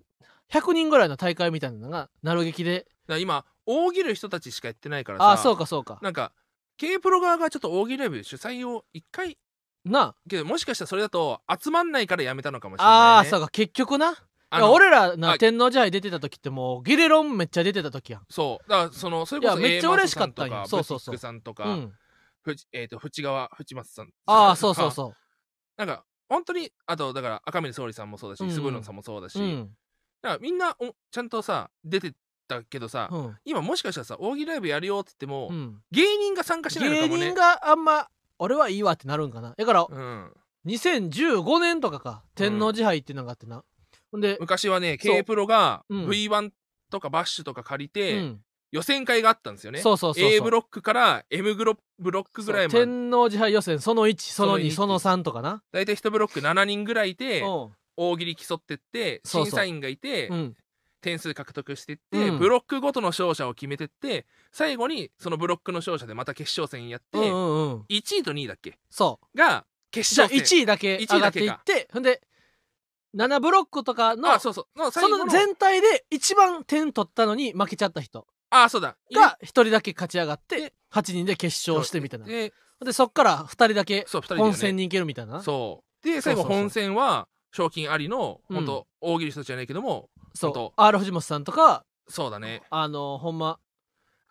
Speaker 2: 100人ぐらいの大会みたいなのがなる劇で
Speaker 1: だから今大喜利人たちしかやってないからさ
Speaker 2: ああそうかそうか
Speaker 1: なんか K プロ側がちょっと大喜利ライブ主催を一回
Speaker 2: な
Speaker 1: けどもしかしたらそれだと集まんないからやめたのかもしれない、ね、
Speaker 2: ああーそうか結局ない
Speaker 1: あ
Speaker 2: や
Speaker 1: の
Speaker 2: 俺らな
Speaker 1: あ
Speaker 2: 天皇時代出てた時ってもうゲレロンめっちゃ出てた時やん
Speaker 1: そうだからそのそれこそ
Speaker 2: いやめっちゃ
Speaker 1: A
Speaker 2: 嬉しかったんよ
Speaker 1: マスさとか
Speaker 2: そうんそ
Speaker 1: ブ
Speaker 2: うそう
Speaker 1: ティックさんと
Speaker 2: う
Speaker 1: か、
Speaker 2: ん
Speaker 1: ふちえー、と淵川淵松さん
Speaker 2: ああそうそうそう
Speaker 1: [LAUGHS] なんか本当にあとだから赤嶺総理さんもそうだし、
Speaker 2: うん
Speaker 1: スブーロンさんもそうだし、
Speaker 2: う
Speaker 1: だから
Speaker 2: ん
Speaker 1: みんなおちゃんとさ出てたけどさ、
Speaker 2: うん
Speaker 1: 今もしかしたらさ大喜利ライブやるよって言っても、
Speaker 2: うん
Speaker 1: 芸人が参加しないのか
Speaker 2: 芸
Speaker 1: もね
Speaker 2: 人があんま俺はいいわってなるんかなだから
Speaker 1: うん、
Speaker 2: 2015年とかか天皇時代っていうのがあってなほんで
Speaker 1: 昔はね
Speaker 2: そう
Speaker 1: K プロが
Speaker 2: うん
Speaker 1: V1 とかバッシュとか借り
Speaker 2: う
Speaker 1: て、
Speaker 2: ん
Speaker 1: 予選会があったんですよね
Speaker 2: そうそうそうそう
Speaker 1: A ブロックから M グロブロックぐらいまで
Speaker 2: 天皇時代予選その1その2そ
Speaker 1: そ
Speaker 2: の
Speaker 1: の
Speaker 2: 3とかな
Speaker 1: 大体1ブロック7人ぐらいいうて
Speaker 2: ん
Speaker 1: 大喜利競ってって
Speaker 2: そうそう
Speaker 1: 審査員がいて
Speaker 2: うん
Speaker 1: 点数獲得してって、
Speaker 2: うん
Speaker 1: ブロックごとの勝者を決めてって最後にそのブロックの勝者でまた決勝戦やって、
Speaker 2: うんうんうん
Speaker 1: 1位と2位だっけ
Speaker 2: そう
Speaker 1: が決
Speaker 2: じゃあ
Speaker 1: 勝戦
Speaker 2: 1位だけ上がっていってほんで7ブロックとかの
Speaker 1: あ
Speaker 2: そ
Speaker 1: そうそうの最後の
Speaker 2: の全体で一番点取ったのに負けちゃった人
Speaker 1: あそうだ
Speaker 2: が1人だけ勝ち上がって8人で決勝してみたいなほん
Speaker 1: で
Speaker 2: でそっから2人だけ
Speaker 1: そう2人で、ね、
Speaker 2: 本戦に行けるみたいなそう
Speaker 1: そうで最後
Speaker 2: そうそうそう
Speaker 1: 本戦は賞金ありの
Speaker 2: うん
Speaker 1: 本当大喜利人じゃないけども、本当
Speaker 2: R 藤本さんとか
Speaker 1: そうだね
Speaker 2: あのほんま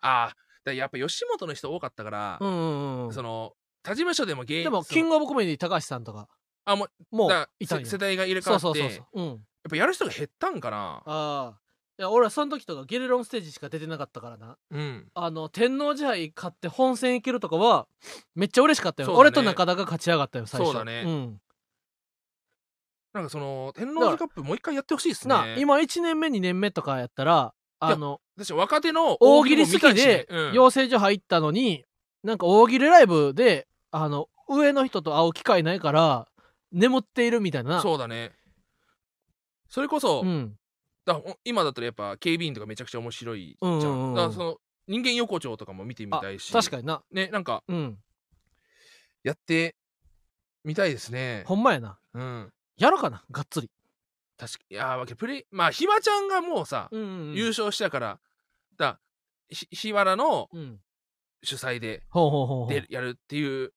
Speaker 1: ああだやっぱ吉本の人多かったから、
Speaker 2: うんうんうん
Speaker 1: その他事務所でも芸
Speaker 2: でも
Speaker 1: その
Speaker 2: キングオブコメディ高橋さんとか
Speaker 1: あもう
Speaker 2: もう
Speaker 1: だ
Speaker 2: いたん
Speaker 1: せ
Speaker 2: よ
Speaker 1: 世代が入れ替
Speaker 2: そ
Speaker 1: わ
Speaker 2: うそ
Speaker 1: っ
Speaker 2: う
Speaker 1: て
Speaker 2: そ
Speaker 1: やっ
Speaker 2: うそううん
Speaker 1: ぱやる人が減ったんかな
Speaker 2: ああいや俺はその時とかゲレロンステージしか出てなかったからな
Speaker 1: うん
Speaker 2: あの天皇寺杯買って本戦行けるとかはめっちゃ嬉しかったよ、
Speaker 1: そうだね
Speaker 2: 俺と中田が勝ち上がったよ最
Speaker 1: そ
Speaker 2: 初
Speaker 1: うだね
Speaker 2: うん
Speaker 1: なんかその天皇寺カップもう一回やってほしいっす
Speaker 2: なあ
Speaker 1: ね
Speaker 2: 今1年目2年目とかやったらあの
Speaker 1: 私若手の
Speaker 2: 大喜利
Speaker 1: も
Speaker 2: 好き
Speaker 1: 見たいしね
Speaker 2: で
Speaker 1: うん
Speaker 2: 養成所入ったのに、なんか大喜利ライブであの上の人と会う機会ないから眠っているみたいな
Speaker 1: そうだねそれこそ、
Speaker 2: うん
Speaker 1: だほん今だったらやっぱ警備員とかめちゃくちゃ面白いじゃん,、
Speaker 2: うんうんうん
Speaker 1: だからその人間横丁とかも見てみ
Speaker 2: あ
Speaker 1: たいし
Speaker 2: 確かにな
Speaker 1: ねなんか
Speaker 2: うん
Speaker 1: やってみたいですね
Speaker 2: ほんまやな
Speaker 1: うん
Speaker 2: やろうかながっつり
Speaker 1: 確かいやープレイまあひばちゃんがもうさ、
Speaker 2: うんうん
Speaker 1: 優勝したからだひひばらの
Speaker 2: うんうん
Speaker 1: 主催で
Speaker 2: ほうほうほうほう
Speaker 1: でやるっていう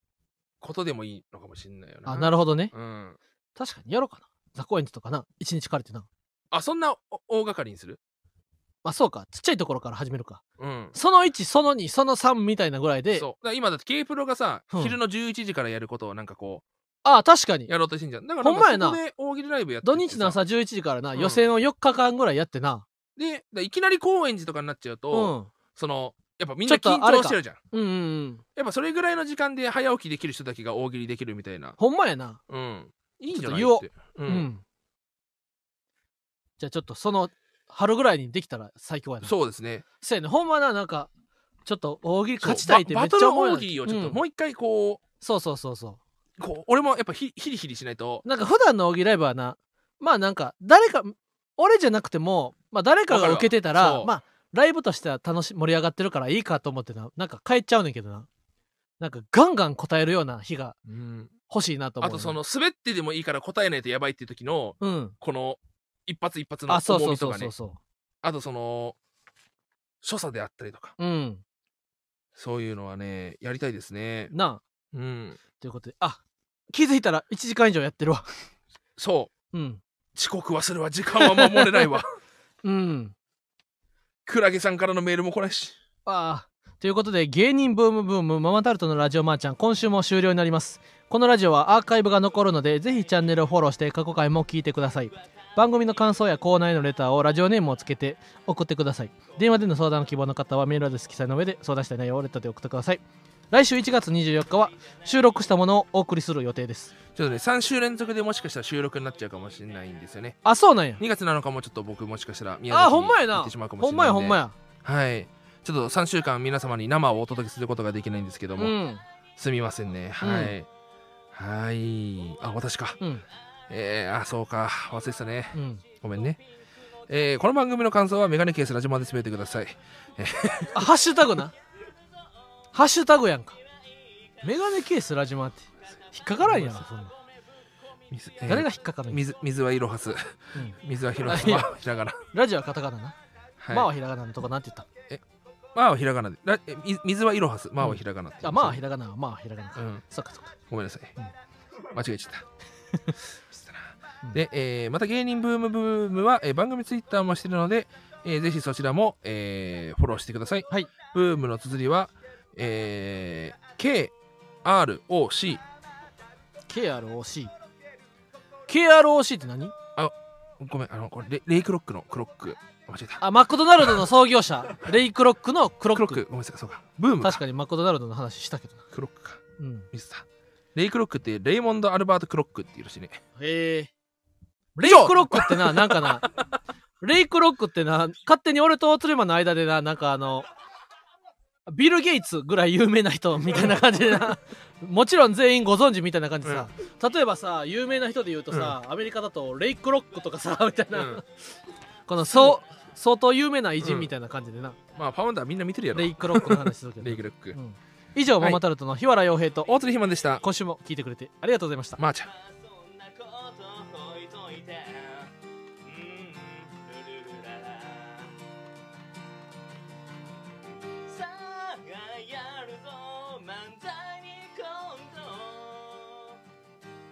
Speaker 1: ことでもいいのかもしれないよな
Speaker 2: あなるほどね
Speaker 1: うん
Speaker 2: 確かにやろうかな雑魚演とかな一日借りてな
Speaker 1: あそんなお大掛かりにする
Speaker 2: まあそうかちっちゃいところから始めるか
Speaker 1: うん
Speaker 2: その1その2その3みたいなぐらいで
Speaker 1: そうだから今だって K プロがさ、
Speaker 2: うん
Speaker 1: 昼の11時からやることをなんかこ
Speaker 2: ああ確か
Speaker 1: う
Speaker 2: に
Speaker 1: やろうとしてんじゃんだから
Speaker 2: ほんまや
Speaker 1: な
Speaker 2: なん
Speaker 1: かそこで大喜利ライブやって
Speaker 2: 土日の
Speaker 1: さ
Speaker 2: 朝11時からな、
Speaker 1: うん
Speaker 2: 予選を4日間ぐらいやってな
Speaker 1: でだからいきなり高円寺とかになっちゃう
Speaker 2: う
Speaker 1: と、
Speaker 2: ん
Speaker 1: そのやっぱみんな
Speaker 2: ちょ
Speaker 1: 緊
Speaker 2: っとあれか
Speaker 1: 張してるじゃん
Speaker 2: うんうんうん
Speaker 1: やっぱそれぐらいの時間で早起きできる人だけが大喜利できるみたいな
Speaker 2: ほんまやな
Speaker 1: うんいいんじゃない
Speaker 2: ちょっ
Speaker 1: っ
Speaker 2: と
Speaker 1: てう、
Speaker 2: うんん、じゃあちょっとその春ぐらいにできたら最強やな
Speaker 1: そうですね
Speaker 2: そうやねほんまななんかちょっと大喜利勝ち
Speaker 1: そう
Speaker 2: たいって
Speaker 1: バ
Speaker 2: めっ
Speaker 1: バト
Speaker 2: ちゃ
Speaker 1: ル
Speaker 2: 思うよ
Speaker 1: 大
Speaker 2: ね
Speaker 1: 喜利をちょっと
Speaker 2: うん
Speaker 1: もう一回こ,、
Speaker 2: そうそうそうそう
Speaker 1: こう俺もやっぱひヒリヒリしないと
Speaker 2: うなんか普段の大喜利ライブはなまあなんか誰か俺じゃなくても、まあ、誰かが受けてた
Speaker 1: わかるわ
Speaker 2: ら
Speaker 1: そう
Speaker 2: まあライブとしては楽し盛り上がってるからいいかと思ってななんか帰っちゃうねんけどななんかガンガン答えるような日が
Speaker 1: うん
Speaker 2: 欲しいなと思
Speaker 1: あ
Speaker 2: うね
Speaker 1: とその滑ってでもいいから答えないとやばいっていう時の
Speaker 2: うん
Speaker 1: この一発一発の
Speaker 2: あそう
Speaker 1: 重
Speaker 2: そう
Speaker 1: み
Speaker 2: そ
Speaker 1: と
Speaker 2: う
Speaker 1: か
Speaker 2: そ
Speaker 1: ね
Speaker 2: うそ
Speaker 1: あとその所作であったりとか
Speaker 2: ううん
Speaker 1: そういうのはねやりたいですね
Speaker 2: なあ
Speaker 1: うん
Speaker 2: ということであ気づいたら1時間以上やってるわ
Speaker 1: そ
Speaker 2: うん
Speaker 1: う遅刻はするわ時間は守れ
Speaker 2: [LAUGHS]
Speaker 1: ないわ
Speaker 2: うん
Speaker 1: クラゲさんからのメールも来ないし
Speaker 2: ああということで芸人ブームブームママタルトのラジオマーちゃん今週も終了になりますこのラジオはアーカイブが残るのでぜひチャンネルをフォローして過去回も聞いてください番組の感想やコーナーへのレターをラジオネームをつけて送ってください電話での相談を希望の方はメールアドレス記載の上で相談したい内容をレターで送ってください来週1月24日は収録したものをお送りする予定です
Speaker 1: ちょっとね3週連続でもしかしたら収録になっちゃうかもしれないんですよね
Speaker 2: あそうなんや
Speaker 1: 2月7日もちょっと僕もしかしたら宮崎
Speaker 2: あ
Speaker 1: に
Speaker 2: ーほんま
Speaker 1: 行
Speaker 2: やな
Speaker 1: ってしまうかもし
Speaker 2: ほ
Speaker 1: れな
Speaker 2: んま
Speaker 1: い
Speaker 2: や
Speaker 1: で
Speaker 2: ほんまや
Speaker 1: はいちょっと3週間皆様に生をお届けすることができないんですけど
Speaker 2: う
Speaker 1: も、
Speaker 2: ん
Speaker 1: すみませんねはい、はいあ私か
Speaker 2: うん
Speaker 1: えー、あそうか忘れてたね
Speaker 2: うん
Speaker 1: ごめんねえー、この番組の感想はメガネケースラジマで詰めてください
Speaker 2: あハッシュタグなハッシュタグやんかメガネケースラジマって引っかからんやんそんな
Speaker 1: 水,、えー
Speaker 2: 誰が引っかかるんや、
Speaker 1: 水水はイロハ
Speaker 2: [LAUGHS]
Speaker 1: ス
Speaker 2: うん
Speaker 1: 水はヒロハス
Speaker 2: あいや
Speaker 1: まあひらがな、
Speaker 2: ラジオはカタカナな、
Speaker 1: はい、
Speaker 2: マ
Speaker 1: ま
Speaker 2: はひらがなのとこなんて言っ
Speaker 1: あはひらがなでらえみ水はイロハスまあはひらがなって
Speaker 2: たあマはひらがなはマはひらがなか、
Speaker 1: うん
Speaker 2: そっかそっか
Speaker 1: ごめんなさい、
Speaker 2: うん
Speaker 1: 間違えちゃった
Speaker 2: [LAUGHS]
Speaker 1: 失礼
Speaker 2: う
Speaker 1: なんで、えーまた芸人ブームブームは、えー番組ツイッターもしてるので、えーぜひそちらも、えーフォローしてください、
Speaker 2: はい
Speaker 1: ブームの綴りは、えー KROC
Speaker 2: KROCKROC って何
Speaker 1: ごめんあのこれレレイクロックのクロック間違えた
Speaker 2: あマクドナルドの創業者レイクロックのクロッ
Speaker 1: ク
Speaker 2: ク
Speaker 1: ロックごめんなさいそうかブームか
Speaker 2: 確かにマクドナルドの話したけどな、
Speaker 1: クロックか
Speaker 2: うん、
Speaker 1: ミスターレイクロックってレイモンド・アルバート・クロックっていうらしいね
Speaker 2: へえ
Speaker 1: レ
Speaker 2: レイクロックってな、なんかな、レイクロックってな、勝手に俺とトレマの間でな、なんかあの、ビル・ゲイツぐらい有名な人みたいな感じでな、もちろん全員ご存知みたいな感じでさ、例えばさ、有名な人で言うとさ、アメリカだとレイクロックとかさ、みたいな、
Speaker 1: うん
Speaker 2: このそう相当有名な偉人みたいな感じでな、
Speaker 1: まあパウンダーみんな見てるやろ
Speaker 2: レイクロックの話するけど
Speaker 1: レイクロック
Speaker 2: うん以上、ママタルトの日原洋平と、
Speaker 1: 大鶴ひまんでした
Speaker 2: 今週も聞いてくれてありがとうございました。
Speaker 1: まーちゃん
Speaker 3: そんなことほいといてうんルルルララさあやるぞ漫才に今度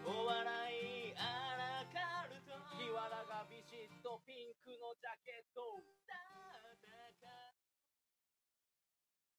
Speaker 3: お笑いアラカルト日わらがビシッとピンクのジャケット戦い